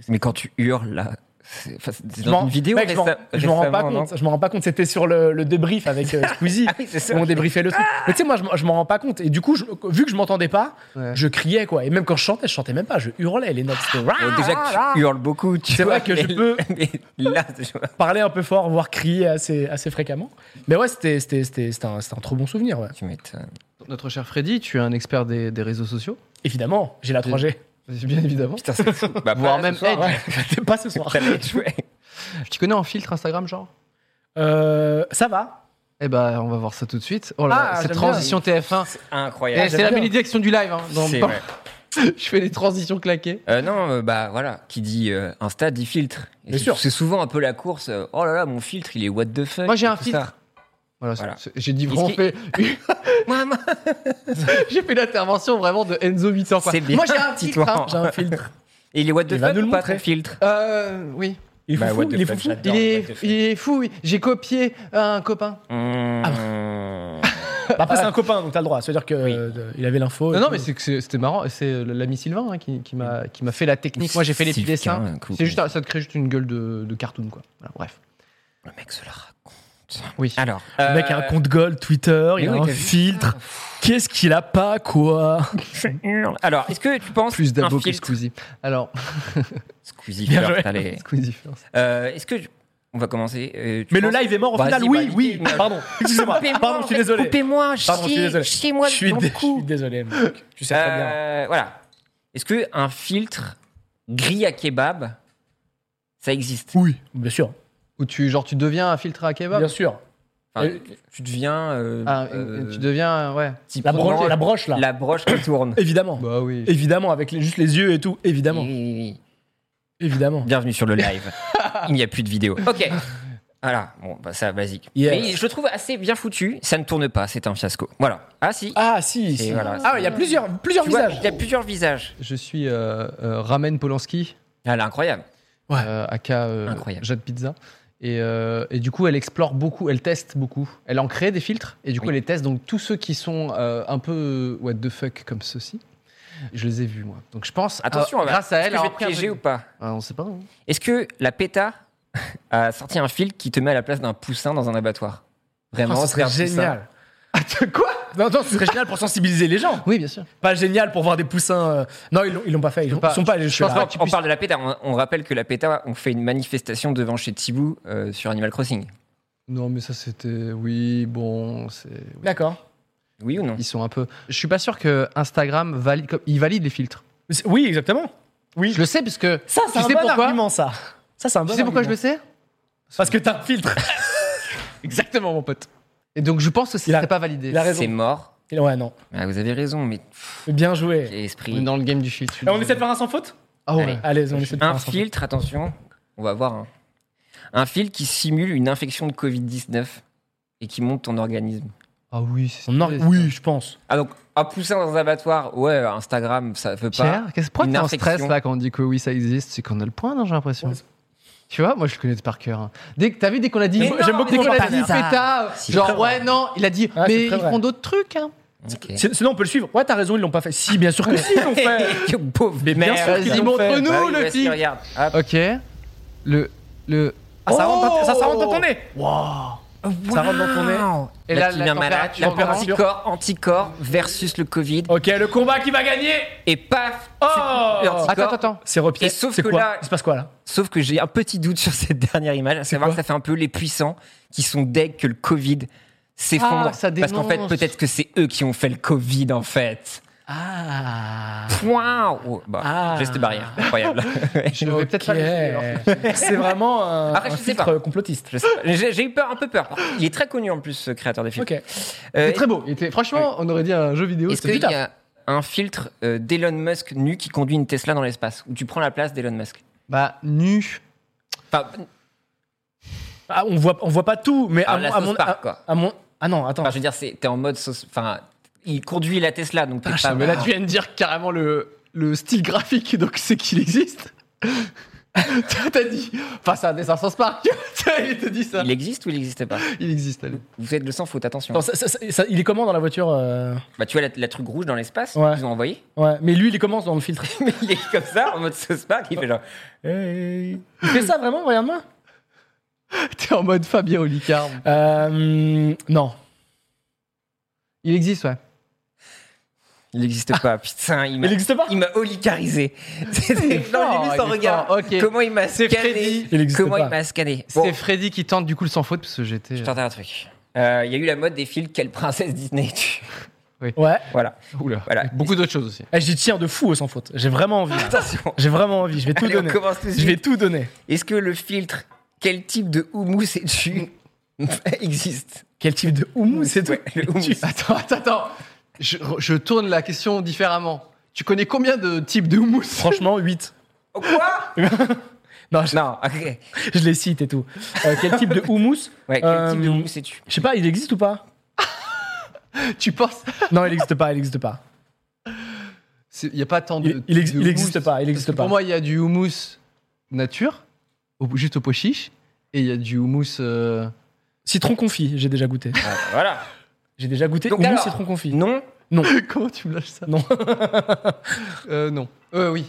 Speaker 3: Mais quand tu hurles là, c'est enfin, c'est
Speaker 4: Je
Speaker 3: dans
Speaker 4: m'en-
Speaker 3: une vidéo.
Speaker 4: mec, je m'en-
Speaker 3: récem-
Speaker 4: je m'en rends pas
Speaker 3: récemment, non
Speaker 4: compte. Je m'en rends pas compte. C'était sur le, le débrief avec euh, Squeezie.
Speaker 3: Ah oui, c'est ça. Ah
Speaker 4: où on débriefait le truc. Mais tu sais, moi, je, m'en- je m'en rends pas compte. Et du coup, je- vu que je m'entendais pas,
Speaker 2: Ouais.
Speaker 4: je criais quoi. Et même quand je chantais, je chantais même pas. Je hurlais les notes. C'était
Speaker 3: Bon, déjà que tu hurles beaucoup, tu
Speaker 4: Ah, C'est
Speaker 3: vois,
Speaker 4: vrai que je
Speaker 3: mais-
Speaker 4: peux-
Speaker 3: Mais là, je vois.
Speaker 4: parler un peu fort, voire crier assez, assez fréquemment. Mais ouais, c'était, c'était, c'était, c'était un, c'était un trop bon souvenir. ouais.
Speaker 3: Tu m'étonnes.
Speaker 2: Notre cher Freddy, tu es un expert des, des réseaux sociaux,
Speaker 4: Évidemment, j'ai la 3G.
Speaker 2: bien évidemment.
Speaker 3: Putain, c'est fou. Bah,
Speaker 2: Voire
Speaker 3: pas
Speaker 2: même
Speaker 3: ce soir,
Speaker 2: Edge.
Speaker 3: ouais.
Speaker 4: Ouais, pas ce soir.
Speaker 3: T'as l'Edge, ouais.
Speaker 2: Tu connais en filtre Instagram, genre
Speaker 4: Euh, ça va.
Speaker 2: Eh ben, on va voir ça tout de suite. Oh là,
Speaker 4: Ah,
Speaker 2: cette
Speaker 4: j'aime Ah,
Speaker 2: transition TF1. Eh,
Speaker 3: Incroyable.
Speaker 2: c'est la
Speaker 4: bien.
Speaker 2: bénédiction du live. hein, dans-
Speaker 3: C'est vrai.
Speaker 2: Je fais des transitions claquées.
Speaker 3: Euh, non, euh, bah voilà, qui dit euh, Insta dit filtre. Et
Speaker 4: Bien
Speaker 3: c'est-
Speaker 4: sûr.
Speaker 3: C'est souvent un peu la course. euh, oh là là, mon filtre, il est what the fuck.
Speaker 2: Moi, j'ai
Speaker 3: et
Speaker 2: un
Speaker 3: tout
Speaker 2: filtre.
Speaker 3: ça.
Speaker 2: Voilà,
Speaker 3: Voilà.
Speaker 2: c'est- j'ai dit vraiment
Speaker 3: Est-ce
Speaker 2: fait.
Speaker 3: Moi, moi,
Speaker 2: j'ai fait l'intervention vraiment de Enzo 800 quoi.
Speaker 3: C'est bien,
Speaker 2: Moi j'ai un
Speaker 3: petit
Speaker 2: filtre. hein.
Speaker 4: J'ai un filtre.
Speaker 3: Et il est what the
Speaker 4: Il va
Speaker 3: fuck
Speaker 4: nous le
Speaker 3: ou pas
Speaker 4: montrer.
Speaker 3: ton filtre
Speaker 2: Euh, oui.
Speaker 4: Il est
Speaker 3: Bah,
Speaker 4: foufou,
Speaker 3: what the
Speaker 4: il est
Speaker 3: fuck,
Speaker 4: foufou.
Speaker 3: j'adore.
Speaker 2: Il
Speaker 3: what the
Speaker 2: est,
Speaker 3: fuck.
Speaker 2: il est fou. Oui. J'ai copié un copain.
Speaker 4: Ah
Speaker 3: Mmh.
Speaker 4: Bah, Après, c'est un copain, donc t'as le droit. C'est-à-dire qu'il euh, avait l'info. et
Speaker 2: Non, non,
Speaker 4: tout.
Speaker 2: mais c'est que c'est- c'était marrant. C'est l'ami Sylvain hein, qui, qui m'a qui m'a fait la technique. Moi j'ai fait les petits
Speaker 3: Mmh. Sylvain,
Speaker 2: dessins.
Speaker 3: cool.
Speaker 2: C'est juste un- ça te crée juste une gueule de, de cartoon quoi. Voilà, bref.
Speaker 3: Le mec se la raconte.
Speaker 2: Oui.
Speaker 3: Alors, euh,
Speaker 4: Le mec a un compte Gold, Twitter, il a
Speaker 3: oui,
Speaker 4: un
Speaker 3: t'as vu
Speaker 4: filtre. Qu'est-ce qu'il a pas, quoi
Speaker 3: Alors, est-ce que tu penses
Speaker 2: Plus
Speaker 3: un
Speaker 2: d'abos que
Speaker 3: filtre
Speaker 2: Squeezie. Alors
Speaker 3: Squeezie
Speaker 4: Bien
Speaker 3: First,
Speaker 4: joué.
Speaker 3: allez.
Speaker 2: Squeezie first.
Speaker 3: Euh, Est-ce que tu- on va commencer euh, tu
Speaker 4: Mais le
Speaker 3: penses-
Speaker 4: live est mort au
Speaker 3: Vas-y,
Speaker 4: final,
Speaker 3: bah,
Speaker 4: oui, oui.
Speaker 3: niquez-moi.
Speaker 4: Pardon, excusez-moi.
Speaker 3: Coupez-moi,
Speaker 4: Pardon, je suis
Speaker 3: en fait,
Speaker 4: désolé.
Speaker 3: Coupez-moi,
Speaker 4: Pardon, je suis
Speaker 3: chiez-
Speaker 4: désolé.
Speaker 3: chiez-moi
Speaker 4: je suis,
Speaker 3: dans
Speaker 4: dé-
Speaker 3: le
Speaker 4: je suis
Speaker 3: cou.
Speaker 4: Euh, désolé, mec. Tu sais très bien.
Speaker 3: Euh, Voilà. Est-ce que un filtre grille à kebab, ça existe.
Speaker 4: Oui, bien sûr.
Speaker 2: Où tu, genre, tu deviens un filtre à kebab
Speaker 4: Bien sûr.
Speaker 3: Enfin,
Speaker 4: Euh,
Speaker 3: tu deviens. euh,
Speaker 2: Ah,
Speaker 3: euh,
Speaker 2: Tu deviens, ouais.
Speaker 3: petit
Speaker 4: La
Speaker 3: prenant-
Speaker 4: broche, la broche là.
Speaker 3: la broche qui tourne.
Speaker 4: Évidemment.
Speaker 2: Bah oui.
Speaker 4: Évidemment, avec les- juste les yeux et tout. Évidemment.
Speaker 3: Oui, oui, oui.
Speaker 4: Évidemment.
Speaker 3: Bienvenue sur le live. Il n'y a plus de vidéo. Ok. Voilà, bon, bah, ça, basique.
Speaker 4: Yes.
Speaker 3: Mais je le trouve assez bien foutu. Ça ne tourne pas, c'est un fiasco. Voilà. Ah, si.
Speaker 4: Ah, si.
Speaker 3: Et
Speaker 4: si.
Speaker 3: voilà,
Speaker 4: ah,
Speaker 3: c'est-
Speaker 4: ouais, il y a plusieurs, plusieurs
Speaker 3: Tu vois,
Speaker 4: visages.
Speaker 3: il y a plusieurs visages.
Speaker 2: Je suis euh, euh, Ramen Polanski,
Speaker 3: Ah, là, incroyable.
Speaker 4: Ouais.
Speaker 2: euh, aka euh,
Speaker 3: Incroyable.
Speaker 2: Jade Pizza. Et, euh, et du coup, elle explore beaucoup, elle teste beaucoup. Elle en crée des filtres et du coup,
Speaker 3: Oui.
Speaker 2: elle les teste. Donc, tous ceux qui sont euh, un peu euh, what the fuck comme ceci, je les ai vus, moi. Donc, je pense,
Speaker 3: Attention,
Speaker 4: Ah,
Speaker 2: euh,
Speaker 3: on va-
Speaker 2: grâce à
Speaker 3: Est-ce
Speaker 2: elle,
Speaker 3: que je vais
Speaker 2: avoir
Speaker 3: te
Speaker 2: pris un
Speaker 3: piéger ou
Speaker 2: truc.
Speaker 3: pas
Speaker 2: Ah, on sait pas. hein.
Speaker 3: Est-ce que la PETA a sorti un fil qui te met à la place d'un poussin dans un abattoir Vraiment,
Speaker 4: Ah, ce
Speaker 3: c'est hein. un
Speaker 4: serait
Speaker 3: poussin.
Speaker 4: génial.
Speaker 2: Quoi
Speaker 4: Non, non, ce serait génial pour sensibiliser les gens.
Speaker 2: Oui, bien sûr.
Speaker 4: Pas génial pour voir des poussins. euh, Non, ils l'ont- ils l'ont pas fait. Ils
Speaker 2: Je
Speaker 4: l'ont-
Speaker 2: peux pas-
Speaker 4: sont pas allés
Speaker 2: je
Speaker 4: jusque-là.
Speaker 2: pense
Speaker 3: Non,
Speaker 2: Ah, tu
Speaker 3: on
Speaker 2: puisses-
Speaker 3: parle de la PETA. On, on rappelle que la PETA ont fait une manifestation devant chez Tibou euh, sur Animal Crossing.
Speaker 2: Non, mais ça, c'était. Oui, bon, c'est.
Speaker 4: D'accord.
Speaker 3: Oui ou non
Speaker 2: Ils sont un peu. Je suis pas sûr que Instagram valide. comme- Ils valident les filtres.
Speaker 4: Mais c'est- Oui, exactement. Oui.
Speaker 2: Je le sais parce que.
Speaker 4: Ça, c'est
Speaker 2: tu
Speaker 4: un
Speaker 2: sais
Speaker 4: bon
Speaker 2: pourquoi
Speaker 4: argument, ça. Ça, c'est un bon
Speaker 2: Tu sais pourquoi je le
Speaker 4: argument.
Speaker 2: sais
Speaker 4: Parce que t'as un filtre.
Speaker 2: Exactement, mon pote. Et donc, je pense que
Speaker 4: Il a-
Speaker 2: c'est pas validé.
Speaker 4: il a raison.
Speaker 3: C'est mort.
Speaker 4: Ouais, non.
Speaker 3: Ah, vous avez raison, mais
Speaker 4: Bien joué.
Speaker 2: On
Speaker 3: l'esprit.
Speaker 2: est dans le game du filtre.
Speaker 4: Eh, On essaie de faire un sans faute
Speaker 2: Ah ouais.
Speaker 3: Allez.
Speaker 4: Allez, on essaie de faire
Speaker 3: Un
Speaker 4: un sans faute.
Speaker 3: filtre, attention, on va voir. hein. Un filtre qui simule une infection de Covid-19 et qui monte ton organisme.
Speaker 2: Ah oui, c'est
Speaker 4: On en- Oui, je pense.
Speaker 3: Ah donc, un poussin dans un abattoir, ouais, Instagram, ça veut pas.
Speaker 2: Pierre, qu'est-ce pourquoi
Speaker 3: Une
Speaker 2: t'es en
Speaker 3: infection.
Speaker 2: stress là quand on dit que oui, ça existe C'est qu'on a le point, non, j'ai l'impression.
Speaker 4: Ouais.
Speaker 2: Tu vois, moi je le connais de par cœur. hein. Dès que t'as vu, dès qu'on a dit,
Speaker 3: Mais non,
Speaker 2: j'aime beaucoup
Speaker 3: mais
Speaker 2: dès qu'on
Speaker 3: c'est
Speaker 2: a
Speaker 3: pas
Speaker 2: dit
Speaker 3: vrai.
Speaker 2: PETA,
Speaker 3: Si.
Speaker 2: genre ouais, non, il a dit,
Speaker 4: Ah, c'est
Speaker 2: mais ils
Speaker 4: très vrai.
Speaker 2: font d'autres trucs. Hein.
Speaker 3: Ok.
Speaker 4: C'est- Sinon, on peut le suivre. Ouais, t'as raison, ils l'ont pas fait. Si, bien sûr que si, ils l'ont fait.
Speaker 3: Que pauvre
Speaker 4: Mais
Speaker 3: merde.
Speaker 4: bien sûr qu'ils
Speaker 2: Vas-y,
Speaker 4: l'ont fait.
Speaker 2: montre-nous
Speaker 3: Bah oui,
Speaker 2: le
Speaker 3: vas-y,
Speaker 2: film.
Speaker 3: regarde. Hop.
Speaker 2: Ok. Le. Le.
Speaker 4: Ah, ça rentre dans- ça- ça rentre dans ton nez. Ça rentre dans ton nez.
Speaker 2: Et
Speaker 3: Oh, Et
Speaker 2: là,
Speaker 3: là,
Speaker 2: la
Speaker 3: il vient malade,
Speaker 2: température
Speaker 3: tu as
Speaker 4: augmente.
Speaker 3: anticorps, anticorps versus le Covid,
Speaker 4: Oh. Ok, le combat qui va gagner.
Speaker 3: et paf
Speaker 4: Oh
Speaker 3: tu- l'anticorps.
Speaker 2: Attends, attends, attends.
Speaker 4: C'est repié.
Speaker 3: Et sauf
Speaker 4: C'est
Speaker 3: que
Speaker 4: quoi
Speaker 3: là-
Speaker 4: Il se passe quoi là
Speaker 3: Sauf que j'ai un petit doute sur cette dernière image, à savoir
Speaker 4: quoi
Speaker 3: que ça fait un peu les puissants qui sont deg que le Covid s'effondre.
Speaker 2: Ah, ça
Speaker 3: parce qu'en fait,
Speaker 2: dénonce.
Speaker 3: peut-être que c'est eux qui ont fait le Covid, en fait.
Speaker 4: Ah.
Speaker 3: Point Oh, bah,
Speaker 4: Ah.
Speaker 3: Geste barrière, incroyable.
Speaker 2: Je vais peut-être pas le suivre, alors.
Speaker 4: C'est vraiment un,
Speaker 3: Après,
Speaker 4: un
Speaker 3: je sais
Speaker 4: filtre
Speaker 3: pas.
Speaker 4: complotiste.
Speaker 3: Je sais pas. J'ai j'ai eu peur, un peu peur. Il est très connu en plus, ce créateur des films.
Speaker 4: Ok.
Speaker 3: Euh,
Speaker 2: C'est très beau. Il était- Franchement, on aurait dit un jeu vidéo.
Speaker 3: Est-ce
Speaker 2: c'est
Speaker 3: qu'il y
Speaker 2: bizarre.
Speaker 3: a un filtre euh, d'Elon Musk nu qui conduit une Tesla dans l'espace, où tu prends la place d'Elon Musk
Speaker 2: Bah, nu.
Speaker 3: Enfin,
Speaker 4: Ah, on voit, on voit pas tout, mais
Speaker 3: Ah,
Speaker 4: à,
Speaker 3: la
Speaker 4: mon, à,
Speaker 3: sauce
Speaker 4: mon,
Speaker 3: part,
Speaker 4: à-
Speaker 3: quoi.
Speaker 4: à mon- ah non, attends.
Speaker 3: Enfin, je veux dire, c'est- t'es en mode. sauce- Enfin, il conduit la Tesla, donc t'es
Speaker 2: Ah,
Speaker 3: pas.
Speaker 2: mais là, tu viens de dire carrément le, le style graphique, donc c'est qu'il existe. T'as t'as dit. Enfin, c'est un dessin sans spark. il te dit ça.
Speaker 3: Il existe ou il n'existe pas
Speaker 2: Il existe, allez.
Speaker 3: Vous faites le sans faute, attention.
Speaker 4: Attends, ça- ça- ça- ça- il est comment dans la voiture euh,
Speaker 3: Bah, tu vois la, la truc rouge dans l'espace
Speaker 4: Ouais.
Speaker 3: qu'ils ont envoyé
Speaker 4: Ouais, mais lui, il est comment dans le filtre
Speaker 3: Mais il est comme ça, en mode sauce park, il fait genre. Hey.
Speaker 4: Il fait ça vraiment Regarde-moi.
Speaker 2: T'es en mode Fabien Olicard.
Speaker 4: Euh, non.
Speaker 2: Il existe, ouais.
Speaker 3: Il
Speaker 2: Ah.
Speaker 3: n'existe pas, putain, il m'a.
Speaker 4: Il n'existe pas
Speaker 3: Il m'a olicarisé. C'est-
Speaker 2: Il est
Speaker 3: Non,
Speaker 2: fort,
Speaker 3: j'ai vu son
Speaker 2: il est
Speaker 3: regard.
Speaker 2: fort, ok.
Speaker 3: Comment il m'a
Speaker 2: C'est
Speaker 3: scanné
Speaker 2: Freddy.
Speaker 4: Il n'existe
Speaker 3: Comment
Speaker 4: pas.
Speaker 3: il m'a scanné Bon,
Speaker 2: C'est Freddy qui tente du coup le sans faute parce que j'étais.
Speaker 3: je tentais un truc. Euh, Il y a eu la mode des films Quelle princesse Disney tu
Speaker 4: Ouais.
Speaker 3: Voilà.
Speaker 2: Oula.
Speaker 3: Voilà.
Speaker 2: Beaucoup d'autres choses aussi.
Speaker 4: Eh, J'y tiens de fou, euh, sans faute. J'ai vraiment envie. là.
Speaker 3: Attention.
Speaker 4: J'ai vraiment envie. Je vais tout
Speaker 3: Allez, on
Speaker 4: donner.
Speaker 3: commence tout de
Speaker 4: Je vais
Speaker 3: suite.
Speaker 4: tout donner.
Speaker 3: Est-ce que le filtre Quel type de houmous es-tu existe
Speaker 4: Quel type de houmous c'est toi
Speaker 3: Ouais, le houmous.
Speaker 2: Attends, attends, attends. Je, je tourne la question différemment. Tu connais combien de types de houmous
Speaker 4: Franchement, 8.
Speaker 3: Oh, Quoi
Speaker 4: Non, je,
Speaker 3: Non, ok.
Speaker 4: je les cite et tout. Euh, quel type de houmous
Speaker 3: Ouais, quel type de
Speaker 4: Euh,
Speaker 3: houmous es-tu
Speaker 4: Je sais pas, il existe ou pas
Speaker 2: Tu penses
Speaker 4: Non, il n'existe pas, il n'existe pas.
Speaker 2: Il n'y a pas tant de.
Speaker 4: Il- il ex-
Speaker 2: de
Speaker 4: il
Speaker 2: houmous.
Speaker 4: existe pas, il
Speaker 2: Parce
Speaker 4: existe
Speaker 2: que
Speaker 4: pas.
Speaker 2: Pour moi, il y a du houmous nature, au- juste au pot chiche, et il y a du houmous. euh,
Speaker 4: Citron confit, j'ai déjà goûté.
Speaker 3: Ah, Voilà.
Speaker 4: J'ai déjà goûté
Speaker 3: Donc
Speaker 4: houmous
Speaker 3: alors-
Speaker 4: citron confit.
Speaker 3: Non,
Speaker 2: Comment tu me lâches ça
Speaker 4: Non.
Speaker 2: Euh, non. Euh, oui.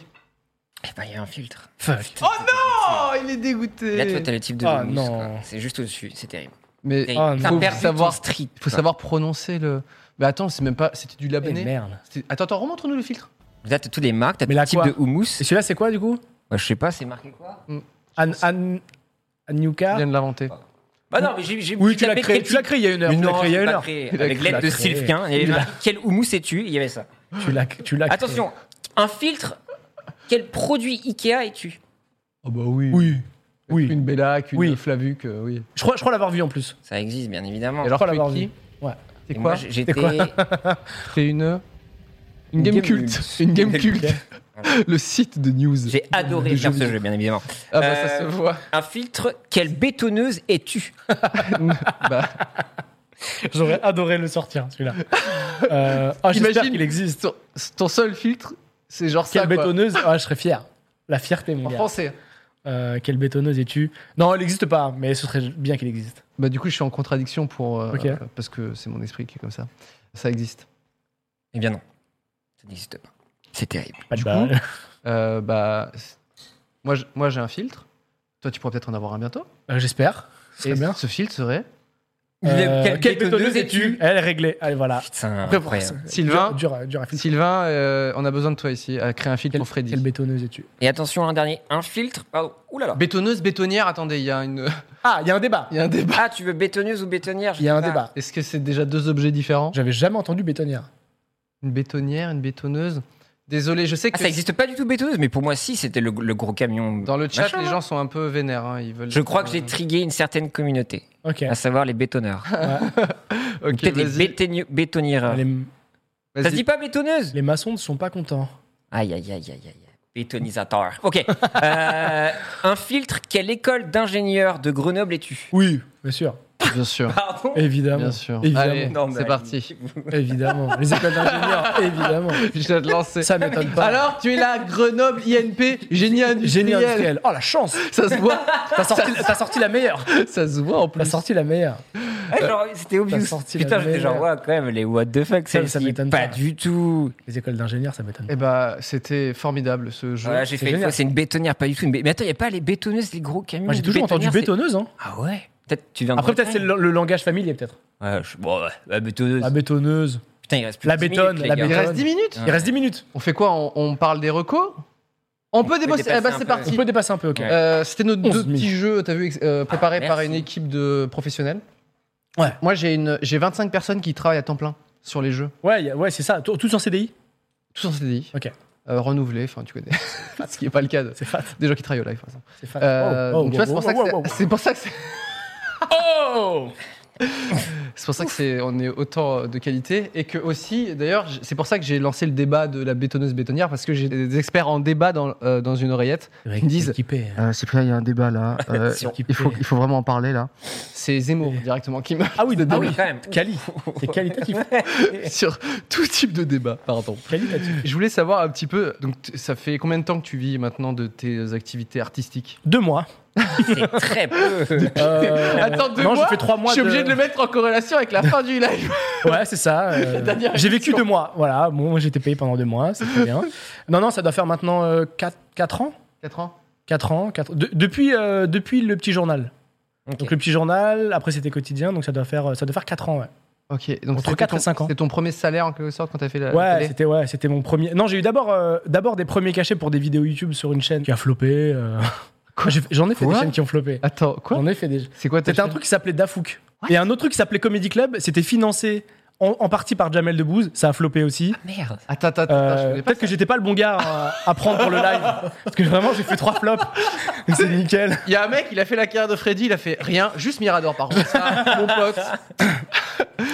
Speaker 3: eh ben, il y a un filtre.
Speaker 4: Fuck.
Speaker 2: Oh, il est dégoûté.
Speaker 3: Là, toi, t'as le type de
Speaker 4: Ah,
Speaker 3: houmous,
Speaker 4: non.
Speaker 3: quoi. C'est juste au-dessus. C'est terrible.
Speaker 2: Mais
Speaker 3: Terrible.
Speaker 4: Ah, non.
Speaker 3: T'as
Speaker 2: faut
Speaker 3: perdu
Speaker 2: savoir-
Speaker 3: ton street.
Speaker 2: faut savoir prononcer le. Mais attends, c'est même pas. C'était du
Speaker 4: Eh,
Speaker 2: labanais.
Speaker 4: merde.
Speaker 2: C'était- Attends, attends, remontre-nous le filtre.
Speaker 3: Là, t'as toutes les marques. T'as
Speaker 4: Mais
Speaker 3: tout
Speaker 4: là,
Speaker 3: le type
Speaker 4: quoi
Speaker 3: de houmous.
Speaker 4: Et celui-là, c'est quoi du coup
Speaker 3: Ouais, je sais pas, c'est marqué quoi
Speaker 4: An, an, Anyuka
Speaker 2: Il vient de l'inventer.
Speaker 3: Bah non, mais j'ai- j'ai
Speaker 4: Oui,
Speaker 3: j'ai
Speaker 4: tu l'as
Speaker 3: tapé
Speaker 4: créé,
Speaker 3: quel
Speaker 4: tu l'as
Speaker 3: type-
Speaker 4: créé il y a une heure.
Speaker 3: Mais
Speaker 4: tu l'as
Speaker 3: non,
Speaker 4: créé il y a
Speaker 3: je
Speaker 4: une
Speaker 3: l'ai pas
Speaker 4: heure.
Speaker 3: créé.
Speaker 2: Il a
Speaker 3: Avec
Speaker 2: créé-
Speaker 3: l'aide
Speaker 4: il
Speaker 3: de
Speaker 4: a créé.
Speaker 3: Sylvain, il y avait
Speaker 4: Il a-
Speaker 3: marqué quel houmous es-tu Il y avait ça.
Speaker 4: Tu l'as, tu l'as créé.
Speaker 3: Attention, un filtre Quel produit Ikea es-tu
Speaker 2: Oh bah oui.
Speaker 4: Oui. Oui.
Speaker 2: Une Bellac, une
Speaker 4: Oui.
Speaker 2: Flavuc, euh, oui.
Speaker 4: Je crois, je crois l'avoir vu en plus.
Speaker 3: Ça existe, bien évidemment.
Speaker 2: Et
Speaker 4: Ah, Je
Speaker 2: alors,
Speaker 4: crois
Speaker 2: tu es
Speaker 4: l'avoir
Speaker 2: qui
Speaker 4: vu. Ouais.
Speaker 2: T'es
Speaker 3: Et
Speaker 2: quoi
Speaker 3: moi, j'étais.
Speaker 4: quoi
Speaker 2: T'es une. Une game,
Speaker 3: game
Speaker 2: culte.
Speaker 3: culte.
Speaker 2: Une game
Speaker 3: Une
Speaker 2: culte. Le site de news.
Speaker 3: J'ai adoré
Speaker 2: De
Speaker 3: faire
Speaker 2: jeux
Speaker 3: ce
Speaker 2: vidéo.
Speaker 3: jeu, bien évidemment.
Speaker 2: Ah bah ça se
Speaker 3: Euh,
Speaker 2: voit.
Speaker 3: Un filtre, quelle bétonneuse es-tu
Speaker 2: Bah,
Speaker 4: J'aurais adoré le sortir, celui-là. Euh, ah, j'espère
Speaker 2: imagine
Speaker 4: qu'il existe.
Speaker 2: Ton, ton seul filtre, c'est genre
Speaker 4: Quelle
Speaker 2: ça. quoi.
Speaker 4: bétonneuse Ah, je serais fier. La fierté, mon
Speaker 2: En
Speaker 4: gars.
Speaker 2: français.
Speaker 4: Euh, quelle bétonneuse es-tu Non, elle n'existe pas, mais ce serait bien qu'elle existe.
Speaker 2: Bah du coup, je suis en contradiction pour euh,
Speaker 4: Ok.
Speaker 2: parce que c'est mon esprit qui est comme ça. Ça existe.
Speaker 3: Eh bien non, ça n'existe pas. C'est terrible.
Speaker 4: Pas de
Speaker 2: Du
Speaker 4: bol.
Speaker 2: Euh, bah c'est- moi, je- moi j'ai un filtre. Toi, tu pourrais peut-être en avoir un bientôt.
Speaker 4: Euh, J'espère. Ce serait
Speaker 2: Et
Speaker 4: bien.
Speaker 2: ce filtre serait
Speaker 4: Euh,
Speaker 3: Le-
Speaker 4: quelle bétonneuse es-tu Elle est réglée. Allez, voilà.
Speaker 3: Putain,
Speaker 4: Après,
Speaker 3: incroyable.
Speaker 4: c'est-
Speaker 2: Sylvain.
Speaker 4: Dur, dur, dur à filtrer.
Speaker 2: Sylvain, euh, on a besoin de toi ici. à créer un filtre
Speaker 4: Quelle,
Speaker 2: pour Freddy.
Speaker 4: quelle bétonneuse es-tu
Speaker 3: Et attention, un dernier, un filtre. Pardon. Ouh là là.
Speaker 2: Bétonneuse, bétonnière. Attendez, il y a une,
Speaker 4: Ah, il y a un débat.
Speaker 2: il y a un débat.
Speaker 3: Ah, tu veux bétonneuse ou bétonnière je
Speaker 4: Il y a
Speaker 3: sais
Speaker 4: un
Speaker 3: pas.
Speaker 4: débat.
Speaker 2: Est-ce que c'est déjà deux objets différents
Speaker 4: J'avais jamais entendu bétonnière.
Speaker 2: Une bétonnière, une bétonneuse. Désolé, je sais que
Speaker 3: Ah, ça n'existe pas du tout bétonneuse, mais pour moi si, c'était le, le gros camion.
Speaker 2: dans le chat,
Speaker 3: Machin,
Speaker 2: les
Speaker 3: là.
Speaker 2: gens sont un peu vénères. hein, Ils veulent.
Speaker 3: Je crois que j'ai
Speaker 2: Euh,
Speaker 3: trigué une certaine communauté,
Speaker 4: Ok.
Speaker 3: à savoir les bétonneurs.
Speaker 2: ok,
Speaker 3: Ou Peut-être
Speaker 2: vas-y,
Speaker 3: les bétaigne- bétonnières.
Speaker 4: les,
Speaker 3: Ça
Speaker 2: vas-y.
Speaker 3: se dit pas bétonneuse
Speaker 4: les maçons ne sont pas contents.
Speaker 3: Aïe, aïe, aïe, aïe, aïe. Bétonisateur. Ok. Euh, un filtre, quelle école d'ingénieur de Grenoble es-tu
Speaker 4: Oui, bien sûr.
Speaker 2: Bien sûr.
Speaker 3: Pardon
Speaker 4: Évidemment.
Speaker 2: Bien sûr.
Speaker 4: Évidemment.
Speaker 2: Allez,
Speaker 3: Non, mais
Speaker 2: c'est
Speaker 3: allez.
Speaker 2: parti.
Speaker 4: Évidemment. Les écoles d'ingénieurs, évidemment.
Speaker 2: Je vais te lancer.
Speaker 4: Ça m'étonne pas.
Speaker 2: Alors, tu es là, Grenoble, INP, génie industriel.
Speaker 4: Génie industriel. Oh la chance
Speaker 2: Ça se voit,
Speaker 4: T'as sorti, t'as sorti la meilleure
Speaker 2: ça se voit en
Speaker 4: T'as
Speaker 2: plus.
Speaker 4: sorti la meilleure.
Speaker 3: Ah, Genre, c'était obvious.
Speaker 4: T'as sorti
Speaker 3: Putain,
Speaker 4: la
Speaker 3: j'étais genre, ouais,
Speaker 4: meilleure.
Speaker 3: quand même, les what the fuck,
Speaker 4: Ça,
Speaker 3: ça,
Speaker 4: ça m'étonne
Speaker 3: pas
Speaker 4: pas.
Speaker 3: du tout.
Speaker 4: Les écoles d'ingénieurs, ça m'étonne.
Speaker 2: Eh bah, c'était formidable ce jeu.
Speaker 3: Voilà, j'ai
Speaker 4: c'est
Speaker 3: fait une
Speaker 4: génial.
Speaker 3: fois, c'est une bétonnière, pas du tout. Une bé- Mais attends, il n'y a pas les bétonneuses, les gros camions.
Speaker 4: Moi, j'ai
Speaker 3: les
Speaker 4: toujours entendu
Speaker 3: bétonnières,
Speaker 4: bétonneuse. Hein.
Speaker 3: c'est- Ah ouais Peut-être tu viens de
Speaker 4: Après, peut-être c'est
Speaker 3: Bretagne.
Speaker 4: le, le langage familier, peut-être.
Speaker 3: Ouais, je- bon, ouais, la bétonneuse.
Speaker 4: La bétonneuse.
Speaker 3: Putain, il reste plus
Speaker 4: La
Speaker 3: de dix
Speaker 4: bétonne,
Speaker 3: minutes, les
Speaker 4: la
Speaker 3: gars.
Speaker 2: Il
Speaker 4: bétonne.
Speaker 2: reste 10 minutes.
Speaker 4: Il reste 10 minutes.
Speaker 2: On fait quoi on, on parle des recos On peut débosser.
Speaker 3: dépasser
Speaker 2: Eh bah,
Speaker 3: un
Speaker 2: c'est
Speaker 3: peu.
Speaker 4: On
Speaker 2: parti.
Speaker 4: peut dépasser un peu, ok.
Speaker 3: Ouais.
Speaker 2: Euh, C'était nos deux
Speaker 4: 11 000.
Speaker 2: petits jeux, t'as vu, ex- euh, préparés
Speaker 3: Ah,
Speaker 2: par
Speaker 3: merci.
Speaker 2: une équipe de professionnels.
Speaker 4: Ouais.
Speaker 2: Moi, j'ai une, j'ai 25 personnes qui travaillent à temps plein sur les jeux,
Speaker 4: Ouais, y a- ouais c'est ça. Tout- Tous en CDI
Speaker 2: tous en CDI.
Speaker 4: Ok.
Speaker 2: Euh, renouvelés, enfin, tu connais. Ce qui n'est pas le cas de-
Speaker 4: C'est fat.
Speaker 2: des gens qui travaillent au live. par exemple.
Speaker 4: C'est fat.
Speaker 2: Euh,
Speaker 4: Oh, oh,
Speaker 2: donc, tu vois, c'est
Speaker 4: wow,
Speaker 2: pour ça que
Speaker 4: wow,
Speaker 2: c'est-
Speaker 4: wow, wow.
Speaker 2: c'est pour ça que c'est-
Speaker 4: Oh
Speaker 2: C'est pour ça que c'est on est autant euh, de qualité et que aussi d'ailleurs j- c'est pour ça que j'ai lancé le débat de la bétonneuse bétonnière parce que j'ai des experts en débat dans, euh, dans une oreillette qui me disent
Speaker 4: Équipé.
Speaker 2: euh, Cyprien il y a un débat là euh,
Speaker 4: Sur-
Speaker 2: il faut il faut vraiment en parler là c'est Zemmour directement qui me
Speaker 4: Ah oui,
Speaker 3: Ah
Speaker 4: ah
Speaker 3: oui,
Speaker 4: oui.
Speaker 3: quand même.
Speaker 4: Quali. C'est qualitatif.
Speaker 2: sur tout type de débat pardon
Speaker 4: qualitatif.
Speaker 2: je voulais savoir un petit peu donc t- ça fait combien de temps que tu vis maintenant de tes activités artistiques
Speaker 4: Deux mois.
Speaker 3: C'est très peu.
Speaker 4: Euh,
Speaker 2: attends deux
Speaker 4: non,
Speaker 2: mois
Speaker 4: j'ai fait trois mois.
Speaker 2: je suis obligé de... le mettre en corrélation avec la fin du live
Speaker 4: Ouais, c'est ça. euh,
Speaker 2: dernière
Speaker 4: j'ai vécu deux mois. Voilà, bon, moi j'ai été payé pendant deux mois, c'est très bien. Non, non, ça doit faire maintenant 4, ans
Speaker 2: 4 ans
Speaker 4: 4 ans, quatre- de- depuis, euh, depuis le petit journal.
Speaker 3: Ok.
Speaker 4: Donc le petit journal, après c'était quotidien, donc ça doit faire, ça doit faire 4 ans, ouais.
Speaker 2: ok donc
Speaker 4: Entre
Speaker 2: c'était
Speaker 4: quatre et
Speaker 2: ton-
Speaker 4: cinq ans.
Speaker 2: c'était ton premier salaire en quelque sorte quand t'as fait Euh, la la
Speaker 4: Ouais,
Speaker 2: télé
Speaker 4: c'était ouais, c'était mon premier. Non, j'ai eu d'abord euh, d'abord des premiers cachets pour des vidéos YouTube sur une chaîne qui a floppé. euh. J'ai- J'en ai fait
Speaker 2: Quoi
Speaker 4: des chaînes qui ont floppé.
Speaker 2: attends quoi
Speaker 4: J'en ai fait des.
Speaker 2: C'est quoi ta
Speaker 4: C'était un
Speaker 2: chaîne
Speaker 4: truc qui s'appelait Dafouk. Et un autre truc qui s'appelait Comedy Club, c'était financé en, en partie par Jamel Debbouze, ça a floppé aussi.
Speaker 3: Merde.
Speaker 2: Attends, attends, attends, je
Speaker 4: Euh,
Speaker 2: connais pas
Speaker 4: Peut-être que j'étais pas le bon gars à, à prendre pour le live. Parce que vraiment, j'ai fait trois flops. Donc c'est nickel.
Speaker 2: Il y a un mec, il a fait la carrière de Freddy, il a fait rien, juste Mirador par contre. Ça, mon pote.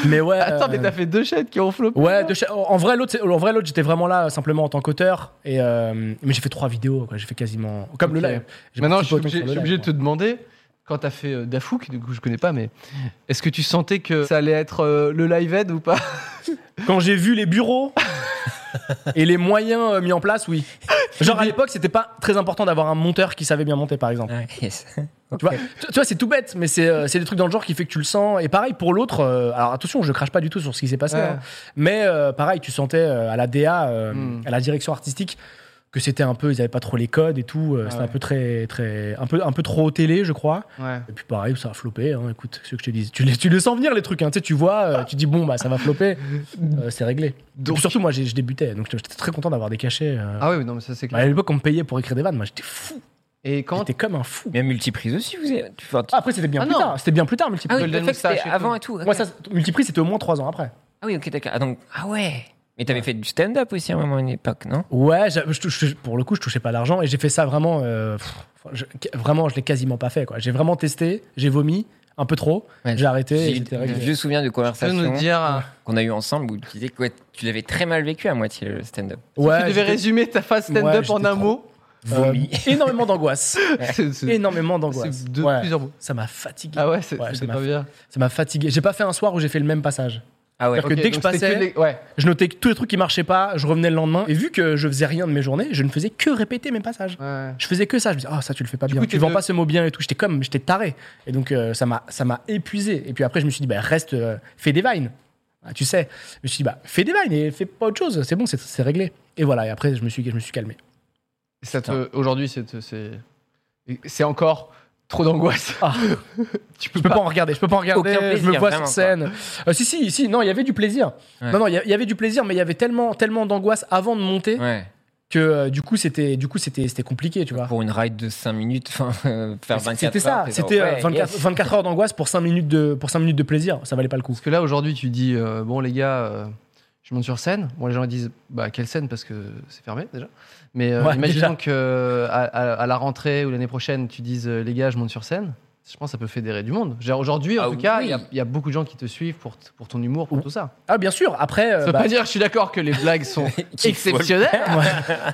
Speaker 4: Mais ouais.
Speaker 2: Attends,
Speaker 4: euh,
Speaker 2: mais t'as fait deux chaînes qui ont flopé.
Speaker 4: Ouais, de cha- en vrai, l'autre, c'est- en vrai, l'autre, j'étais vraiment là euh, simplement en tant qu'auteur. Et euh, mais j'ai fait trois vidéos, quoi. J'ai fait quasiment comme
Speaker 2: Ok.
Speaker 4: le live. J'ai
Speaker 2: Maintenant, je suis obligé, je
Speaker 4: participé au temps
Speaker 2: suis
Speaker 4: sur le
Speaker 2: obligé de
Speaker 4: live,
Speaker 2: te demander, quand t'as fait euh, Dafouk, du coup je connais pas, mais est-ce que tu sentais que ça allait être euh, le live aid ou pas
Speaker 4: moi. Quand j'ai vu les bureaux et les moyens euh, mis en place, oui. Genre à l'époque, c'était pas très important d'avoir un monteur qui savait bien monter, par exemple.
Speaker 3: Ah, yes.
Speaker 4: Tu vois, tu, tu vois c'est tout bête, mais c'est euh, c'est des trucs dans le genre qui fait que tu le sens. Et pareil pour l'autre. euh, alors attention, je crache pas du tout sur ce qui s'est passé,
Speaker 2: Ouais.
Speaker 4: hein. mais euh, pareil, tu sentais euh, à la DA, euh,
Speaker 2: Hmm.
Speaker 4: à la direction artistique, que c'était un peu, ils avaient pas trop les codes et tout. euh,
Speaker 2: Ah
Speaker 4: c'était
Speaker 2: ouais.
Speaker 4: un peu très, très, un peu, un peu trop télé, je crois.
Speaker 2: Ouais.
Speaker 4: Et puis pareil, ça a floppé. hein, écoute, ce que je te dis, tu les, tu les sens venir les trucs. hein, tu sais, tu vois, euh, tu dis bon bah ça va flopper, euh, c'est réglé.
Speaker 2: Donc-
Speaker 4: Donc surtout moi, j'ai- je débutais, donc j'étais très content d'avoir des cachets. euh.
Speaker 2: Ah oui, oui, non, mais ça c'est
Speaker 4: Bah, à
Speaker 2: clair.
Speaker 4: l'époque, on me payait pour écrire des vannes. Moi, j'étais fou.
Speaker 2: Et quand
Speaker 4: J'étais comme un fou.
Speaker 3: Bien multiprise aussi, vous avez. tu fais un-
Speaker 4: Ah, Après, c'était bien
Speaker 2: Ah
Speaker 4: plus
Speaker 2: non.
Speaker 4: tard. C'était bien plus tard, multiple.
Speaker 3: Ah oui,
Speaker 2: Golden
Speaker 3: le fait que c'était
Speaker 2: Moustache et
Speaker 3: avant
Speaker 2: tout.
Speaker 3: et tout. ok.
Speaker 4: Moi, ça, c'est- Multiprise, c'était au moins 3 ans après.
Speaker 3: Ah oui, ok, d'accord. Ah, donc, ah ouais. Mais t'avais fait du stand-up aussi à un moment, à une époque, non
Speaker 4: Ouais, j'a- je touche- je- pour le coup, je touchais pas d'argent et j'ai fait ça vraiment. euh, pff, je- vraiment, je l'ai quasiment pas fait. quoi. J'ai vraiment testé, j'ai vomi un peu trop,
Speaker 3: Ouais,
Speaker 4: j'ai arrêté. et
Speaker 3: J'ai
Speaker 4: c'était
Speaker 3: de
Speaker 4: réglé.
Speaker 3: vieux souvenirs de
Speaker 2: Tu peux
Speaker 3: conversations
Speaker 2: nous dire. euh,
Speaker 3: qu'on a eu ensemble où tu disais que ouais, tu l'avais très mal vécu à moitié le stand-up.
Speaker 2: tu devais
Speaker 4: j'étais-
Speaker 2: résumer ta phase
Speaker 4: Ouais,
Speaker 2: stand-up
Speaker 4: j'étais
Speaker 2: en un
Speaker 4: trop-
Speaker 2: mot.
Speaker 4: euh, énormément d'angoisse.
Speaker 2: C'est- c'est-
Speaker 4: énormément d'angoisse.
Speaker 2: c'est de
Speaker 4: Ouais.
Speaker 2: plusieurs mots.
Speaker 4: Ça m'a fatigué.
Speaker 2: Ah ouais, c'est
Speaker 4: Ouais,
Speaker 2: c'est
Speaker 4: ça m'a
Speaker 2: pas bien.
Speaker 4: Ça m'a fatigué. J'ai pas fait un soir où j'ai fait le même passage.
Speaker 3: Ah ouais.
Speaker 4: Parce que dès que je
Speaker 2: donc c'était
Speaker 4: passais-
Speaker 2: les- Ouais.
Speaker 4: Je notais que tous les trucs qui marchaient pas, je revenais le lendemain. Et vu que je faisais rien de mes journées, je ne faisais que répéter mes passages.
Speaker 2: ouais.
Speaker 4: Je faisais que ça. Je me disais, ah, ça, tu le fais pas
Speaker 2: Du
Speaker 4: bien.
Speaker 2: coup,
Speaker 4: tu
Speaker 2: t'es
Speaker 4: vends
Speaker 2: de-
Speaker 4: pas ce mot bien et tout. J'étais comme, j'étais taré. Et donc, euh, ça m'a ça m'a épuisé. Et puis après, je me suis dit, bah, reste, euh, fais des vines. Ah, tu sais. Je me suis dit, bah, fais des vines et fais pas autre chose. C'est bon, c'est- c'est réglé. Et voilà. Et après, je me suis, je me suis calmé.
Speaker 2: Ça te- Aujourd'hui, c'est- c'est c'est encore trop d'angoisse.
Speaker 4: Ah.
Speaker 2: tu
Speaker 4: Je peux pas en regarder, je peux pas en regarder,
Speaker 3: Aucun
Speaker 4: je me
Speaker 3: plaisir,
Speaker 4: vois
Speaker 3: vraiment,
Speaker 4: sur scène. Euh, si, si, si, non, il y avait du plaisir.
Speaker 3: Ouais.
Speaker 4: Non, non, il y a- il y avait du plaisir, mais il y avait tellement, tellement d'angoisse avant de monter
Speaker 3: Ouais.
Speaker 4: que euh, du coup, c'était, du coup, c'était, c'était compliqué, tu vois.
Speaker 3: Pour une ride de 5 minutes, enfin, euh, faire 24
Speaker 4: C'était ça,
Speaker 3: heures, t'es
Speaker 4: c'était
Speaker 3: genre,
Speaker 4: euh,
Speaker 3: ouais,
Speaker 4: 24,
Speaker 3: yes.
Speaker 4: 24 heures d'angoisse pour 5 minutes de, pour cinq minutes de plaisir, ça valait pas le coup.
Speaker 2: Parce que là, aujourd'hui, tu dis, euh, bon, les gars, euh, je monte sur scène. Bon, les gens ils disent, bah, quelle scène Parce que c'est fermé déjà. Mais euh,
Speaker 4: Ouais,
Speaker 2: imaginons
Speaker 4: déjà.
Speaker 2: que euh, à, à- à la rentrée ou l'année prochaine, tu dises, euh, les gars, je monte sur scène. Je pense que ça peut fédérer du monde. Genre, Aujourd'hui, en
Speaker 3: Ah
Speaker 2: tout cas, il y a-
Speaker 3: oui.
Speaker 2: il y, a beaucoup de gens qui te suivent pour, t- pour ton humour, pour tout ça.
Speaker 4: Ah, bien sûr, après, euh,
Speaker 2: Ça veut
Speaker 4: bah,
Speaker 2: pas dire que je suis d'accord que les blagues sont exceptionnelles.
Speaker 4: Ah,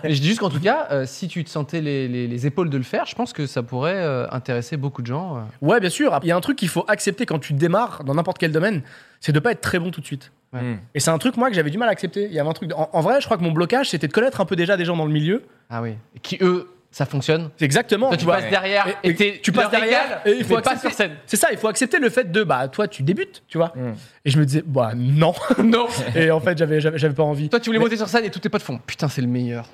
Speaker 2: Mais je dis juste qu'en tout cas, euh, si tu te sentais les, les- les épaules de le faire, je pense que ça pourrait euh, intéresser beaucoup de gens. euh.
Speaker 4: ouais, bien sûr, il y a un truc qu'il faut accepter quand tu démarres dans n'importe quel domaine, c'est de pas être très bon tout de suite.
Speaker 2: Ouais.
Speaker 3: Mm.
Speaker 4: Et c'est un truc, moi, que j'avais du mal à accepter. Il y avait un truc, de- en- en vrai, je crois que mon blocage, c'était de connaître un peu déjà des gens dans le milieu.
Speaker 2: Ah oui. Et Qui, eux, ça fonctionne.
Speaker 4: C'est exactement.
Speaker 2: Toi,
Speaker 4: tu
Speaker 2: tu
Speaker 4: vois.
Speaker 2: passes derrière
Speaker 4: Et-
Speaker 2: bah, et,
Speaker 4: et
Speaker 2: t'es-
Speaker 4: tu passes
Speaker 2: leur
Speaker 4: derrière
Speaker 2: égal,
Speaker 4: et il faut
Speaker 2: mais pas
Speaker 4: accepter.
Speaker 2: sur scène.
Speaker 4: C'est ça, il faut accepter le fait de bah toi tu débutes, tu vois.
Speaker 3: Mm.
Speaker 4: Et je me disais bah non.
Speaker 2: Hmm. Non.
Speaker 4: Et en fait j'avais j'avais j'avais pas envie.
Speaker 2: Toi, tu voulais monter sur scène et tout tes potes font putain, c'est le meilleur.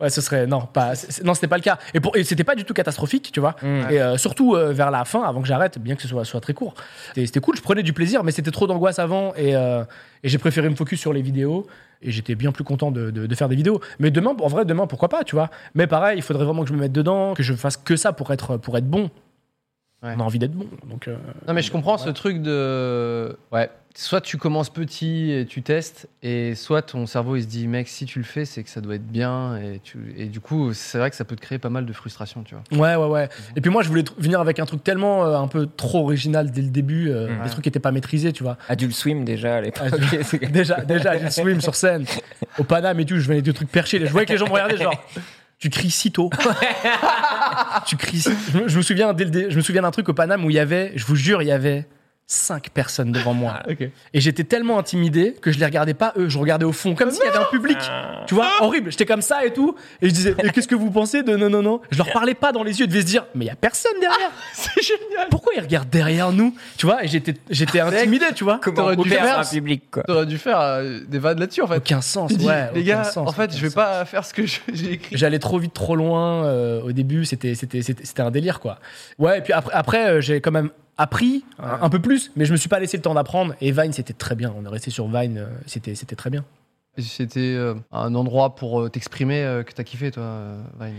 Speaker 4: Ouais, ce serait non pas c'est- c'est- non c'était pas le cas. Et pour et c'était pas du tout catastrophique, tu vois.
Speaker 3: Mm.
Speaker 4: Et euh, surtout euh, vers la fin, avant que j'arrête, bien que ce soit soit très court. C'était c'était cool, je prenais du plaisir, mais c'était trop d'angoisse avant et, euh, et j'ai préféré me focus sur les vidéos. Et j'étais bien plus content de, de- de faire des vidéos. Mais demain, en vrai, demain, pourquoi pas, tu vois. Mais pareil, il faudrait vraiment que je me mette dedans, que je fasse que ça pour être, pour être bon.
Speaker 2: Ouais.
Speaker 4: On a envie d'être bon. Donc, euh,
Speaker 2: Non, mais je comprends ce truc de. Ouais. Soit tu commences petit et tu testes, et soit ton cerveau il se dit, mec, si tu le fais, c'est que ça doit être bien. Et, tu... et du coup, c'est vrai que ça peut te créer pas mal de frustration, tu vois.
Speaker 4: Ouais, ouais, ouais. Et puis moi, je voulais tr- venir avec un truc tellement euh, un peu trop original dès le début, euh,
Speaker 3: Mhm.
Speaker 4: des trucs qui n'étaient pas maîtrisés, tu vois.
Speaker 3: Adult Swim déjà à l'époque. C'est-
Speaker 4: Déjà, déjà, j'ai le swim sur scène, au Paname et tout, je venais des trucs perchés. Je voyais que les gens me regardaient, genre, tu cries si tôt. tu cries si je me- Je me souviens, dès le dé- je me souviens d'un truc au Paname où il y avait, je vous jure, il y avait cinq personnes devant moi. Et j'étais tellement intimidé que je les regardais pas eux, je regardais au fond, comme s'il y avait un public. Tu vois, horrible. J'étais comme ça et tout. Et je disais, Et qu'est-ce que vous pensez de non, non, non Je leur parlais pas dans les yeux, ils devaient se dire, mais il y a personne derrière. Ah, C'est génial. Pourquoi ils regardent derrière nous Tu vois, et j'étais, j'étais intimidé, tu vois.
Speaker 3: Comment
Speaker 2: T'aurais dû
Speaker 3: faire
Speaker 2: faire
Speaker 3: un
Speaker 2: ça.
Speaker 3: public quoi.
Speaker 2: T'aurais dû faire euh, des vannes là-dessus, en fait.
Speaker 4: Aucun sens,
Speaker 2: Tu dis,
Speaker 4: ouais.
Speaker 2: les
Speaker 4: aucun
Speaker 2: gars,
Speaker 4: sens,
Speaker 2: en fait,
Speaker 4: aucun
Speaker 2: je vais
Speaker 4: sens.
Speaker 2: pas faire ce que je- j'ai écrit.
Speaker 4: J'allais trop vite, trop loin euh, au début, c'était, c'était, c'était, c'était un délire quoi. Ouais, et puis après, après euh, j'ai quand même appris
Speaker 2: Ah.
Speaker 4: un, un peu plus, mais je me suis pas laissé le temps d'apprendre. Et Vine, c'était très bien. On est resté sur Vine, euh, c'était, c'était très bien.
Speaker 2: C'était euh, un endroit pour euh, t'exprimer euh, que t'as kiffé, toi, euh, Vine.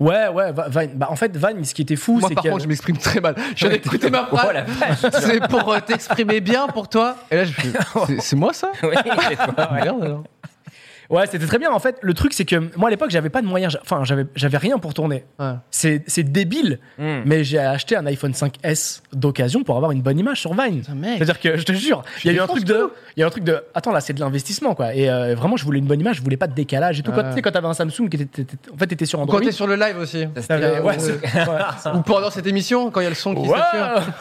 Speaker 4: Ouais, ouais, Va- Vine. Bah, en fait, Vine, ce qui était fou,
Speaker 2: Moi,
Speaker 4: c'est
Speaker 2: par
Speaker 4: que-
Speaker 2: contre, je m'exprime très mal. Je viens d'écouter ma phrase. c'est pour euh, t'exprimer bien pour toi. Et là, je fais, c'est- c'est moi ça
Speaker 3: Oui, c'est toi, ouais.
Speaker 2: Merde alors.
Speaker 4: Ouais, c'était très bien. En fait, le truc, c'est que moi, à l'époque, j'avais pas de moyens. J'a- Enfin, j'avais, j'avais rien pour tourner.
Speaker 2: Ouais.
Speaker 4: C'est, c'est débile,
Speaker 2: Hmm.
Speaker 3: Mm.
Speaker 4: mais j'ai acheté un iPhone 5S d'occasion pour avoir une bonne image sur Vine.
Speaker 2: Putain, mec.
Speaker 4: C'est-à-dire que, je te jure, il y a eu un
Speaker 2: défonce
Speaker 4: truc
Speaker 2: tout.
Speaker 4: de. Il y a eu un truc de. Attends, là, c'est de l'investissement, quoi. Et euh, vraiment, je voulais une bonne image, je voulais pas de décalage et tout. Quand,
Speaker 2: Ouais.
Speaker 4: tu sais, quand t'avais un Samsung, qui était- t'étais- en fait, t'étais sur Android.
Speaker 2: Quand t'es sur le live aussi.
Speaker 4: t'avais- ouais,
Speaker 2: euh,
Speaker 4: c'est- ouais.
Speaker 2: Ou pendant cette émission, quand il y a le son qui
Speaker 4: Wow.
Speaker 2: sature.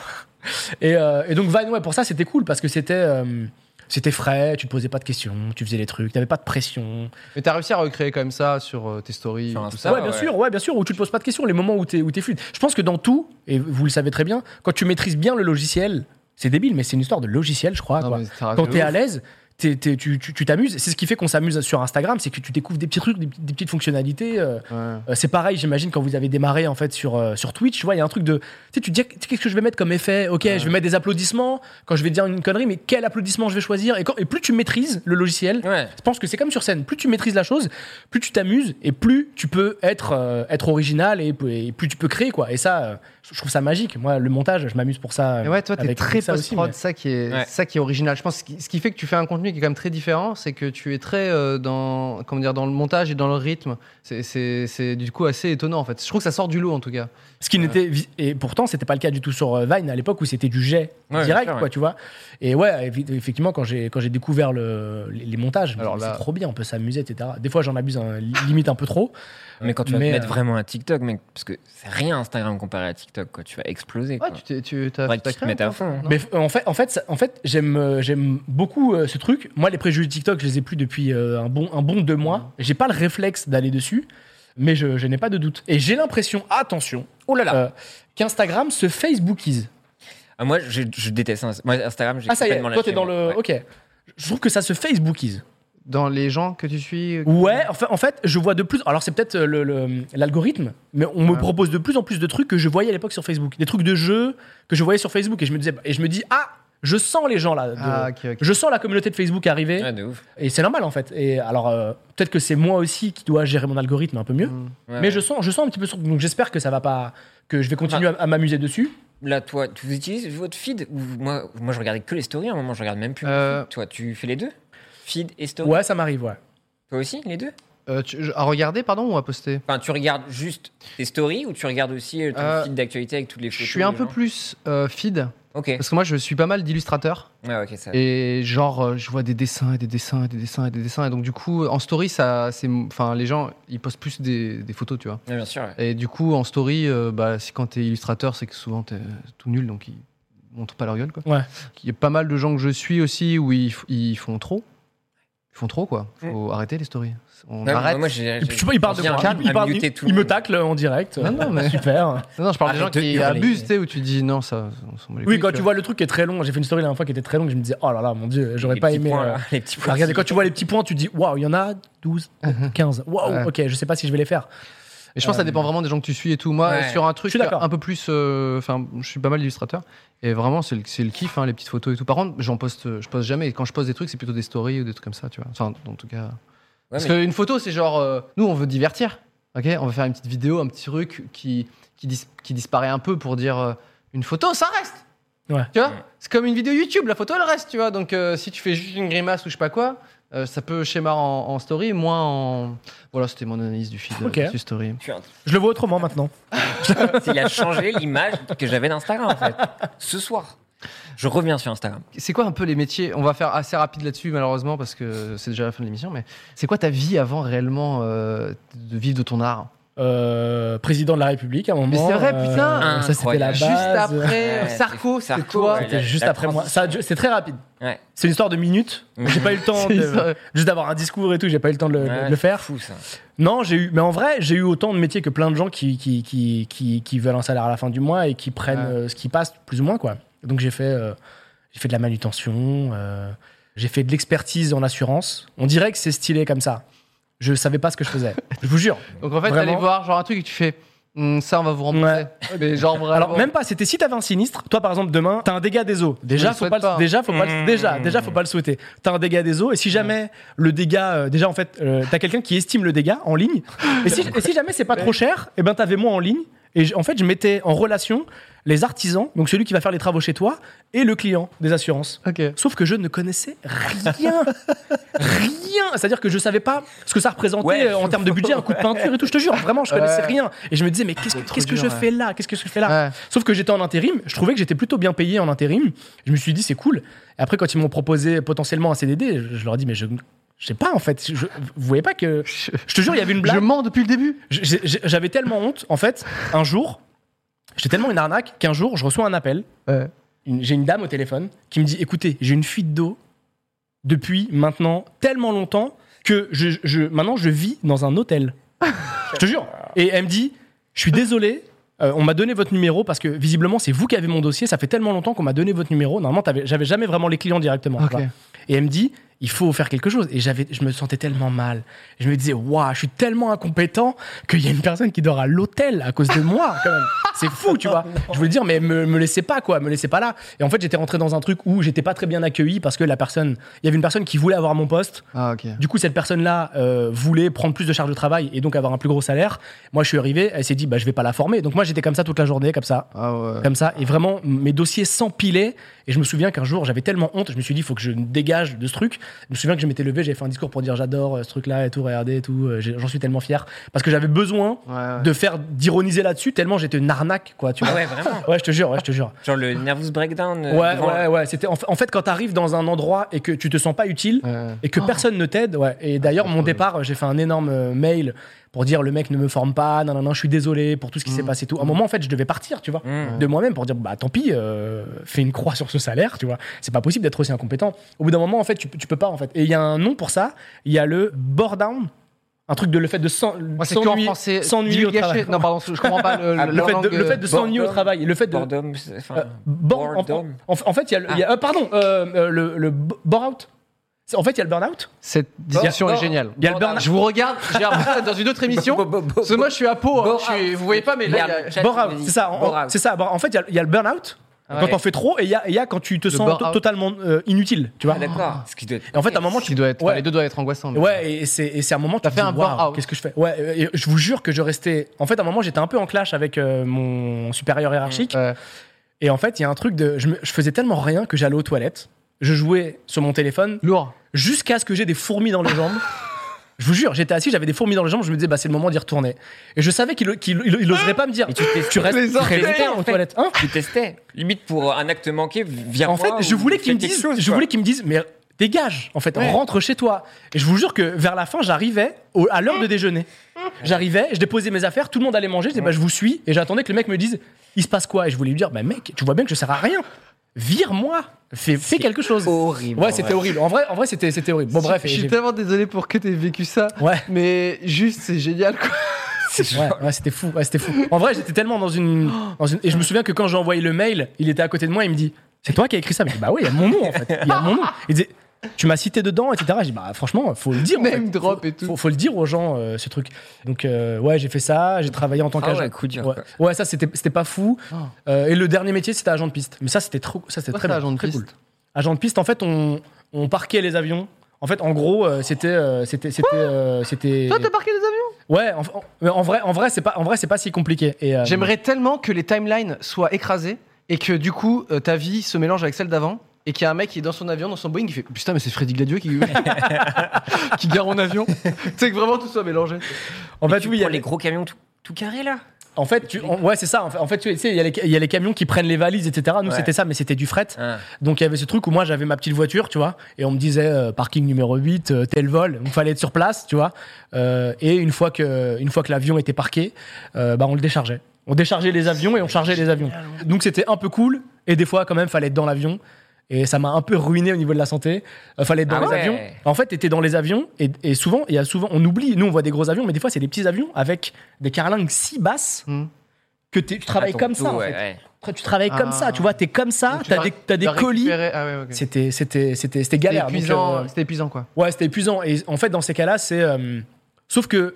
Speaker 4: et, euh, et donc Vine, ouais, pour ça, c'était cool parce que c'était euh, c'était frais, tu te posais pas de questions, tu faisais les trucs, t'avais pas de pression.
Speaker 2: Mais t'as réussi à recréer comme ça sur euh, tes stories,
Speaker 3: Sur
Speaker 2: et tout
Speaker 3: Insta.
Speaker 2: ça.
Speaker 4: ouais, bien
Speaker 3: ouais.
Speaker 4: sûr, ouais, bien sûr, où tu te poses pas de questions, les moments où t'es où t'es fluide. Je pense que dans tout, et vous le savez très bien, quand tu maîtrises bien le logiciel, c'est débile, mais c'est une histoire de logiciel, je crois.
Speaker 2: Non,
Speaker 4: quoi.
Speaker 2: mais t'as raison.
Speaker 4: Quand t'es à l'aise, t'es- t'es- tu tu- tu t'amuses. C'est ce qui fait qu'on s'amuse sur Instagram, c'est que tu découvres des petits trucs, des, petits- des petites fonctionnalités. euh,
Speaker 2: Ouais.
Speaker 4: euh, c'est pareil, j'imagine, quand vous avez démarré en fait sur, euh, sur Twitch, tu vois, il y a un truc de. Tu sais, tu te dis, tu sais, qu'est-ce que je vais mettre comme effet Ok, je vais mettre des applaudissements quand je vais dire une connerie, mais quel applaudissement je vais choisir et, quand- et plus tu maîtrises le logiciel,
Speaker 3: Ouais.
Speaker 4: je pense que c'est comme sur scène. Plus tu maîtrises la chose, plus tu t'amuses et plus tu peux être, euh, être original et, et plus tu peux créer, quoi. Et ça, euh, je je trouve ça magique. Moi, le montage, je m'amuse pour ça.
Speaker 2: Et ouais, toi, t'es
Speaker 4: avec
Speaker 2: très
Speaker 4: ça aussi,
Speaker 2: post-prod,
Speaker 4: mais-
Speaker 2: ça qui est
Speaker 3: Ouais.
Speaker 2: ça qui est original. Je pense que ce qui- ce qui fait que tu fais un contenu qui est quand même très différent, c'est que tu es très euh, dans comment dire dans le montage et dans le rythme. C'est- C'est c'est du coup assez étonnant en fait. Je trouve que ça sort du lot en tout cas.
Speaker 4: Ce qui n'était vi- et pourtant c'était pas le cas du tout sur euh, Vine à l'époque où c'était du jet
Speaker 3: Ouais,
Speaker 4: direct
Speaker 3: bien sûr,
Speaker 4: quoi
Speaker 3: ouais.
Speaker 4: tu vois et ouais évi- effectivement quand j'ai quand j'ai découvert le, les, les montages je me
Speaker 2: Alors
Speaker 4: suis dit,
Speaker 2: là-
Speaker 4: c'est trop bien on peut s'amuser etc des fois j'en abuse un- limite un peu trop
Speaker 3: Mais quand tu vas te
Speaker 4: Mais,
Speaker 3: mettre
Speaker 4: euh,
Speaker 3: vraiment à TikTok, mec, parce que c'est rien Instagram comparé à TikTok, quoi. Tu vas exploser,
Speaker 2: Ouais,
Speaker 3: quoi.
Speaker 2: tu t'es- tu t'as-
Speaker 3: Faudrait que
Speaker 2: t'as
Speaker 3: tu te
Speaker 2: créé un
Speaker 3: mettes à
Speaker 2: compte,
Speaker 3: fond, hein.
Speaker 2: non
Speaker 4: mais f- en fait en fait ça- en fait j'aime euh, j'aime beaucoup euh, ce truc moi les préjugés TikTok je les ai plus depuis euh, un bon un bon deux
Speaker 3: Mm.
Speaker 4: mois j'ai pas le réflexe d'aller dessus mais je, je n'ai pas de doute et j'ai l'impression attention
Speaker 3: Oh là là
Speaker 4: euh, qu'Instagram se Facebookise
Speaker 3: Ah, Moi, je, je déteste Inst- moi, Instagram. j'ai
Speaker 4: ah ça y est
Speaker 3: complètement
Speaker 4: toi t'es
Speaker 3: lâché,
Speaker 4: dans
Speaker 3: moi.
Speaker 4: le
Speaker 3: Ouais.
Speaker 4: ok je trouve que ça se Facebookise
Speaker 2: Dans les gens que tu suis. euh,
Speaker 4: Ouais, en fait, en fait, je vois de plus. Alors, c'est peut-être euh, le- le- l'algorithme, mais on me
Speaker 2: Ouais.
Speaker 4: propose de plus en plus de trucs que je voyais à l'époque sur Facebook. Des trucs de jeux que je voyais sur Facebook et je me, disais, et je me dis, ah, je sens les gens là. de-
Speaker 2: Ah, ok, ok.
Speaker 4: Je sens la communauté de Facebook arriver.
Speaker 3: Ouais, de ouf.
Speaker 4: Et c'est normal, en fait. Et alors, euh, peut-être que c'est moi aussi qui dois gérer mon algorithme un peu mieux.
Speaker 2: Mm.
Speaker 3: Ouais,
Speaker 4: Mais
Speaker 3: ouais.
Speaker 4: je sens, je sens un petit peu. sur- Donc, j'espère que ça va pas. que je vais continuer à, à m'amuser dessus.
Speaker 3: Là, toi, tu vous utilisez votre feed ou moi, moi, je regardais que les stories. À un moment, je regarde même plus. mon
Speaker 2: Euh.
Speaker 3: feed. Toi, tu fais les deux Feed et story
Speaker 4: Ouais, ça m'arrive, ouais.
Speaker 3: Toi aussi, les deux
Speaker 2: Euh, tu- je- à regarder, pardon, ou à poster
Speaker 3: Enfin, tu regardes juste tes stories ou tu regardes aussi euh, ton
Speaker 2: Euh,
Speaker 3: feed d'actualité avec toutes les
Speaker 2: Je
Speaker 3: photos
Speaker 2: suis un
Speaker 3: des
Speaker 2: peu
Speaker 3: gens
Speaker 2: plus euh, feed,
Speaker 3: Ok.
Speaker 2: parce que moi, je suis pas mal d'illustrateurs.
Speaker 3: Ouais, ok, ça.
Speaker 2: Et genre, euh, je vois des dessins et des dessins et des dessins et des dessins. Et donc, du coup, en story, ça, c'est, enfin, les gens, ils postent plus des, des photos, tu vois.
Speaker 3: Ouais, bien sûr. ouais.
Speaker 2: Et du coup, en story, euh, bah, si quand t'es illustrateur, c'est que souvent t'es euh, tout nul, donc ils montrent pas leur gueule, quoi.
Speaker 4: Ouais.
Speaker 2: Il y a pas mal de gens que je suis aussi où ils, f- ils font trop. Ils font trop, quoi. Faut arrêter les stories. On
Speaker 3: Ouais,
Speaker 2: arrête.
Speaker 3: Moi, j'ai.
Speaker 4: Et puis, tu vois, il parle de moi. Il, parle- il- il me tacle en direct.
Speaker 2: Non, non, mais-
Speaker 4: Super.
Speaker 2: Non, non, je parle des gens
Speaker 3: Arrête de
Speaker 2: qui
Speaker 3: hurler.
Speaker 2: abusent, tu sais, où tu dis non, ça, on s'en bat les
Speaker 4: Oui,
Speaker 2: couilles,
Speaker 4: quand tu vois le truc qui est très long, j'ai fait une story la dernière fois qui était très longue, je me disais, oh là là, mon dieu, j'aurais
Speaker 3: Les
Speaker 4: pas
Speaker 3: petits
Speaker 4: aimé.
Speaker 3: points,
Speaker 4: euh,
Speaker 3: là, les petits points.
Speaker 4: Regardez, quand tu vois les petits points, tu dis, waouh, il y en a 12, 15. Waouh,
Speaker 2: Mhm. Ouais.
Speaker 4: ok, je sais pas si je vais les faire.
Speaker 2: Et je pense que ça dépend vraiment des gens que tu suis et tout. Moi,
Speaker 3: Ouais.
Speaker 2: sur un
Speaker 4: Euh, Je
Speaker 2: truc
Speaker 4: suis d'accord.
Speaker 2: un peu plus. euh, Enfin, je suis pas mal illustrateur. Et vraiment, c'est le, c'est le kiff, hein, les petites photos et tout. Par contre, j'en poste, je poste jamais. Et quand je poste des trucs, c'est plutôt des stories ou des trucs comme ça, tu vois. Enfin, en tout cas. Parce
Speaker 3: mais-
Speaker 2: qu'une photo, c'est genre. euh, nous, on veut divertir. Ok On veut faire une petite vidéo, un petit truc qui, qui, dis- qui disparaît un peu pour dire. euh, une photo, ça reste
Speaker 4: Ouais.
Speaker 2: Tu vois C'est comme une vidéo YouTube, la photo, elle reste, tu vois. Donc, euh, si tu fais juste une grimace ou je sais pas quoi. euh, ça peut schéma en, en story, moins en. Voilà, c'était mon analyse du feed
Speaker 4: Ok.
Speaker 2: euh, du story.
Speaker 3: Tu vois,
Speaker 4: Je le vois autrement maintenant.
Speaker 3: Il a changé l'image que j'avais d'Instagram, en fait. Ce soir. Je reviens sur Instagram.
Speaker 2: C'est quoi un peu les métiers On va faire assez rapide là-dessus, malheureusement, parce que c'est déjà la fin de l'émission. Mais c'est quoi ta vie avant réellement euh, de vivre de ton art
Speaker 4: Euh, président de la République, à un moment.
Speaker 2: c'est vrai,
Speaker 4: euh,
Speaker 2: putain.
Speaker 4: Ça, c'était la
Speaker 3: Incroyable.
Speaker 4: base.
Speaker 2: Juste après
Speaker 3: Ouais,
Speaker 2: Sarko,
Speaker 3: c'est-
Speaker 2: c'était
Speaker 3: Sarko,
Speaker 2: toi.
Speaker 3: ouais.
Speaker 4: C'était
Speaker 3: la-
Speaker 4: juste
Speaker 3: la
Speaker 4: après moi. Ça, a dû- c'est très rapide.
Speaker 3: Ouais.
Speaker 4: C'est une histoire de minutes. J'ai pas eu le temps
Speaker 2: C'est
Speaker 4: de-
Speaker 2: ça.
Speaker 4: juste d'avoir un discours et tout. J'ai pas eu le temps de le,
Speaker 3: Ouais,
Speaker 4: de le faire.
Speaker 3: c'est Fou, ça.
Speaker 4: Non, j'ai eu. Mais en vrai, j'ai eu autant de métiers que plein de gens qui, qui, qui, qui, qui veulent un salaire à la fin du mois et qui prennent
Speaker 2: Ouais.
Speaker 4: euh, ce qui passe, plus ou moins, quoi. Donc j'ai fait, euh, j'ai fait de la manutention, euh, j'ai fait de l'expertise en assurance. On dirait que c'est stylé comme ça. Je savais pas ce que je faisais. je vous jure.
Speaker 2: Donc en fait,
Speaker 4: Vraiment
Speaker 2: t'allais voir genre un truc et tu fais Hum, ça, on va vous rembourser.
Speaker 4: Ouais.
Speaker 2: Mais genre vraiment.
Speaker 4: Alors même pas. C'était si t'avais un sinistre. Toi, par exemple, demain, t'as un dégât des eaux. Déjà,
Speaker 2: le
Speaker 4: faut
Speaker 2: souhaite
Speaker 4: pas, le-
Speaker 2: pas.
Speaker 4: Déjà, faut pas. le- Déjà, déjà, faut pas le souhaiter. T'as un dégât des eaux. Et si jamais le dégât, euh, déjà en fait, euh, t'as quelqu'un qui estime le dégât en ligne. Et si, et si jamais c'est pas trop cher, et ben t'avais moi en ligne. Et j- en fait, je mettais en relation les artisans, donc celui qui va faire les travaux chez toi, et le client des assurances.
Speaker 2: Ok.
Speaker 4: Sauf que je ne connaissais rien, rien. C'est-à-dire que je savais pas ce que ça représentait
Speaker 3: Ouais.
Speaker 4: euh, en termes de budget, un coup de peinture et tout. Je te jure, vraiment, je connaissais
Speaker 2: Ouais.
Speaker 4: rien. Et je me disais, mais qu'est-ce que,
Speaker 2: trop
Speaker 4: qu'est-ce que
Speaker 2: dur,
Speaker 4: je
Speaker 2: ouais.
Speaker 4: fais là Qu'est-ce que je fais là
Speaker 2: Ouais.
Speaker 4: Sauf que j'étais en intérim, je trouvais que j'étais plutôt bien payé en intérim. Je me suis dit, c'est cool. Et après, quand ils m'ont proposé potentiellement un CDD, je, je leur ai dit, mais je. Je sais pas en fait, Je- vous voyez pas que.
Speaker 2: Je,
Speaker 4: Je te jure, il y avait une blague.
Speaker 2: je mens depuis le début.
Speaker 4: J- j'ai- j'ai- J'avais tellement honte, en fait, un jour, j'ai tellement une arnaque qu'un jour, je reçois un appel.
Speaker 2: Ouais.
Speaker 4: Une- J'ai une dame au téléphone qui me dit écoutez, j'ai une fuite d'eau depuis maintenant tellement longtemps que je, je- maintenant je vis dans un hôtel. je te jure. Et elle me dit je suis désolé. euh, on m'a donné votre numéro parce que visiblement c'est vous qui avez mon dossier. Ça fait tellement longtemps qu'on m'a donné votre numéro. Normalement, t'avais- j'avais jamais vraiment les clients directement.
Speaker 2: Ok.
Speaker 4: tu vois. Et elle me dit il faut faire quelque chose. Et j'avais, je me sentais tellement mal. Je me disais, waouh, je suis tellement incompétent qu'il y a une personne qui dort à l'hôtel à cause de moi, quand même. C'est fou, tu vois. Je voulais dire, mais me, me laissez pas, quoi, me laissez pas là. Et en fait, j'étais rentré dans un truc où j'étais pas très bien accueilli parce que la personne, il y avait une personne qui voulait avoir mon poste.
Speaker 2: Ah, ok.
Speaker 4: Du coup, cette personne-là euh, voulait prendre plus de charges de travail et donc avoir un plus gros salaire. Moi, je suis arrivé, elle s'est dit, bah, je vais pas la former. Donc, moi, j'étais comme ça toute la journée, comme ça,
Speaker 2: Ah ouais.
Speaker 4: comme ça. Et vraiment, mes dossiers s'empilaient. Et je me souviens qu'un jour, j'avais tellement honte, je me suis dit, il faut que je me dégage de ce truc. Je me souviens que je m'étais levé, j'avais fait un discours pour dire, j'adore euh, ce truc-là et tout, regardez et tout. euh, j'ai- J'en suis tellement fier. Parce que j'avais besoin
Speaker 2: Ouais, ouais.
Speaker 4: de faire, d'ironiser là-dessus, tellement j'étais une arnaque, quoi, tu
Speaker 3: Ah
Speaker 4: vois.
Speaker 3: ouais, vraiment.
Speaker 4: Ouais, je te jure, ouais, je te jure.
Speaker 3: Genre le nervous breakdown. euh,
Speaker 4: Ouais,
Speaker 3: devant-
Speaker 4: ouais, ouais. C'était en, fa- en fait quand t'arrives dans un endroit et que tu te sens pas utile
Speaker 2: Ouais. Ah,
Speaker 4: et
Speaker 3: Oh.
Speaker 4: que personne ne t'aide. Ouais. Et d'ailleurs, mon départ, j'ai fait un énorme euh, mail pour dire le mec ne me forme pas, non, non, non, je suis désolé pour tout ce qui
Speaker 2: Mm.
Speaker 4: s'est passé. et Tout. À un moment, en fait, je devais partir, tu vois,
Speaker 3: hmm,
Speaker 4: de moi-même pour dire bah tant pis, euh, fais une croix sur ce salaire, tu vois. C'est pas possible d'être aussi incompétent. Au bout d'un moment, en fait, tu, tu peux pas, en fait. Et il y a un nom pour ça. Il y a le bore down. Un truc de le fait de s'en-
Speaker 2: Moi, c'est que en
Speaker 4: s'ennuyer
Speaker 2: français.
Speaker 4: s'ennuyer au
Speaker 2: divulgacher.
Speaker 4: travail.
Speaker 2: Non, pardon, je comprends pas le, euh,
Speaker 3: Ah,
Speaker 4: Le fait de- le fait de s'ennuyer au
Speaker 3: boredom.
Speaker 4: travail, le fait de
Speaker 3: Boredom, c'est- enfin,
Speaker 4: euh, bor- en-
Speaker 3: boredom.
Speaker 4: En, en fait, il y a, le, il y a- euh, pardon, euh, euh, le, le bo- bore-out. C'est- En fait, il y a le burn-out.
Speaker 2: Cette discussion
Speaker 3: Bon,
Speaker 2: est
Speaker 3: bon,
Speaker 2: géniale.
Speaker 4: il y a le burn-
Speaker 2: Je vous regarde, j'ai l'impression d'être dans une autre émission.
Speaker 3: Bo- bo- bo-
Speaker 2: Parce que moi, je suis à peau. hein.
Speaker 3: Bon,
Speaker 2: Je suis-
Speaker 3: ah,
Speaker 2: vous voyez pas, mais là, il y a-
Speaker 3: merde, chat,
Speaker 4: Bore-out,
Speaker 3: vas-y.
Speaker 4: c'est ça. en- en-
Speaker 3: Bore-out.
Speaker 4: C'est ça. En fait, il y a- il y, a le burn-out quand
Speaker 2: Ouais.
Speaker 4: on fait trop et il y a, et il y a quand tu te sens to-
Speaker 2: bore-out.
Speaker 4: totalement euh, inutile, tu vois.
Speaker 3: Ah, D'accord. Ce qui doit être-
Speaker 4: Et en fait, à un moment,
Speaker 2: qui
Speaker 4: tu
Speaker 2: doit être.
Speaker 4: Ouais.
Speaker 2: enfin, Les deux doivent être angoissants. mais-
Speaker 4: Ouais, et c'est et c'est un moment tu te
Speaker 2: fait
Speaker 4: dis,
Speaker 2: un
Speaker 4: Waouh,
Speaker 2: burn-out.
Speaker 4: Qu'est-ce que je fais Ouais, euh, et je vous jure que je restais. En fait, à un moment, j'étais un peu en clash avec euh, mon supérieur hiérarchique.
Speaker 2: Ouais.
Speaker 4: Et en fait, il y a un truc de. Je, me- je faisais tellement rien que j'allais aux toilettes. Je jouais sur mon téléphone
Speaker 2: Lourd.
Speaker 4: jusqu'à ce que j'ai des fourmis dans les jambes. Je vous jure, j'étais assis, j'avais des fourmis dans les jambes, je me disais, bah, c'est le moment d'y retourner. Et je savais qu'il qu'il- il- il oserait pas me dire,
Speaker 3: Mais tu testes-
Speaker 4: tu restes
Speaker 2: Les
Speaker 4: très
Speaker 2: orteils,
Speaker 3: en
Speaker 4: longtemps aux
Speaker 3: fait.
Speaker 4: toilettes. Hein
Speaker 3: Tu testais. Limite pour un acte manqué, viens.
Speaker 4: en fait,
Speaker 3: moi
Speaker 4: je
Speaker 3: ou
Speaker 4: voulais
Speaker 3: fais
Speaker 4: qu'il me
Speaker 3: quelque
Speaker 4: dise,
Speaker 3: chose,
Speaker 4: je
Speaker 3: quoi.
Speaker 4: voulais qu'il me dise, mais dégage, en fait, rentre chez toi. Et je vous jure que vers la fin, j'arrivais au- à l'heure de déjeuner. J'arrivais, je déposais mes affaires, tout le monde allait manger, je disais, bah, je vous suis, et j'attendais que le mec me dise, il se passe quoi Et je voulais lui dire, bah, mec, tu vois bien que je sers à rien. Vire-moi, fais, fais quelque chose.
Speaker 3: horrible,
Speaker 4: Ouais,
Speaker 3: en
Speaker 4: c'était
Speaker 3: vrai.
Speaker 4: horrible. En vrai, en vrai c'était c'était horrible. Bon, bref.
Speaker 2: Je
Speaker 4: et
Speaker 2: suis
Speaker 4: j'ai-
Speaker 2: tellement désolé pour que t'aies vécu ça.
Speaker 4: Ouais.
Speaker 2: Mais juste, c'est génial, quoi.
Speaker 4: Ouais, ouais, c'était fou, ouais, c'était fou. En vrai, j'étais tellement dans une, dans une- Et je me souviens que quand j'ai envoyé le mail, il était à côté de moi, il me dit C'est toi qui as écrit ça Mais je dis, Bah oui, il y a mon nom en fait. Il y a mon nom. Il disait Tu m'as cité dedans, etc. Je dis Bah franchement, faut le dire. en
Speaker 2: Name
Speaker 4: fait.
Speaker 2: drop
Speaker 4: Faut-
Speaker 2: et tout.
Speaker 4: Faut, faut le dire aux gens, euh, ce truc. Donc, euh, ouais, j'ai fait ça, j'ai travaillé en tant
Speaker 3: Ah
Speaker 4: qu'agent.
Speaker 3: ouais, coup dur,
Speaker 4: ouais.
Speaker 3: quoi.
Speaker 4: Ouais, ça, c'était c'était pas fou. Euh, et le dernier métier, c'était agent de piste. Mais ça, c'était trop. Ça, c'était
Speaker 2: Pourquoi
Speaker 4: très,
Speaker 2: c'est
Speaker 4: bien,
Speaker 2: agent de
Speaker 4: très
Speaker 2: piste
Speaker 4: cool. Agent de piste, en fait, on, on parquait les avions. En fait, en gros, euh, c'était, euh, c'était, c'était, euh, c'était.
Speaker 2: Toi, t'as parqué des avions
Speaker 4: Ouais, en, en- mais en vrai, en vrai, c'est pas, en vrai, c'est pas si compliqué. Et euh,
Speaker 2: J'aimerais tellement que les timelines soient écrasées et que du coup, euh, ta vie se mélange avec celle d'avant. Et qu'il y a un mec qui est dans son avion, dans son Boeing, qui fait Putain, mais c'est Freddy Gladieux qui, qui gare mon avion. tu sais que vraiment tout soit mélangé.
Speaker 4: en fait,
Speaker 3: Tu
Speaker 4: oui, il y
Speaker 3: prends
Speaker 4: a-
Speaker 3: les gros camions tout, tout carrés là.
Speaker 4: en fait, tu, en- ouais, c'est ça. En fait, en fait, tu sais, il y, a les- il y a les camions qui prennent les valises, etc. Nous,
Speaker 3: Ouais.
Speaker 4: c'était ça, mais c'était du fret.
Speaker 3: Ah.
Speaker 4: Donc, il y avait ce truc où moi, j'avais ma petite voiture, tu vois, et on me disait euh, parking numéro 8, euh, tel vol. Donc, fallait être sur place, tu vois. Euh, et une fois que, une fois que l'avion était parqué, euh, bah, on le déchargeait. On déchargeait les avions et on chargeait les avions. Donc, c'était un peu cool. Et des fois, quand même, fallait être dans l'avion. Et ça m'a un peu ruiné au niveau de la santé. Euh, fallait être dans
Speaker 3: Ah
Speaker 4: les
Speaker 3: ouais.
Speaker 4: avions. En fait, t'étais dans les avions et, et souvent, il y a souvent, on oublie. Nous, on voit des gros avions, mais des fois, c'est des petits avions avec des carlingues si basses
Speaker 2: Hmm.
Speaker 4: que t'es- tu travailles
Speaker 3: Attends,
Speaker 4: comme
Speaker 3: tout,
Speaker 4: ça. en
Speaker 3: Ah, ouais,
Speaker 4: fait.
Speaker 3: ouais.
Speaker 4: Après, Tu travailles comme
Speaker 2: Ah.
Speaker 4: ça, tu vois, t'es comme ça,
Speaker 2: Donc, tu
Speaker 4: t'as
Speaker 2: dois-
Speaker 4: des, t'as des
Speaker 2: dois
Speaker 4: colis.
Speaker 2: récupérer- Ah ouais, ok. C'était
Speaker 4: C'était, c'était, c'était, c'était galère. donc,
Speaker 2: épuisant,
Speaker 4: euh,
Speaker 2: c'était épuisant, quoi.
Speaker 4: ouais, c'était épuisant. Et en fait, dans ces cas-là, c'est. euh, sauf que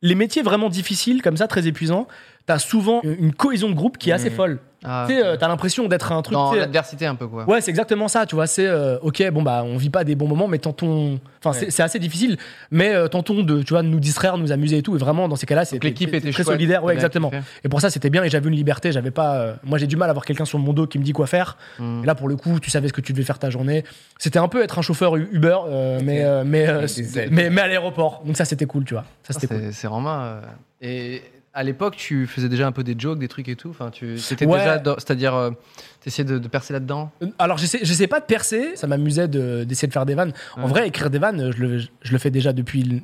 Speaker 4: les métiers vraiment difficiles, comme ça, très épuisants, t'as souvent une cohésion de groupe qui est assez folle.
Speaker 2: Ah,
Speaker 4: Tu sais, euh, t'as l'impression d'être un truc.
Speaker 2: dans
Speaker 4: tu sais, euh,
Speaker 2: l'adversité, un peu, quoi.
Speaker 4: Ouais, c'est exactement ça, tu vois. C'est euh, ok, bon bah on vit pas des bons moments, mais tentons. Enfin, c'est- c'est assez difficile, mais euh, tentons de, tu vois, de nous distraire, nous amuser et tout. Et vraiment, dans ces cas-là, c'est
Speaker 2: Donc, l'équipe
Speaker 4: c'est-
Speaker 2: était
Speaker 4: très
Speaker 2: chouette,
Speaker 4: solidaire, ouais,
Speaker 2: vous avez
Speaker 4: exactement.
Speaker 2: kiffé.
Speaker 4: Et pour ça, c'était bien. Et j'avais une liberté. J'avais pas. euh, moi, j'ai du mal à avoir quelqu'un sur mon dos qui me dit quoi faire.
Speaker 2: Mm.
Speaker 4: Et là, pour le coup, tu savais ce que tu devais faire ta journée. C'était un peu être un chauffeur U- Uber, euh, mais euh, mais euh,
Speaker 3: Avec des ailes.
Speaker 4: mais, mais à l'aéroport. Donc ça, c'était cool, tu vois. Ça,
Speaker 2: Ah,
Speaker 4: c'était cool.
Speaker 2: C'est c'est vraiment. euh, Et à l'époque, tu faisais déjà un peu des jokes, des trucs et tout. Enfin, tu c'était
Speaker 4: Ouais.
Speaker 2: déjà, dans- c'est-à-dire, euh, t'essayais de, de percer là-dedans.
Speaker 4: Euh, Alors, j'essaie j'essaie pas de percer, ça m'amusait de- d'essayer de faire des vannes. En
Speaker 2: Ouais.
Speaker 4: vrai, écrire des vannes, je le, je le fais déjà depuis, l-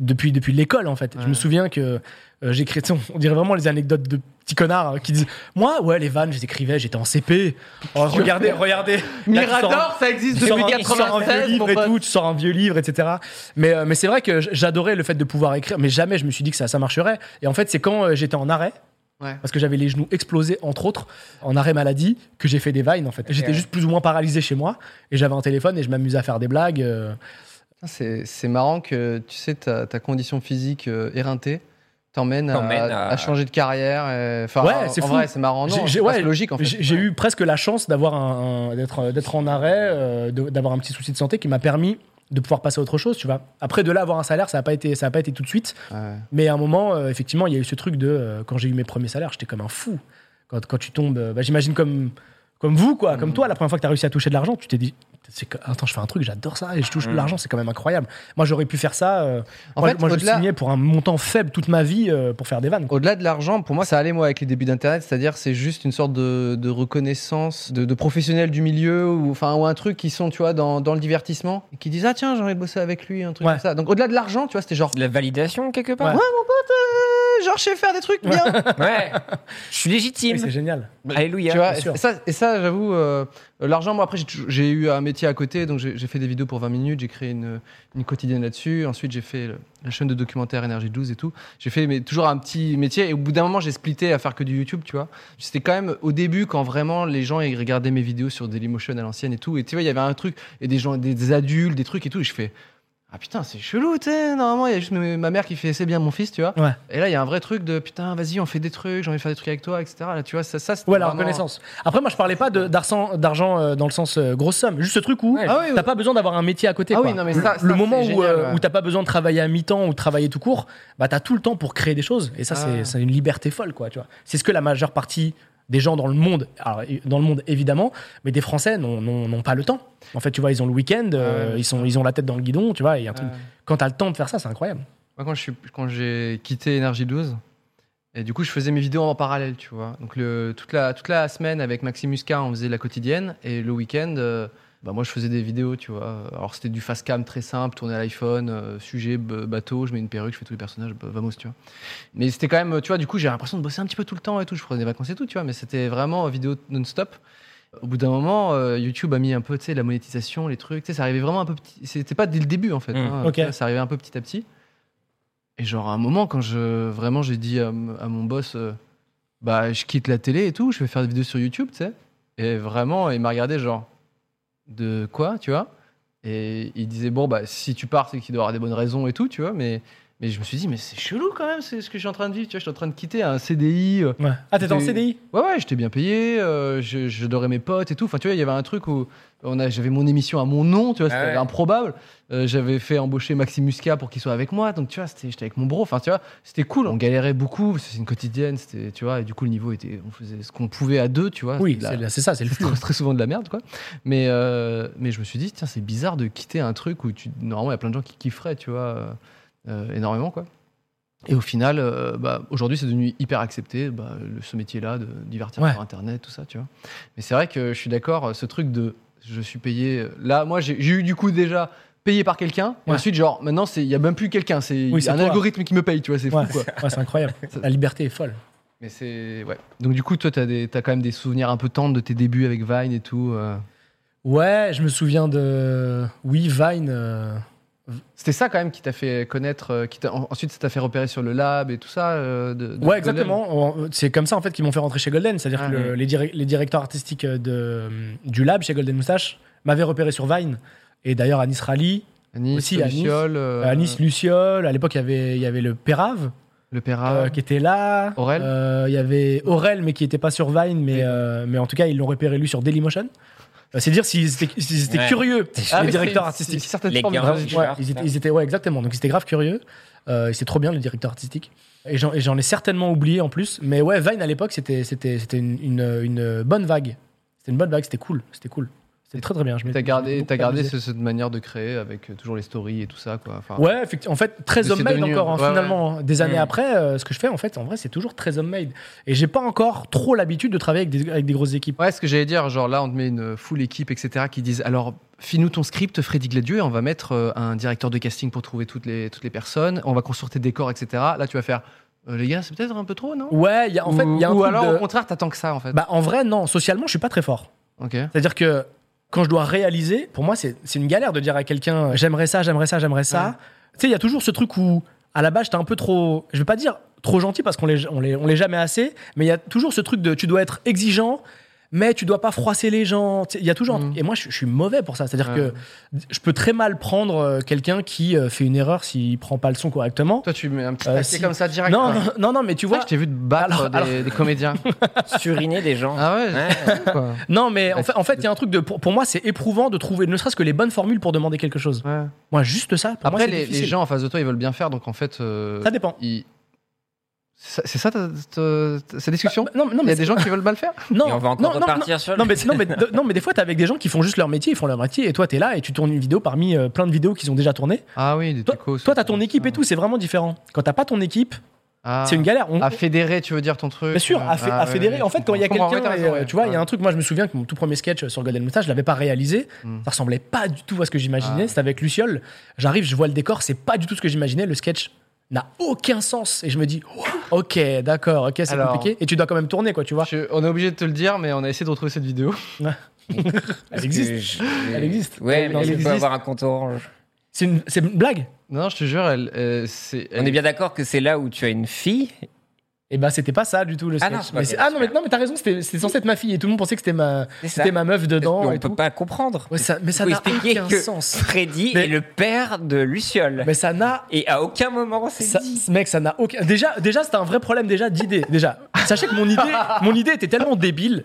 Speaker 4: depuis, depuis l'école, en fait. Je me
Speaker 2: Ouais.
Speaker 4: souviens que euh, j'écris, tu sais, on- on dirait vraiment les anecdotes de petits connards hein, qui disent Moi, ouais, les vannes, je les écrivais, j'étais en CP. Oh, regardez, regardez. Là,
Speaker 2: Mirador, ça
Speaker 4: tu
Speaker 2: existe
Speaker 4: sors-
Speaker 2: depuis
Speaker 4: tu sors un- tu sors un vieux
Speaker 2: 96, mon
Speaker 4: livre et
Speaker 2: pote.
Speaker 4: tout, tu sors un vieux livre, etc. Mais, euh, mais c'est vrai que j- j'adorais le fait de pouvoir écrire, mais jamais je me suis dit que ça, ça marcherait. Et en fait, c'est quand euh, j'étais en arrêt,
Speaker 2: Ouais.
Speaker 4: Parce que j'avais les genoux explosés, entre autres, en arrêt maladie, que j'ai fait des vines en fait. J'étais
Speaker 3: ouais.
Speaker 4: juste plus ou moins paralysé chez moi et j'avais un téléphone et je m'amusais à faire des blagues. euh,
Speaker 2: Putain, C'est c'est marrant que tu sais ta, ta condition physique euh, éreintée t'emmène à,
Speaker 3: T'emmène à-
Speaker 2: à changer de carrière. et- Enfin,
Speaker 4: Ouais,
Speaker 2: en-
Speaker 4: c'est
Speaker 2: en
Speaker 4: fou.
Speaker 2: vrai, c'est marrant. Oh Non,
Speaker 4: J'ai-
Speaker 2: je
Speaker 4: j'ai-
Speaker 2: sais pas,
Speaker 4: ouais,
Speaker 2: c'est logique en fait.
Speaker 4: J'ai j'ai eu presque la chance d'avoir un, un- d'être d'être en arrêt, euh, de- d'avoir un petit souci de santé qui m'a permis de pouvoir passer à autre chose, tu vois. Après de là avoir un salaire, ça n'a pas été ça a pas été tout de suite,
Speaker 2: Ouais.
Speaker 4: mais à un moment euh, effectivement, il y a eu ce truc de euh, quand j'ai eu mes premiers salaires, j'étais comme un fou. Quand, quand tu tombes, euh, bah, j'imagine comme comme vous quoi,
Speaker 2: Mm.
Speaker 4: comme toi la première fois que tu as réussi à toucher de l'argent, tu t'es dit c'est que- attends, je fais un truc, j'adore ça et je touche de l'argent, c'est quand même incroyable. Moi j'aurais pu faire ça euh,
Speaker 2: Mm. En
Speaker 4: moi,
Speaker 2: fait,
Speaker 4: moi, je
Speaker 2: au-delà-
Speaker 4: signais pour un montant faible toute ma vie euh, pour faire des vannes. quoi.
Speaker 2: Au-delà de l'argent, pour moi, ça allait moi avec les débuts d'Internet, c'est-à-dire c'est juste une sorte de, de reconnaissance de, de professionnels du milieu ou enfin ou un truc qui sont tu vois dans, dans le divertissement et qui disent ah tiens j'ai envie de bosser avec lui un truc
Speaker 4: Ouais.
Speaker 2: comme ça. Donc au-delà de l'argent, tu vois, c'était genre
Speaker 3: De la validation quelque part
Speaker 4: Ouais.
Speaker 2: Euh, genre je sais faire des trucs bien.
Speaker 3: Ouais. Je suis
Speaker 4: Oui,
Speaker 3: légitime.
Speaker 4: c'est génial.
Speaker 3: Alléluia.
Speaker 2: tu vois,
Speaker 4: bien sûr.
Speaker 2: et ça, et ça j'avoue, euh, l'argent, moi après j'ai tou- j'ai eu un métier à côté, donc j'ai j'ai fait des vidéos pour 20 minutes, j'ai créé une, une quotidienne là-dessus, ensuite j'ai fait le- la chaîne de documentaire Énergie 12 et tout, j'ai fait mais, toujours un petit métier, et au bout d'un moment j'ai splitté à faire que du YouTube, tu vois. C'était quand même au début quand vraiment les gens ils regardaient mes vidéos sur Dailymotion à l'ancienne et tout, et tu vois, il y avait un truc, et des gens, des adultes, des trucs et tout, et je fais... Ah putain, c'est chelou, tu sais. Normalement, il y a juste m- ma mère qui fait c'est bien mon fils, tu vois.
Speaker 4: Ouais.
Speaker 2: Et là, il y a un vrai truc de putain, vas-y, on fait des trucs, j'ai envie de faire des trucs avec toi, etc. Là, tu vois, ça, ça c'était
Speaker 4: Ouais, la
Speaker 2: vraiment-
Speaker 4: reconnaissance. Après, moi, je parlais pas de- d'argent d'argent, euh, dans le sens euh, grosse somme. Juste ce truc où
Speaker 3: Ouais.
Speaker 2: Ah oui,
Speaker 4: t'as pas besoin d'avoir un métier à côté.
Speaker 2: Ah
Speaker 4: quoi.
Speaker 2: oui, non, mais
Speaker 4: le,
Speaker 2: ça- ça,
Speaker 4: le moment où,
Speaker 2: c'est génial,
Speaker 4: euh,
Speaker 2: ouais.
Speaker 4: où t'as pas besoin de travailler à mi-temps ou de travailler tout court, bah t'as tout le temps pour créer des choses. Et ça, c'est-
Speaker 2: Ah.
Speaker 4: c'est une liberté folle, quoi. Tu vois. C'est ce que la majeure partie des gens dans le monde, alors, et- dans le monde évidemment, mais des Français n'ont- n'ont n'ont pas le temps. En fait, tu vois, ils ont le week-end, euh,
Speaker 2: Ah ouais.
Speaker 4: ils sont ils ont la tête dans le guidon, tu vois. et y a un truc-
Speaker 2: Ouais.
Speaker 4: Quand t'as le temps de faire ça, c'est incroyable.
Speaker 2: Moi, quand je suis- quand j'ai quitté Energy 12, et du coup, je faisais mes vidéos en parallèle, tu vois. Donc, le, toute, la, toute la semaine, avec Maximus K, on faisait la quotidienne. Et le week-end, euh, bah, moi, je faisais des vidéos, tu vois. Alors, c'était du fast cam très simple, tourné à l'iPhone, euh, sujet, b- bateau, je mets une perruque, je fais tous les personnages, bah, vamos, tu vois. Mais c'était quand même, tu vois, du coup, j'ai l'impression de bosser un petit peu tout le temps et tout. Je prenais des vacances et tout, tu vois. Mais c'était vraiment euh, vidéo non-stop. Au bout d'un moment, euh, YouTube a mis un peu, tu sais, la monétisation, les trucs, tu sais, ça arrivait vraiment un peu petit. C'était pas dès le début, en fait.
Speaker 3: Mm,
Speaker 2: hein.
Speaker 4: ok.
Speaker 2: Ça arrivait un peu petit à petit. Et genre à un moment, quand je vraiment j'ai dit à, m- à mon boss, euh, bah je quitte la télé et tout, je vais faire des vidéos sur YouTube, tu sais. Et vraiment, il m'a regardé genre de quoi, tu vois. Et il disait bon bah si tu pars, c'est qu'il doit y avoir des bonnes raisons et tout, tu vois. Mais mais je me suis dit mais c'est chelou quand même, c'est ce que je suis en train de vivre, tu vois. Je suis en train de quitter un CDI. euh,
Speaker 4: Ouais. Ah, t'es en
Speaker 2: C'est-
Speaker 4: CDI
Speaker 2: Ouais, ouais, j'étais bien payé, euh, je- j'adorais mes potes et tout. Enfin, tu vois, il y avait un truc où on a- j'avais mon émission à mon nom, tu vois,
Speaker 3: Ah
Speaker 2: c'était
Speaker 3: ouais.
Speaker 2: improbable. Euh, j'avais fait embaucher Maxime Muscat pour qu'il soit avec moi, donc tu vois, c'était- j'étais avec mon bro. Enfin, tu vois, c'était cool. On galérait beaucoup, parce que c'est une quotidienne, c'était, tu vois, et du coup, le niveau était, on faisait ce qu'on pouvait à deux, tu vois.
Speaker 4: Oui,
Speaker 2: C'était de la-
Speaker 4: c'est c'est ça, c'est le flux.
Speaker 2: très, très souvent de la merde, quoi. Mais, euh, mais je me suis dit, tiens, c'est bizarre de quitter un truc où tu, normalement, il y a plein de gens qui kifferaient, tu vois, euh, euh, énormément, quoi. Et au final, euh, bah, aujourd'hui, c'est devenu hyper accepté, bah, le- ce métier-là, de divertir
Speaker 4: Ouais.
Speaker 2: par Internet, tout ça, tu vois. Mais c'est vrai que je suis d'accord, ce truc de je suis payé. euh, Là, moi, j'ai j'ai eu du coup déjà payé par quelqu'un. Et
Speaker 4: Ouais.
Speaker 2: ensuite, genre, maintenant, c'est- il n'y a même plus quelqu'un. C'est
Speaker 4: Oui, c'est
Speaker 2: un
Speaker 4: toi.
Speaker 2: algorithme qui me paye, tu vois, c'est
Speaker 4: Ouais,
Speaker 2: fou, quoi.
Speaker 4: ouais, c'est incroyable. La liberté est folle.
Speaker 2: Mais c'est. Ouais. Donc, du coup, toi, tu as, quand même des souvenirs un peu tendres de tes débuts avec Vine et tout. euh.
Speaker 4: Ouais, je me souviens de. Oui, Vine. euh,
Speaker 2: C'était ça quand même qui t'a fait connaître, euh, qui t'a- en- ensuite ça t'a fait repérer sur le lab et tout ça. euh, de- de-
Speaker 4: Ouais,
Speaker 2: de-
Speaker 4: exactement. On- C'est comme ça en fait qu'ils m'ont fait rentrer chez Golden. C'est-à-dire
Speaker 2: Ah,
Speaker 4: que le- les, direc- les directeurs artistiques euh, de, du lab chez Golden Moustache m'avaient repéré sur Vine. Et d'ailleurs, à Nice Rally,
Speaker 2: À Nice,
Speaker 4: Aussi à Nice.
Speaker 2: Luciole, euh,
Speaker 4: à Nice Luciole, à l'époque, il y avait- il y avait le Pérave
Speaker 2: le Pera.
Speaker 4: euh, qui était là.
Speaker 2: Ah. Aurel.
Speaker 4: Euh, Il y avait Aurel, mais qui n'était pas sur Vine, mais, euh, mais en tout cas, ils l'ont repéré lui sur Dailymotion. Euh, C'est dire s'ils étaient, s'ils étaient
Speaker 3: Ouais.
Speaker 4: curieux,
Speaker 3: Ah,
Speaker 4: les
Speaker 3: mais
Speaker 2: c'est-
Speaker 4: directeurs
Speaker 2: c'est-
Speaker 4: artistiques.
Speaker 2: c'est certaines
Speaker 3: Les
Speaker 2: formes de-
Speaker 3: gardes.
Speaker 4: Ouais,
Speaker 3: Richard,
Speaker 4: ils, étaient,
Speaker 3: ça.
Speaker 4: ils étaient- ouais, exactement. Donc ils étaient grave curieux. Euh, et c'est trop bien le directeur artistique. Et j'en et j'en ai certainement oublié en plus. Mais ouais, Vine à l'époque, c'était c'était c'était une, une, une bonne vague. C'était une bonne vague. C'était cool. C'était cool. C'était très très bien. Je m'étais-
Speaker 2: T'as
Speaker 4: je
Speaker 2: gardé,
Speaker 4: m'étais
Speaker 2: t'as gardé
Speaker 4: amusé.
Speaker 2: ce- cette manière de créer avec euh, toujours les stories et tout ça. Quoi. Enfin,
Speaker 4: Ouais, effectivement. En fait, très
Speaker 2: C'est
Speaker 4: homemade
Speaker 2: devenu-
Speaker 4: encore, hein,
Speaker 2: ouais,
Speaker 4: finalement. hein. Des années
Speaker 3: Mm.
Speaker 4: après, euh, ce que je fais, en fait, en vrai, c'est toujours très homemade. Et j'ai pas encore trop l'habitude de travailler avec des, avec des grosses équipes.
Speaker 2: Ouais, ce que j'allais dire, genre là, on te met une full équipe, etc., qui disent alors, file-nous ton script, Freddy Gladieux, et on va mettre euh, un directeur de casting pour trouver toutes les, toutes les personnes, on va construire tes décors, etc. Là, tu vas faire euh, les gars, c'est peut-être un peu trop, non
Speaker 4: Ouais, il y a, en fait, il y a un
Speaker 2: Ou
Speaker 4: truc
Speaker 2: alors,
Speaker 4: de-
Speaker 2: au contraire, t'attends que ça, en fait.
Speaker 4: Bah, en vrai, non. Socialement, je suis pas très fort.
Speaker 2: ok.
Speaker 4: C'est-à-dire que quand je dois réaliser, pour moi, c'est c'est une galère de dire à quelqu'un euh, j'aimerais ça, j'aimerais ça, j'aimerais ça.
Speaker 2: Ouais.
Speaker 4: Tu sais, il y a toujours ce truc où à la base, j'étais un peu trop, je vais pas dire trop gentil parce qu'on l'est, on l'est, on l'est jamais assez, mais il y a toujours ce truc de tu dois être exigeant, mais tu dois pas froisser les gens. Tu sais, Il y a toujours. un truc. Et moi, je, je suis mauvais pour ça. C'est-à-dire
Speaker 2: Mm. Ouais.
Speaker 4: que je peux très mal prendre euh, quelqu'un qui euh, fait une erreur s'il prend pas le son correctement.
Speaker 2: Toi, tu mets un petit
Speaker 4: Euh,
Speaker 2: paquet
Speaker 4: si.
Speaker 2: comme ça direct.
Speaker 4: Non,
Speaker 2: quoi.
Speaker 4: non, non, non, mais tu vois.
Speaker 2: Ouais, je t'ai vu te battre
Speaker 4: Alors-
Speaker 2: des,
Speaker 4: alors-
Speaker 2: des comédiens.
Speaker 3: Suriner des gens.
Speaker 2: ah ouais,
Speaker 3: Ouais.
Speaker 2: j'ai- quoi.
Speaker 4: Non, mais en
Speaker 2: Ouais,
Speaker 4: fait, en fait, il y a un truc de. Pour, pour moi, c'est éprouvant de trouver, ne serait-ce que les bonnes formules pour demander quelque chose.
Speaker 2: Ouais.
Speaker 4: Moi, juste ça. Pour
Speaker 2: Après,
Speaker 4: moi, c'est
Speaker 2: les, les
Speaker 4: difficile.
Speaker 2: gens en face de toi, ils veulent bien faire, donc en fait. euh,
Speaker 4: Ça dépend.
Speaker 2: ils- C'est c'est ça ta, ta- ta- cette discussion
Speaker 4: Bah, non, non,
Speaker 2: Il y
Speaker 4: mais
Speaker 2: a des gens qui veulent mal faire
Speaker 4: non,
Speaker 3: Et on va encore
Speaker 4: non, non,
Speaker 3: repartir sur le-
Speaker 4: non, mais, non, mais, de- non, mais des fois, t'es avec des gens qui font juste leur métier, ils font leur métier, et toi, t'es là et tu tournes une vidéo parmi euh, plein de vidéos qu'ils ont déjà tournées.
Speaker 2: Ah oui, des
Speaker 4: Toi,
Speaker 2: techos.
Speaker 4: toi, t'as ton équipe et tout, c'est vraiment différent. Quand t'as pas ton équipe,
Speaker 2: Ah.
Speaker 4: c'est une galère. On-
Speaker 2: À fédérer, tu veux dire ton truc
Speaker 4: Bien sûr,
Speaker 2: euh,
Speaker 4: à, fé-
Speaker 2: ah,
Speaker 4: à
Speaker 2: ouais,
Speaker 4: fédérer.
Speaker 2: ouais,
Speaker 4: en fait, quand il y a
Speaker 2: je comprends.
Speaker 4: quelqu'un,
Speaker 2: Ouais, t'as
Speaker 4: et, euh,
Speaker 2: raison, ouais.
Speaker 4: tu vois, il y a un
Speaker 2: Ouais.
Speaker 4: truc. Moi, je me souviens que mon tout premier sketch sur Golden Moustache, je l'avais pas réalisé.
Speaker 2: Mm.
Speaker 4: Ça ressemblait pas du tout à ce que j'imaginais.
Speaker 2: Ah.
Speaker 4: C'était avec Luciole. J'arrive, je vois le décor, c'est pas du tout ce que j'imaginais. Le sketch n'a aucun sens et je me dis, oh, ok, d'accord, ok, c'est
Speaker 2: Alors-
Speaker 4: compliqué. Et tu dois quand même tourner, quoi, tu vois.
Speaker 2: Je- on est obligé de te le dire, mais on a essayé de retrouver cette vidéo.
Speaker 4: Elle existe. Elle existe.
Speaker 3: Ouais, mais
Speaker 4: Elle
Speaker 3: elle
Speaker 2: existe.
Speaker 3: peut avoir un compte orange.
Speaker 4: C'est une, c'est une blague.
Speaker 2: Non, je te jure, elle, euh, c'est.
Speaker 3: On est bien d'accord que c'est là où tu as une fille.
Speaker 4: Et ben, c'était pas ça du tout le
Speaker 3: Ah
Speaker 4: sketch.
Speaker 3: non, c'est pas vrai,
Speaker 4: mais c'est- ah
Speaker 3: c'est
Speaker 4: non, mais
Speaker 3: pas
Speaker 4: non, mais t'as raison. C'était c'était censé être ma fille et tout le monde pensait que c'était ma,
Speaker 3: C'est ça.
Speaker 4: c'était ma meuf dedans.
Speaker 3: on
Speaker 4: et
Speaker 3: peut
Speaker 4: tout.
Speaker 3: pas comprendre.
Speaker 4: Ouais, ça- mais ça
Speaker 3: Faut
Speaker 4: n'a
Speaker 3: expliquer
Speaker 4: aucun
Speaker 3: que
Speaker 4: sens.
Speaker 3: Freddy
Speaker 4: Mais-
Speaker 3: est le père de Luciole.
Speaker 4: Mais ça n'a
Speaker 3: Et à aucun moment on s'est
Speaker 4: Ça-
Speaker 3: dit.
Speaker 4: mec, ça n'a aucun. Déjà, déjà, c'était un vrai problème déjà d'idée. Déjà, sachez que mon idée, mon idée était tellement débile,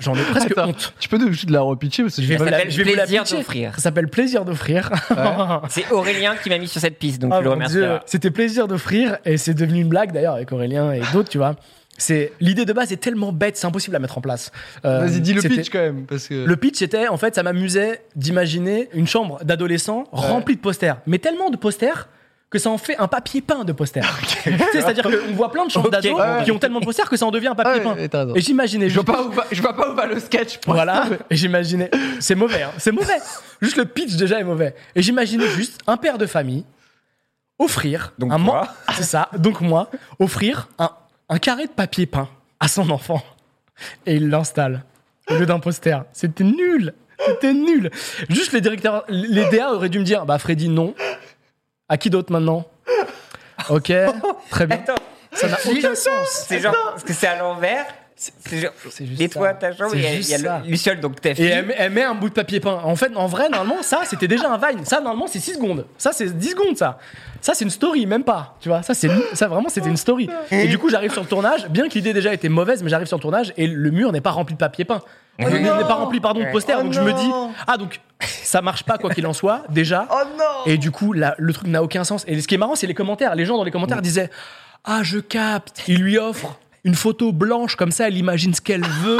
Speaker 4: j'en ai presque
Speaker 2: Attends,
Speaker 4: honte.
Speaker 2: Tu peux nous- juste la repitcher parce que j'ai
Speaker 3: Ça
Speaker 2: pas-
Speaker 3: s'appelle
Speaker 4: je vais vous la
Speaker 3: plaisir
Speaker 4: pitcher.
Speaker 3: d'offrir.
Speaker 4: Ça s'appelle plaisir d'offrir.
Speaker 3: C'est Aurélien qui m'a mis sur cette piste, donc
Speaker 4: Ah,
Speaker 3: je le
Speaker 4: mon
Speaker 3: remercie.
Speaker 4: Dieu, C'était plaisir d'offrir et c'est devenu une blague d'ailleurs avec Aurélien et d'autres, tu vois. C'est l'idée de base est tellement bête, c'est impossible à mettre en place. Euh,
Speaker 2: Vas-y, dis le
Speaker 4: c'était-
Speaker 2: pitch quand même. Parce que...
Speaker 4: Le pitch était en fait, ça m'amusait d'imaginer une chambre d'adolescents remplie de posters, mais tellement de posters que ça en fait un papier peint de posters. Tu sais, C'est-à-dire qu'on voit plein de chambres
Speaker 3: Ok,
Speaker 4: d'ados
Speaker 2: ouais.
Speaker 4: qui ont tellement de posters que ça en devient un papier
Speaker 2: Ah Ouais,
Speaker 4: peint.
Speaker 2: ouais, t'as raison.
Speaker 4: Et j'imaginais
Speaker 2: Je vois,
Speaker 4: juste-
Speaker 2: pas où va, je vois pas où va le sketch. pour
Speaker 4: voilà, et j'imaginais. C'est mauvais, hein, c'est mauvais. Juste le pitch déjà est mauvais. Et j'imaginais juste un père de famille offrir
Speaker 3: Donc
Speaker 4: un
Speaker 3: toi.
Speaker 4: man- c'est ça, donc moi offrir un, un carré de papier peint à son enfant et il l'installe au lieu d'un poster. C'était nul, c'était nul. Juste les directeurs, les DA auraient dû me dire, bah Freddy non. À qui d'autre maintenant Ok, très bien.
Speaker 3: Attends,
Speaker 4: Ça n'a aucun sens.
Speaker 3: c'est genre parce que c'est à l'envers. C'est genre,
Speaker 4: C'est juste
Speaker 3: et toi
Speaker 4: ça.
Speaker 3: ta chambre,
Speaker 4: C'est
Speaker 3: il y a,
Speaker 4: juste
Speaker 3: il y a le-
Speaker 4: ça.
Speaker 3: Luciole donc ta
Speaker 4: Et
Speaker 3: fille.
Speaker 4: elle, met- elle met un bout de papier peint. En fait, en vrai, normalement, ça, c'était déjà un Vine. Ça, normalement, c'est 6 secondes. Ça, c'est 10 secondes, ça. Ça, c'est une story, même pas. Tu vois, ça, c'est ça vraiment, c'était une story. Et du coup, j'arrive sur le tournage, bien que l'idée déjà était mauvaise, mais j'arrive sur le tournage et le mur n'est pas rempli de papier peint. le mur n'est pas rempli, pardon, de posters. donc, je me dis, ah, donc, ça marche pas, quoi qu'il en soit, déjà.
Speaker 3: Ah
Speaker 4: Et du coup, là, le truc n'a aucun sens. Et ce qui est marrant, c'est les commentaires. Les gens dans les commentaires disaient Ah, je capte. Il lui offre une photo blanche, comme ça, elle imagine ce qu'elle veut.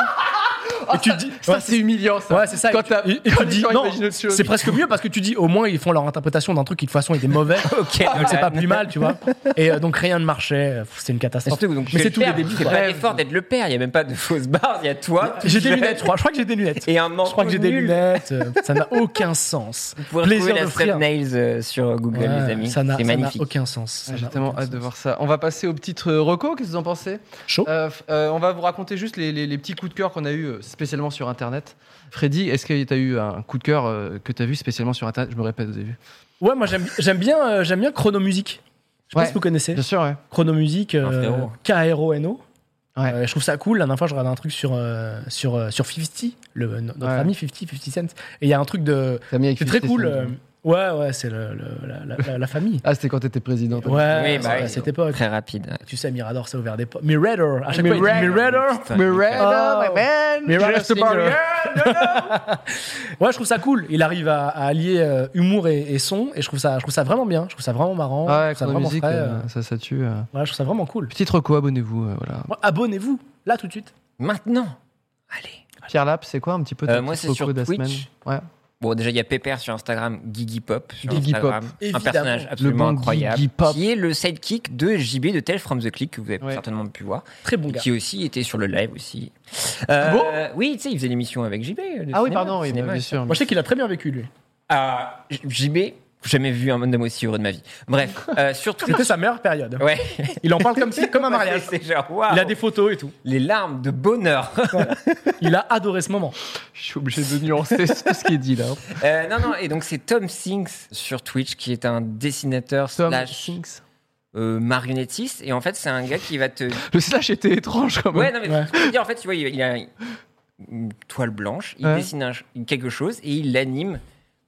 Speaker 4: Et tu dis,
Speaker 2: Ça,
Speaker 4: Ouais,
Speaker 2: c'est humiliant. Ça.
Speaker 4: Ouais, c'est ça.
Speaker 2: Quand,
Speaker 4: Et tu-
Speaker 2: t'as-
Speaker 4: et- et
Speaker 2: quand
Speaker 4: tu
Speaker 2: les
Speaker 4: dis,
Speaker 2: gens
Speaker 4: non,
Speaker 2: imaginent autre chose.
Speaker 4: c'est presque mieux parce que tu dis, au moins, ils font leur interprétation d'un truc qui, de toute façon, était mauvais.
Speaker 3: Ok.
Speaker 4: Donc, c'est pas plus mal, tu vois. Et euh, donc, rien ne marchait. Pff, C'est une catastrophe.
Speaker 3: Surtout, donc,
Speaker 4: Mais
Speaker 3: tu es
Speaker 4: c'est
Speaker 3: le
Speaker 4: tous les
Speaker 3: père,
Speaker 4: débuts.
Speaker 3: C'est
Speaker 4: quoi.
Speaker 3: pas l'effort d'être le père. Il y a même pas de fausses barres. Il y a toi. tout
Speaker 4: J'ai des
Speaker 3: seul.
Speaker 4: lunettes, je crois. Je crois que j'ai des lunettes.
Speaker 3: Et un
Speaker 4: Je crois que j'ai des
Speaker 3: manteau nul.
Speaker 4: lunettes. euh, Ça n'a aucun sens.
Speaker 3: Vous pouvez
Speaker 4: Plaisir
Speaker 3: retrouver la
Speaker 4: d'offrir.
Speaker 3: thumbnails euh, sur Google,
Speaker 4: Ouais,
Speaker 3: les amis.
Speaker 4: ça n'a
Speaker 3: C'est
Speaker 4: ça n'a
Speaker 3: magnifique.
Speaker 4: aucun sens. Ça
Speaker 2: Ah,
Speaker 4: n'a
Speaker 2: J'ai tellement
Speaker 4: aucun
Speaker 2: hâte de
Speaker 4: sens.
Speaker 2: voir ça. On va passer au petit euh, reco. Qu'est-ce que vous en pensez
Speaker 4: Chaud.
Speaker 2: Euh, f- euh, On va vous raconter juste les, les- les petits coups de cœur qu'on a eu euh, spécialement sur Internet. Freddy, est-ce que tu as eu un coup de cœur euh, que tu as vu spécialement sur Internet Je me répète au début.
Speaker 4: Ouais, moi j'aime j'aime bien euh, j'aime bien Chronomusique. Je sais pas
Speaker 2: Ouais.
Speaker 4: si vous connaissez
Speaker 2: Bien sûr, ouais.
Speaker 4: Chronomusique
Speaker 3: Un
Speaker 4: euh,
Speaker 3: frérot.
Speaker 4: K R O N O.
Speaker 2: Ouais.
Speaker 4: Euh, je trouve ça cool. La dernière fois, je regardais un truc sur euh, sur euh, sur 50, le, euh, notre
Speaker 2: Ouais.
Speaker 4: ami 50, 50 Cent. Et il y a un truc de
Speaker 2: T'as mis avec
Speaker 4: c'est très
Speaker 2: 50
Speaker 4: cool.
Speaker 2: Cent.
Speaker 4: euh, ouais, ouais, c'est le, le- la, la- la- la famille.
Speaker 2: Ah, c'était quand t'étais président. toi.
Speaker 4: Ouais,
Speaker 3: Oui, bah
Speaker 4: c'était
Speaker 3: oui.
Speaker 4: à cette époque.
Speaker 3: Très rapide.
Speaker 4: Tu sais, Mirador, ça a ouvert des portes. Mirador, à chaque fois, il dit
Speaker 2: Mirador.
Speaker 4: Mirador.
Speaker 3: Putain,
Speaker 2: Miranda,
Speaker 4: Oh.
Speaker 2: my man,
Speaker 4: Miranda
Speaker 2: just a
Speaker 4: Singer.
Speaker 2: barrier.
Speaker 4: Ouais, je trouve ça cool. Il arrive à, à allier euh, humour et, et son, et je trouve ça, je trouve ça vraiment bien. Je trouve ça vraiment marrant.
Speaker 2: Ah
Speaker 4: je
Speaker 2: ouais,
Speaker 4: trouve ça
Speaker 2: quand la
Speaker 4: vraiment
Speaker 2: musique,
Speaker 4: frais,
Speaker 2: euh,
Speaker 4: euh.
Speaker 2: ça, ça tue. euh.
Speaker 4: Ouais, je trouve ça vraiment cool.
Speaker 2: Petite reco, abonnez-vous. euh, voilà.
Speaker 4: Moi, Abonnez-vous là tout de suite.
Speaker 3: Maintenant. Allez.
Speaker 2: Pierre Lap, c'est quoi un petit peu
Speaker 3: Euh,
Speaker 2: ta
Speaker 3: moi,
Speaker 2: petite
Speaker 3: c'est sur
Speaker 2: reco de la
Speaker 3: Twitch.
Speaker 2: semaine Ouais.
Speaker 3: Bon, déjà, il y a Pépère sur Instagram, Gigi Pop sur
Speaker 2: Gigi
Speaker 3: Instagram.
Speaker 2: Pop,
Speaker 4: évidemment.
Speaker 3: Un personnage absolument
Speaker 2: Le bon
Speaker 3: incroyable.
Speaker 2: Gigi Pop.
Speaker 3: Qui est le sidekick de JB de Tell From the Click, que vous avez
Speaker 2: Ouais.
Speaker 3: certainement pu voir.
Speaker 4: Très bon gars.
Speaker 3: Qui aussi était sur le live aussi. Euh, oui, tu sais, il faisait l'émission avec JB. le
Speaker 2: Ah oui,
Speaker 3: cinéma,
Speaker 2: pardon,
Speaker 3: le
Speaker 2: oui,
Speaker 3: cinéma,
Speaker 2: bien
Speaker 3: et
Speaker 2: sûr.
Speaker 4: Moi, je sais qu'il a très bien vécu, lui.
Speaker 3: Ah, J- JB, jamais vu un homme aussi heureux de ma vie. Bref, euh, sur Twitter.
Speaker 4: C'était sa meilleure période.
Speaker 3: Ouais.
Speaker 4: Il en parle comme si, comme un mariage.
Speaker 3: Bah, C'est genre, waouh.
Speaker 4: Il a des photos et tout.
Speaker 3: Les larmes de bonheur.
Speaker 4: Il a adoré ce moment.
Speaker 2: Je suis obligé de nuancer tout ce qui est dit là.
Speaker 3: Euh, non, non, et donc c'est Tom Sinks sur Twitch qui est un dessinateur
Speaker 2: Tom
Speaker 3: slash
Speaker 2: Hanks.
Speaker 3: euh, marionnettiste. Et en fait, c'est un gars qui va te.
Speaker 2: Le slash était étrange quand même.
Speaker 3: Ouais, non, mais
Speaker 4: Ouais.
Speaker 3: ce que je veux dire, en fait, tu vois, il il a une toile blanche, il
Speaker 2: Ouais.
Speaker 3: dessine un- quelque chose et il l'anime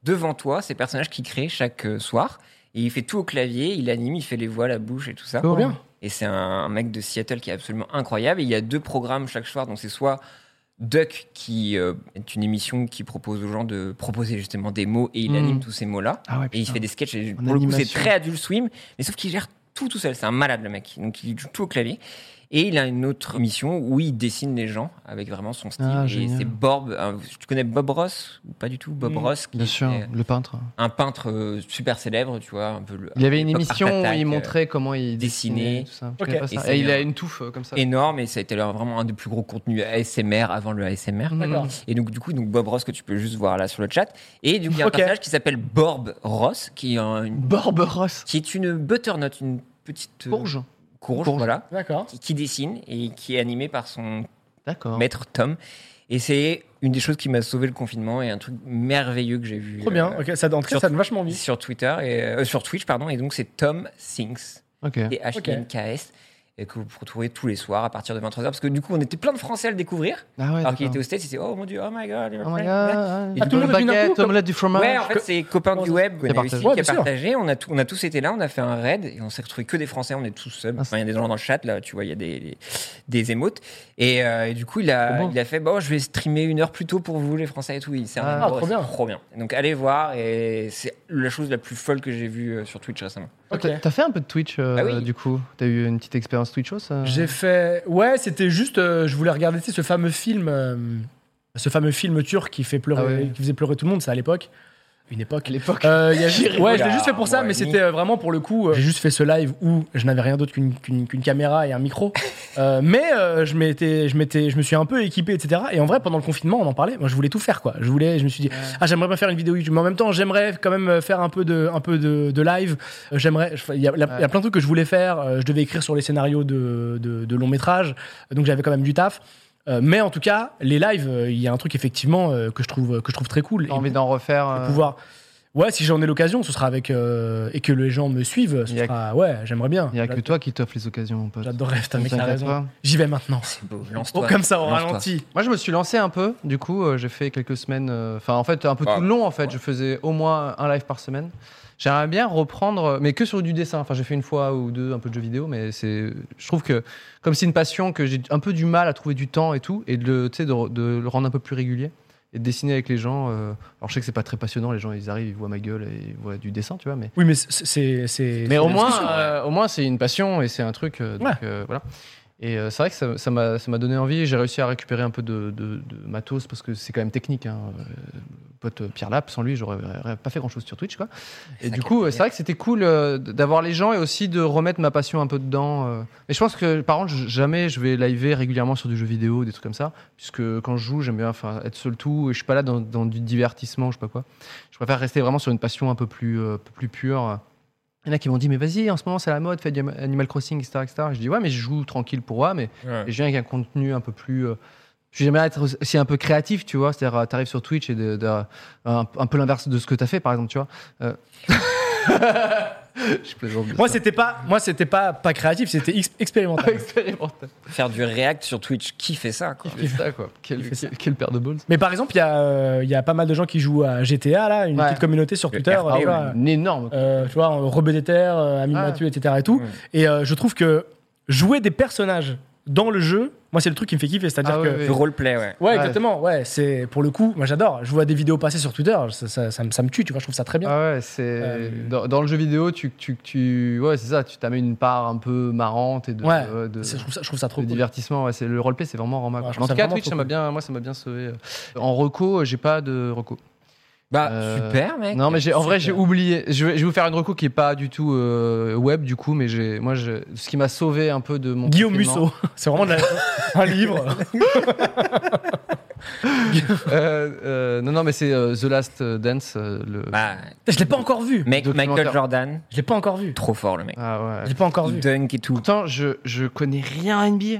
Speaker 3: devant toi, ces personnages qu'il crée chaque euh, soir. Et il fait tout au clavier, il anime, il fait les voix, la bouche et tout ça.
Speaker 2: Comment
Speaker 4: bien.
Speaker 3: Et c'est un, un mec de Seattle qui est absolument incroyable. Et il y a deux programmes chaque soir. Donc c'est soit Duck, qui euh, est une émission qui propose aux gens de proposer justement des mots et il
Speaker 2: Mm.
Speaker 3: anime tous ces mots-là.
Speaker 2: Ah ouais,
Speaker 3: Et il
Speaker 2: putain.
Speaker 3: fait des sketchs. Et pour
Speaker 2: En
Speaker 3: le coup, c'est
Speaker 2: animation.
Speaker 3: très Adult Swim, mais sauf qu'il gère tout tout seul. C'est un malade, le mec. Donc il joue tout au clavier. Et il a une autre émission où il dessine les gens avec vraiment son style.
Speaker 2: Ah,
Speaker 3: et
Speaker 2: génial. Hmm,
Speaker 3: c'est Bob. euh, tu connais Bob Ross ou Pas du tout. Bob
Speaker 4: Mm.
Speaker 3: Ross, qui
Speaker 2: Bien sûr,
Speaker 3: était
Speaker 2: le peintre.
Speaker 3: un peintre euh, super célèbre, tu vois. Un peu le-
Speaker 2: Il avait une
Speaker 3: Pop Art
Speaker 2: émission où
Speaker 3: Attack,
Speaker 2: il
Speaker 3: euh,
Speaker 2: montrait comment il dessinait.
Speaker 3: dessiner.
Speaker 2: tout ça. Je
Speaker 4: Ok.
Speaker 2: connais pas ça.
Speaker 3: Et c'est
Speaker 2: Et il
Speaker 3: un-
Speaker 2: a une touffe euh, comme ça.
Speaker 3: énorme et ça a été leur- vraiment un des plus gros contenus ASMR avant le ASMR.
Speaker 4: D'accord.
Speaker 3: Et donc, du coup, donc Bob Ross, que tu peux juste voir là sur le chat. Et du coup, il y a un
Speaker 4: Ok.
Speaker 3: personnage qui s'appelle Borb Ross, qui est, un- une,
Speaker 2: Barbaros.
Speaker 3: qui est une butternut, une petite euh,
Speaker 2: Bourges.
Speaker 3: courge,
Speaker 2: Courge.
Speaker 3: voilà,
Speaker 4: D'accord.
Speaker 3: qui, qui dessine et qui est animé par son
Speaker 2: D'accord.
Speaker 3: maître Tom. Et c'est une des choses qui m'a sauvé le confinement et un truc merveilleux que j'ai vu
Speaker 4: Trop bien.
Speaker 3: euh,
Speaker 4: Ok, ça, en tout cas,
Speaker 3: sur-
Speaker 4: ça donne vachement envie.
Speaker 3: sur Twitter et euh, sur Twitch, pardon. Et donc, c'est Tom Sinks.
Speaker 2: Ok.
Speaker 3: et HNKS et que vous retrouvez tous les soirs à partir de 23h parce que du coup on était plein de français à le découvrir
Speaker 2: Ah ouais.
Speaker 3: alors qu'il était
Speaker 2: d'accord.
Speaker 3: au States il était oh mon dieu oh my god
Speaker 2: Oh my god.
Speaker 3: ouais Et du
Speaker 2: ah,
Speaker 3: coup,
Speaker 2: tout le
Speaker 4: on a vu d'un
Speaker 2: baguette,
Speaker 4: coup,
Speaker 2: omelette du fromage.
Speaker 3: en fait c'est copains du web qu'on
Speaker 2: Qui a
Speaker 3: avait ici,
Speaker 2: partagé.
Speaker 3: qui
Speaker 4: Ouais,
Speaker 3: a
Speaker 4: bien sûr.
Speaker 3: partagé on a, tout- on a tous été là on a fait un raid et on s'est retrouvés que des français on est tous seuls
Speaker 2: Ah,
Speaker 3: enfin il y a des gens dans le chat là tu vois il y a des, des, des émotes et, euh, et du coup il a,
Speaker 2: Trop bon.
Speaker 3: il a fait bon je vais streamer une heure plus tôt pour vous les français et tout il s'est
Speaker 2: Ah,
Speaker 3: un numéro,
Speaker 4: trop
Speaker 3: c'est
Speaker 4: bien.
Speaker 3: trop bien donc allez voir et c'est la chose la plus folle que j'ai vue euh, sur Twitch récemment
Speaker 4: Ok.
Speaker 2: Ah, T'as- T'as fait un peu de Twitch euh,
Speaker 3: Ah oui.
Speaker 2: du coup T'as eu une petite expérience Twitch euh, ça
Speaker 4: J'ai fait. Ouais, c'était juste. euh, je voulais regarder tu sais, ce fameux film. euh, ce fameux film turc qui, fait pleurer,
Speaker 2: Ah ouais.
Speaker 4: qui faisait pleurer tout le monde, ça à l'époque. Une époque.
Speaker 2: À l'époque.
Speaker 4: Euh, il y a- ouais, je
Speaker 3: Oula,
Speaker 4: l'ai juste fait pour ça,
Speaker 3: moi,
Speaker 4: mais
Speaker 3: oui.
Speaker 4: c'était euh, vraiment pour le coup. euh, J'ai juste fait ce live où je n'avais rien d'autre qu'une qu'une- qu'une caméra et un micro. Euh, mais euh, je m'étais, je m'étais, je me suis un peu équipé, etc. Et en vrai, pendant le confinement, on en parlait. Moi, je voulais tout faire, quoi. Je voulais, je me suis dit, ah, j'aimerais pas faire une vidéo YouTube, mais en même temps, j'aimerais quand même euh, faire un peu de, un peu de, de live. Euh, J'aimerais, je- il y, a la- il y a plein de trucs que je voulais faire. Euh, Je devais écrire sur les scénarios de, de, de long métrage, donc j'avais quand même du taf. Euh, mais en tout cas, les lives, euh, il y a un truc effectivement euh, que je trouve, que je trouve très cool.
Speaker 2: T'as
Speaker 4: Et
Speaker 2: envie d'en refaire
Speaker 4: de
Speaker 2: euh,
Speaker 4: pouvoir. Ouais, si j'en ai l'occasion, ce sera avec euh, et que les gens me suivent, ce
Speaker 2: Il y a-
Speaker 4: sera ouais, j'aimerais bien.
Speaker 2: Il y a que toi qui t'offres les occasions, mon pote.
Speaker 4: J'adorerais, putain, mec, t'as
Speaker 2: T'inquiète
Speaker 4: raison.
Speaker 2: pas.
Speaker 4: J'y vais maintenant.
Speaker 3: c'est beau
Speaker 4: Oh,
Speaker 3: lance-toi
Speaker 4: comme ça, on
Speaker 3: Lance-toi.
Speaker 4: ralentit.
Speaker 2: Moi, je me suis lancé un peu. Du coup, euh, j'ai fait quelques semaines. euh, Enfin, en fait, un peu
Speaker 3: Ah,
Speaker 2: tout le long. En fait, je faisais au moins un live par semaine. J'aimerais bien reprendre, euh, mais que sur du dessin. Enfin, j'ai fait une fois ou deux un peu de jeux vidéo, mais c'est. Je trouve que comme c'est une passion que j'ai un peu du mal à trouver du temps et tout, et de le, tu sais, de, re- de le rendre un peu plus régulier et de dessiner avec les gens. euh, alors, je sais que c'est pas très passionnant. Les gens, ils arrivent, ils voient ma gueule et ils voient du dessin, tu vois, mais.
Speaker 4: Oui, mais c'est- c'est c'est.
Speaker 2: Mais
Speaker 4: c'est
Speaker 2: au
Speaker 4: la
Speaker 2: moins,
Speaker 4: discussion.
Speaker 2: euh, au moins, c'est une passion et c'est un truc. euh, donc,
Speaker 4: Ouais.
Speaker 2: euh, voilà. Et euh, c'est vrai que ça- ça m'a ça m'a donné envie. J'ai réussi à récupérer un peu de, de- de matos parce que c'est quand même technique. Hein. Euh, le pote Pierre Lap, sans lui, j'aurais j'aurais pas fait grand chose sur Twitch. Quoi. Et
Speaker 3: Ça
Speaker 2: du
Speaker 3: claque
Speaker 2: coup,
Speaker 3: bien.
Speaker 2: c'est vrai que c'était cool euh, d'avoir les gens et aussi de remettre ma passion un peu dedans. euh. Mais je pense que, par contre, j- jamais je vais liver régulièrement sur du jeu vidéo, des trucs comme ça. Puisque quand je joue, j'aime bien enfin, être seul tout et je suis pas là dans, dans du divertissement, je sais pas quoi. Je préfère rester vraiment sur une passion un peu plus, euh, un peu plus pure. Il y en a qui m'ont dit, mais vas-y, en ce moment c'est la mode, fais du Animal Crossing, etc. etc. Et je dis, ouais, mais je joue tranquille pour moi, mais
Speaker 3: Ouais.
Speaker 2: et je viens avec un contenu un peu plus. euh, J'aimerais être aussi un peu créatif, tu vois. C'est-à-dire, euh, t'arrives sur Twitch et de, de- un, un peu l'inverse de ce que t'as fait, par exemple, tu vois. Euh, je plaisante.
Speaker 4: Moi, c'était pas, moi, c'était pas pas créatif, c'était ex- expérimental.
Speaker 2: expérimental.
Speaker 3: faire du React sur Twitch, qui fait ça quoi
Speaker 2: C'est ça, quoi. Quel,
Speaker 4: Il fait ça.
Speaker 2: quel- quel paire de balls.
Speaker 4: mais par exemple, il y a euh, il y a pas mal de gens qui jouent à GTA là, une
Speaker 2: Ouais.
Speaker 4: petite communauté sur
Speaker 3: Le
Speaker 4: Twitter.
Speaker 3: RP,
Speaker 4: euh,
Speaker 3: ouais.
Speaker 4: voilà.
Speaker 2: Ah Une énorme.
Speaker 4: Euh, tu vois, en Rebeu des Terres, euh, Amine
Speaker 2: Ah.
Speaker 4: Mathieu, etc. Et, tout.
Speaker 3: Mm.
Speaker 4: et euh, je trouve que jouer des personnages dans le jeu, moi, c'est le truc qui me fait kiffer. C'est-à-dire
Speaker 2: Ah
Speaker 4: que.
Speaker 2: ouais, ouais.
Speaker 3: Le roleplay, ouais.
Speaker 4: Ouais,
Speaker 2: Ouais.
Speaker 4: exactement. Ouais, c'est pour le coup, moi j'adore. Je vois des vidéos passer sur Twitter, ça, ça, ça me, ça me tue, tu vois, je trouve ça très bien.
Speaker 2: Ah ouais, c'est
Speaker 4: Euh,
Speaker 2: dans, dans le jeu vidéo, tu, tu, tu ouais, c'est ça, tu t'amènes une part un peu marrante et de,
Speaker 4: Ouais,
Speaker 2: euh, de-
Speaker 4: C'est- Je, trouve ça, je trouve ça trop
Speaker 2: le
Speaker 4: cool.
Speaker 2: divertissement, ouais, c'est le roleplay, c'est vraiment Rama.
Speaker 4: Ouais,
Speaker 2: quoi.
Speaker 4: je
Speaker 2: en
Speaker 4: trouve
Speaker 2: tout
Speaker 4: ça
Speaker 2: cas,
Speaker 4: vraiment
Speaker 2: Twitch,
Speaker 4: trop
Speaker 2: ça m'a
Speaker 4: cool.
Speaker 2: bien, moi, ça m'a bien sauvé. En reco, euh, j'ai pas de reco.
Speaker 3: Bah,
Speaker 2: Euh,
Speaker 3: super, mec.
Speaker 2: Non, mais j'ai- en vrai, j'ai
Speaker 4: super.
Speaker 2: oublié. Je vais, je vais vous faire une reco qui est pas du tout euh, web, du coup, mais j'ai, moi, j'ai- ce qui m'a sauvé un peu de mon.
Speaker 4: Guillaume
Speaker 2: confinement-
Speaker 4: Musso, c'est vraiment de la- un livre.
Speaker 2: Euh, euh, non, non, mais c'est euh, The Last Dance. euh, le...
Speaker 3: Bah,
Speaker 4: je l'ai pas encore vu.
Speaker 3: mec,
Speaker 2: Documentaire.
Speaker 3: Michael Jordan,
Speaker 4: Je l'ai pas encore vu.
Speaker 3: trop fort, le mec.
Speaker 2: Ah
Speaker 4: Je
Speaker 2: ouais.
Speaker 4: l'ai pas encore
Speaker 3: Il
Speaker 4: vu.
Speaker 3: dunk et tout.
Speaker 2: Pourtant, je, je connais rien à NBA.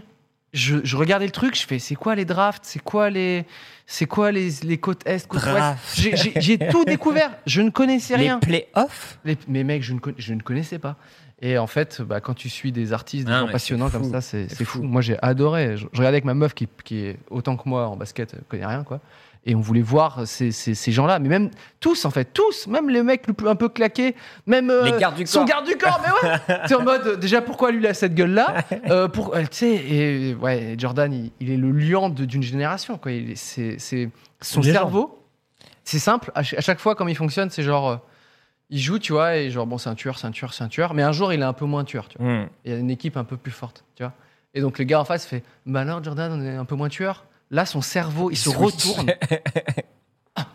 Speaker 2: Je, je regardais le truc, je fais c'est quoi les drafts, c'est quoi les c'est quoi les, les côtes est, côtes ouest.
Speaker 3: Draft.
Speaker 2: J'ai- J'ai j'ai tout découvert. Je ne connaissais
Speaker 3: Les
Speaker 2: rien.
Speaker 3: playoffs
Speaker 2: Les- mais mec, je ne, con- je ne connaissais pas. Et en fait, bah, quand tu suis des artistes, des
Speaker 3: Ah
Speaker 2: gens
Speaker 3: ouais,
Speaker 2: passionnants
Speaker 3: c'est fou.
Speaker 2: comme ça, c'est
Speaker 3: C'est
Speaker 2: c'est fou.
Speaker 3: fou.
Speaker 2: Moi, j'ai adoré. Je, je regardais avec ma meuf qui, qui est autant que moi en basket, elle connaît rien, quoi. Et on voulait voir ces, ces- ces gens-là, mais même tous, en fait, tous, même les mecs le plus- un peu claqués, même euh,
Speaker 3: Les gardes du
Speaker 2: son
Speaker 3: corps.
Speaker 2: garde du corps, mais ouais C'est en mode, euh, déjà, pourquoi lui, il a cette gueule-là Euh, pour, euh, Tu sais, et ouais, Jordan, il, il est le lion de- d'une génération, quoi. Il est- c'est- c'est son
Speaker 4: Une légende.
Speaker 2: cerveau, c'est simple. À, ch- à chaque fois, comme il fonctionne, c'est genre. euh, il joue, tu vois, et genre, bon, c'est un tueur, c'est un tueur, c'est un tueur. Mais un jour, il est un peu moins tueur, tu vois.
Speaker 3: Hmm.
Speaker 2: Il y a une équipe un peu plus forte, tu vois. Et donc, le gars en face fait Bah alors, Jordan, on est un peu moins tueur. Là, son cerveau, il, se
Speaker 3: switch.
Speaker 2: retourne.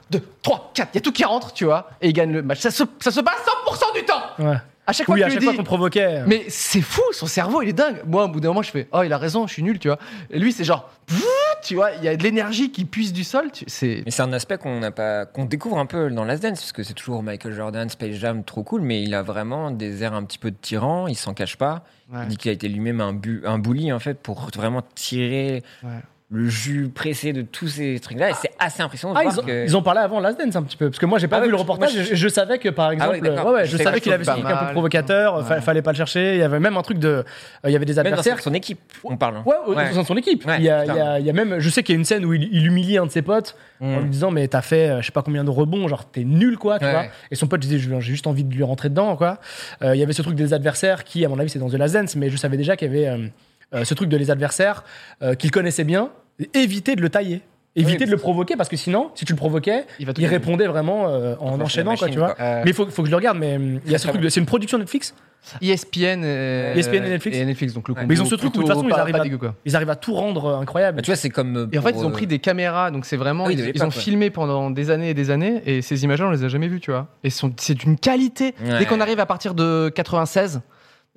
Speaker 2: 2, 3, 4, il y a tout qui rentre, tu vois. Et il gagne le match. Ça se, ça se passe 100% du temps
Speaker 4: Ouais.
Speaker 2: À chaque fois
Speaker 4: Oui,
Speaker 2: que
Speaker 4: à
Speaker 2: tu lui
Speaker 4: chaque fois
Speaker 2: dis-
Speaker 4: qu'on provoquait. euh,
Speaker 2: mais c'est fou, son cerveau, il est dingue. Moi, au bout d'un moment, je fais, oh, il a raison, je suis nul, tu vois. Et lui, c'est genre, Pfff tu vois, il y a de l'énergie qui puise du sol. tu- C'est
Speaker 3: Mais c'est un aspect qu'on n'a pas, qu'on découvre un peu dans Last Dance, parce que c'est toujours Michael Jordan, Space Jam, trop cool, mais il a vraiment des airs un petit peu de tyran, il s'en cache pas.
Speaker 2: Ouais.
Speaker 3: Il dit qu'il a été lui-même un, bu, un bully, en fait, pour vraiment tirer
Speaker 2: Ouais.
Speaker 3: le jus pressé de tous ces trucs-là, et c'est assez impressionnant de
Speaker 4: Ah,
Speaker 3: voir
Speaker 4: ils ont,
Speaker 3: que...
Speaker 4: ils ont parlé avant Last Dance un petit peu, parce que moi j'ai pas
Speaker 3: Ah
Speaker 4: vu
Speaker 3: ouais,
Speaker 4: le
Speaker 3: parce que
Speaker 4: reportage.
Speaker 3: moi, Ah
Speaker 4: je, je savais que par exemple,
Speaker 3: d'accord.
Speaker 4: ouais, ouais, je
Speaker 3: Je
Speaker 4: savais
Speaker 3: savais
Speaker 4: qu'il avait
Speaker 3: pas
Speaker 4: ce truc un
Speaker 2: mal,
Speaker 4: peu provocateur, euh,
Speaker 2: ouais.
Speaker 4: fa- fallait pas le chercher. Il y avait même un truc de, euh, il y avait des
Speaker 3: Même dans
Speaker 4: adversaires.
Speaker 3: son équipe, on parle. hein.
Speaker 4: Ouais, au-
Speaker 3: Ouais.
Speaker 4: au sein de son équipe.
Speaker 3: Ouais,
Speaker 4: il, y a,
Speaker 3: putain.
Speaker 4: il y a- il y a même, je sais qu'il y a une scène où il, il humilie un de ses potes en lui
Speaker 3: Mm.
Speaker 4: disant mais t'as fait euh, je sais pas combien de rebonds, genre t'es nul quoi, tu
Speaker 3: Ouais.
Speaker 4: vois. Et son pote disait j'ai juste envie de lui rentrer dedans quoi. Euh, il y avait ce truc des adversaires qui, à mon avis, c'est dans The Last Dance, mais je savais déjà qu'il y avait euh, euh, ce truc de les adversaires euh, qu'il connaissait bien, éviter de le tailler. Éviter
Speaker 3: Oui,
Speaker 4: de le provoquer parce que sinon, si tu le provoquais,
Speaker 2: Il va te
Speaker 4: il répondait vraiment euh, en
Speaker 3: Enfin,
Speaker 4: enchaînant,
Speaker 3: c'est la
Speaker 4: quoi,
Speaker 3: machine,
Speaker 4: tu vois.
Speaker 3: quoi.
Speaker 2: Euh,
Speaker 4: Mais faut, faut que je le regarde, mais hum, il y a ce
Speaker 3: Très
Speaker 4: truc,
Speaker 3: bien.
Speaker 4: de- c'est une production Netflix.
Speaker 2: E ESPN, euh,
Speaker 4: ESPN et Netflix.
Speaker 2: donc le
Speaker 3: Ouais.
Speaker 2: combo
Speaker 4: Mais ils ont ce truc où, de toute
Speaker 2: plutôt
Speaker 4: façon, ils
Speaker 2: pas-
Speaker 4: arrivent
Speaker 2: pas
Speaker 4: à-
Speaker 2: dégueu, quoi.
Speaker 4: Ils arrivent à tout rendre euh, incroyable.
Speaker 3: Bah, tu vois, c'est comme. euh,
Speaker 2: Et en
Speaker 3: pour,
Speaker 2: fait, ils ont
Speaker 3: euh,
Speaker 2: pris des caméras, donc c'est vraiment.
Speaker 3: Ah oui,
Speaker 2: ils,
Speaker 3: de l'époque,
Speaker 2: ils ont
Speaker 3: ouais.
Speaker 2: filmé pendant des années et des années, et ces images-là, on les a jamais vues, tu vois. Et sont- c'est d'une qualité. Dès
Speaker 3: Ouais.
Speaker 2: qu'on arrive à partir de 96,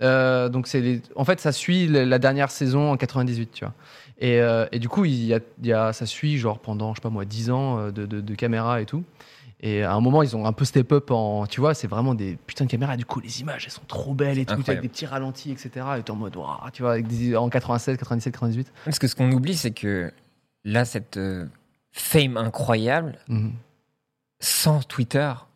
Speaker 2: euh, donc c'est les- en fait, ça suit la la dernière saison en 98, tu vois. Et, euh, et du coup, il y a, il y a- ça suit genre pendant, je sais pas moi, 10 ans euh, de, de, de caméras et tout. Et à un moment, ils ont un peu step up en. Tu vois, c'est vraiment des putains de caméras. Du coup, les images, elles sont trop belles et tout,
Speaker 3: Incroyable.
Speaker 2: avec des petits ralentis, etc. Et t'es en mode, Ouah, tu vois, avec des- en 96, 97, 98.
Speaker 3: Parce que ce qu'on oublie, c'est que là, cette euh, fame incroyable,
Speaker 2: Mhm.
Speaker 3: sans Twitter, sans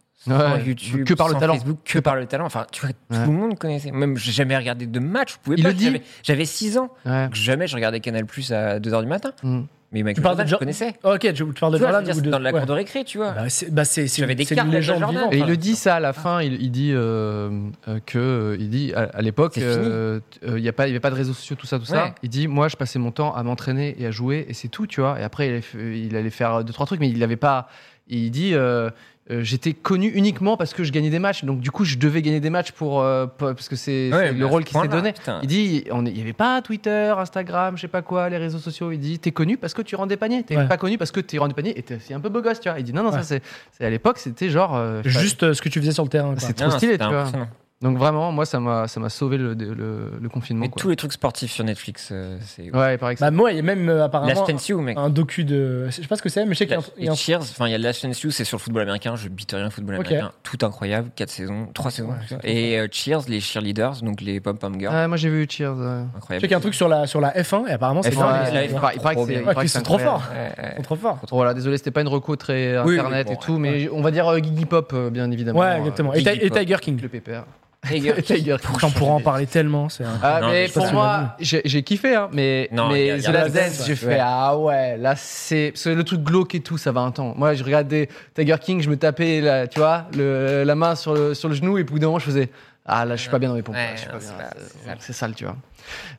Speaker 2: Ouais,
Speaker 3: YouTube,
Speaker 2: que par le
Speaker 3: sans
Speaker 2: talent.
Speaker 3: Facebook, que par le talent. Enfin, tu vois,
Speaker 2: Ouais.
Speaker 3: tout le monde connaissait. Même, j'ai jamais regardé de match. Je pouvais
Speaker 2: Il
Speaker 3: pas.
Speaker 2: le dit.
Speaker 3: J'avais- J'avais 6 ans.
Speaker 2: Ouais.
Speaker 3: Donc, jamais je regardais Canal Plus à 2h du matin.
Speaker 2: Mm.
Speaker 3: Mais Michael
Speaker 4: Tu parles
Speaker 3: Jordan,
Speaker 4: de
Speaker 3: je
Speaker 4: Jo-
Speaker 3: connaissais.
Speaker 4: Ok, tu, tu parles de
Speaker 3: Tu vois, je
Speaker 4: Jordan
Speaker 3: veux dire,
Speaker 4: ou
Speaker 3: c'est
Speaker 4: de-
Speaker 3: dans la
Speaker 4: ouais.
Speaker 3: cour de récré, tu vois.
Speaker 4: Bah, c'est bah, c'est- c'est-
Speaker 3: Ah. J'avais des
Speaker 4: c'est
Speaker 3: cartes
Speaker 4: une
Speaker 3: de
Speaker 4: légende
Speaker 3: Jordan.
Speaker 4: vivante.
Speaker 2: Et il
Speaker 3: Enfin,
Speaker 2: le dit ça à la fin, il, il dit euh, euh, que euh, il dit à, à l'époque,
Speaker 3: C'est
Speaker 2: il
Speaker 3: fini.
Speaker 2: n'y a pas, il y avait pas de réseaux sociaux, tout ça, tout ça.
Speaker 3: Ouais.
Speaker 2: Il dit moi, je passais mon temps à m'entraîner et à jouer et c'est tout, tu vois. Et après, il allait, f- il allait faire deux trois trucs, mais il n'avait pas. Il dit euh, euh, j'étais connu uniquement parce que je gagnais des matchs, donc du coup, je devais gagner des matchs pour, euh, pour- parce que c'est
Speaker 3: Ouais,
Speaker 2: c'est
Speaker 3: mais
Speaker 2: le
Speaker 3: à
Speaker 2: rôle
Speaker 3: ce
Speaker 2: qui s'est
Speaker 3: point-là,
Speaker 2: donné.
Speaker 3: putain.
Speaker 2: Il dit on est- il n'y avait pas Twitter, Instagram, je sais pas quoi, les réseaux sociaux. Il dit t'es connu parce que tu rendais panier, t'es
Speaker 4: Ouais.
Speaker 2: pas connu parce que t'es rendu panier et t'es c'est un peu beau gosse, tu vois. Il dit non non ça
Speaker 4: Ouais.
Speaker 2: c'est c'est- à l'époque c'était genre euh, je sais pas,
Speaker 4: Juste euh, ce que tu faisais sur le terrain. quoi.
Speaker 2: c'est
Speaker 3: Non,
Speaker 2: trop stylé,
Speaker 3: c'était
Speaker 2: tu vois.
Speaker 3: impressionnant.
Speaker 2: Donc vraiment, moi, ça m'a, ça m'a sauvé le, le, le confinement.
Speaker 3: Mais
Speaker 2: Quoi.
Speaker 3: tous les trucs sportifs sur Netflix, euh, c'est.
Speaker 2: Ouais, par exemple.
Speaker 4: Bah, moi, il y a même euh, apparemment
Speaker 3: Last Chance You, mec.
Speaker 4: un docu de. Je sais pas ce que c'est, mais je sais qu'il y a un- il y
Speaker 3: Et
Speaker 4: a un.
Speaker 3: Cheers, enfin il y a Last Chance You, c'est sur le football américain, je bite rien au football
Speaker 4: Ok.
Speaker 3: américain, tout incroyable, 4 saisons, 3 saisons.
Speaker 4: Ouais, c'est
Speaker 3: et euh, Cheers, les cheerleaders, donc les pom-pom girls,
Speaker 2: Ah, moi, j'ai vu Cheers. ouais.
Speaker 4: Je
Speaker 3: incroyable.
Speaker 4: sais qu'il y a un truc sur la, sur la F1 et apparemment c'est
Speaker 3: F1,
Speaker 4: dingue,
Speaker 3: ouais,
Speaker 4: c'est-
Speaker 3: la
Speaker 2: il,
Speaker 3: F1,
Speaker 2: paraît- il paraît que
Speaker 3: trop
Speaker 2: c'est,
Speaker 3: bien.
Speaker 2: il paraît
Speaker 4: Ouais, qu'ils
Speaker 2: que
Speaker 4: sont
Speaker 2: c'est
Speaker 4: trop
Speaker 2: incroyable.
Speaker 4: forts.
Speaker 3: Ouais, ouais.
Speaker 4: Ils sont trop forts.
Speaker 2: Voilà, désolé, c'était pas une reco très
Speaker 3: Oui, oui,
Speaker 2: internet
Speaker 3: bon,
Speaker 2: et tout,
Speaker 3: ouais.
Speaker 2: mais on va dire euh, Gigi Pop, euh, bien évidemment.
Speaker 4: Ouais,
Speaker 2: euh,
Speaker 4: exactement. Et,
Speaker 3: Iggy
Speaker 4: Ti- et
Speaker 3: Pop.
Speaker 4: Tiger
Speaker 2: le
Speaker 4: King.
Speaker 2: pépère.
Speaker 3: Tiger King.
Speaker 2: Tiger King.
Speaker 4: J'en pourrais en parler tellement. C'est un-
Speaker 2: Ah,
Speaker 3: Non,
Speaker 2: mais
Speaker 3: je sais pas
Speaker 2: pour
Speaker 4: si on l'a
Speaker 2: moi, j'ai, j'ai kiffé, hein, mais,
Speaker 3: Non, il y a-
Speaker 2: mais
Speaker 3: il y
Speaker 2: The
Speaker 3: a
Speaker 2: Last
Speaker 4: Last
Speaker 2: Dance,
Speaker 4: Dance,
Speaker 2: j'ai
Speaker 4: ouais.
Speaker 2: fait Ah ouais, là c'est. Parce que le truc glauque et tout, ça va un temps. Moi, je regardais Tiger King, je me tapais, la, tu vois, le- la main sur le, sur le genou, et au bout d'un moment, je faisais Ah là, je suis pas bien dans mes pompes.
Speaker 3: Ouais,
Speaker 2: je suis pas
Speaker 3: non,
Speaker 2: bien,
Speaker 3: c'est pas-
Speaker 2: c'est-
Speaker 3: c'est sale.
Speaker 2: c'est sale, tu vois.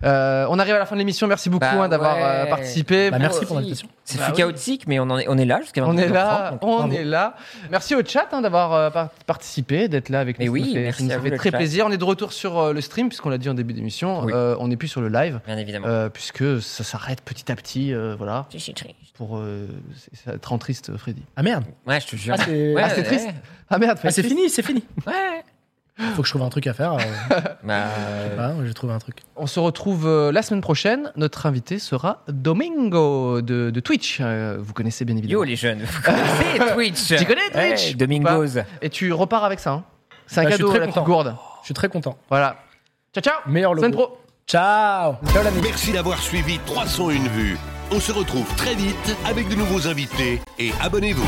Speaker 2: Euh, on arrive à la fin de l'émission, merci beaucoup
Speaker 3: Bah
Speaker 2: hein, d'avoir
Speaker 3: ouais.
Speaker 2: euh, participé.
Speaker 4: Bah, merci pour l'invitation.
Speaker 3: C'est
Speaker 2: Bah
Speaker 3: fut
Speaker 2: oui.
Speaker 3: chaotique, mais on, en est, on est là jusqu'à
Speaker 2: On est
Speaker 3: 22h30,
Speaker 2: là,
Speaker 3: donc
Speaker 2: on
Speaker 3: bravo.
Speaker 2: est là. Merci au chat hein, d'avoir euh, par- participé, d'être là avec
Speaker 3: Mais
Speaker 2: nous.
Speaker 3: oui,
Speaker 2: ça nous fait,
Speaker 3: merci
Speaker 2: ça nous
Speaker 3: à
Speaker 2: fait
Speaker 3: vous, le
Speaker 2: très
Speaker 3: chat.
Speaker 2: plaisir. On est de retour sur euh, le stream, puisqu'on l'a dit en début d'émission.
Speaker 3: Oui.
Speaker 2: Euh, on n'est plus sur le live.
Speaker 3: Bien évidemment.
Speaker 2: Euh, puisque ça s'arrête petit à petit, euh, voilà, pour euh, c'est- ça te rend triste, Freddy.
Speaker 4: Ah merde.
Speaker 3: Ouais, je te jure.
Speaker 4: Ah, c'est
Speaker 3: Ouais,
Speaker 2: ah, c'est
Speaker 3: ouais.
Speaker 2: triste. Ah merde,
Speaker 4: ah,
Speaker 2: Freddy.
Speaker 4: c'est fini, c'est fini.
Speaker 3: Ouais.
Speaker 4: Faut que je trouve un truc à faire. euh,
Speaker 3: Bah,
Speaker 4: voilà, J'ai trouvé un truc.
Speaker 2: On se retrouve euh, la semaine prochaine. Notre invité sera Domingo de, de Twitch. Euh, vous connaissez bien évidemment.
Speaker 3: yo les jeunes, vous connaissez Twitch
Speaker 2: Tu connais Twitch
Speaker 3: Ouais, Domingos.
Speaker 2: Et tu repars avec ça. hein. C'est un
Speaker 4: Bah, je suis
Speaker 2: cadeau,
Speaker 4: très
Speaker 2: la petite
Speaker 4: content.
Speaker 2: gourde.
Speaker 4: Je suis très content.
Speaker 2: Voilà. Ciao, ciao.
Speaker 4: Meilleur
Speaker 2: Semaine
Speaker 4: logo.
Speaker 2: pro.
Speaker 4: Ciao. Ciao l'ami.
Speaker 5: Merci d'avoir suivi 301 vues. On se retrouve très vite avec de nouveaux invités et abonnez-vous.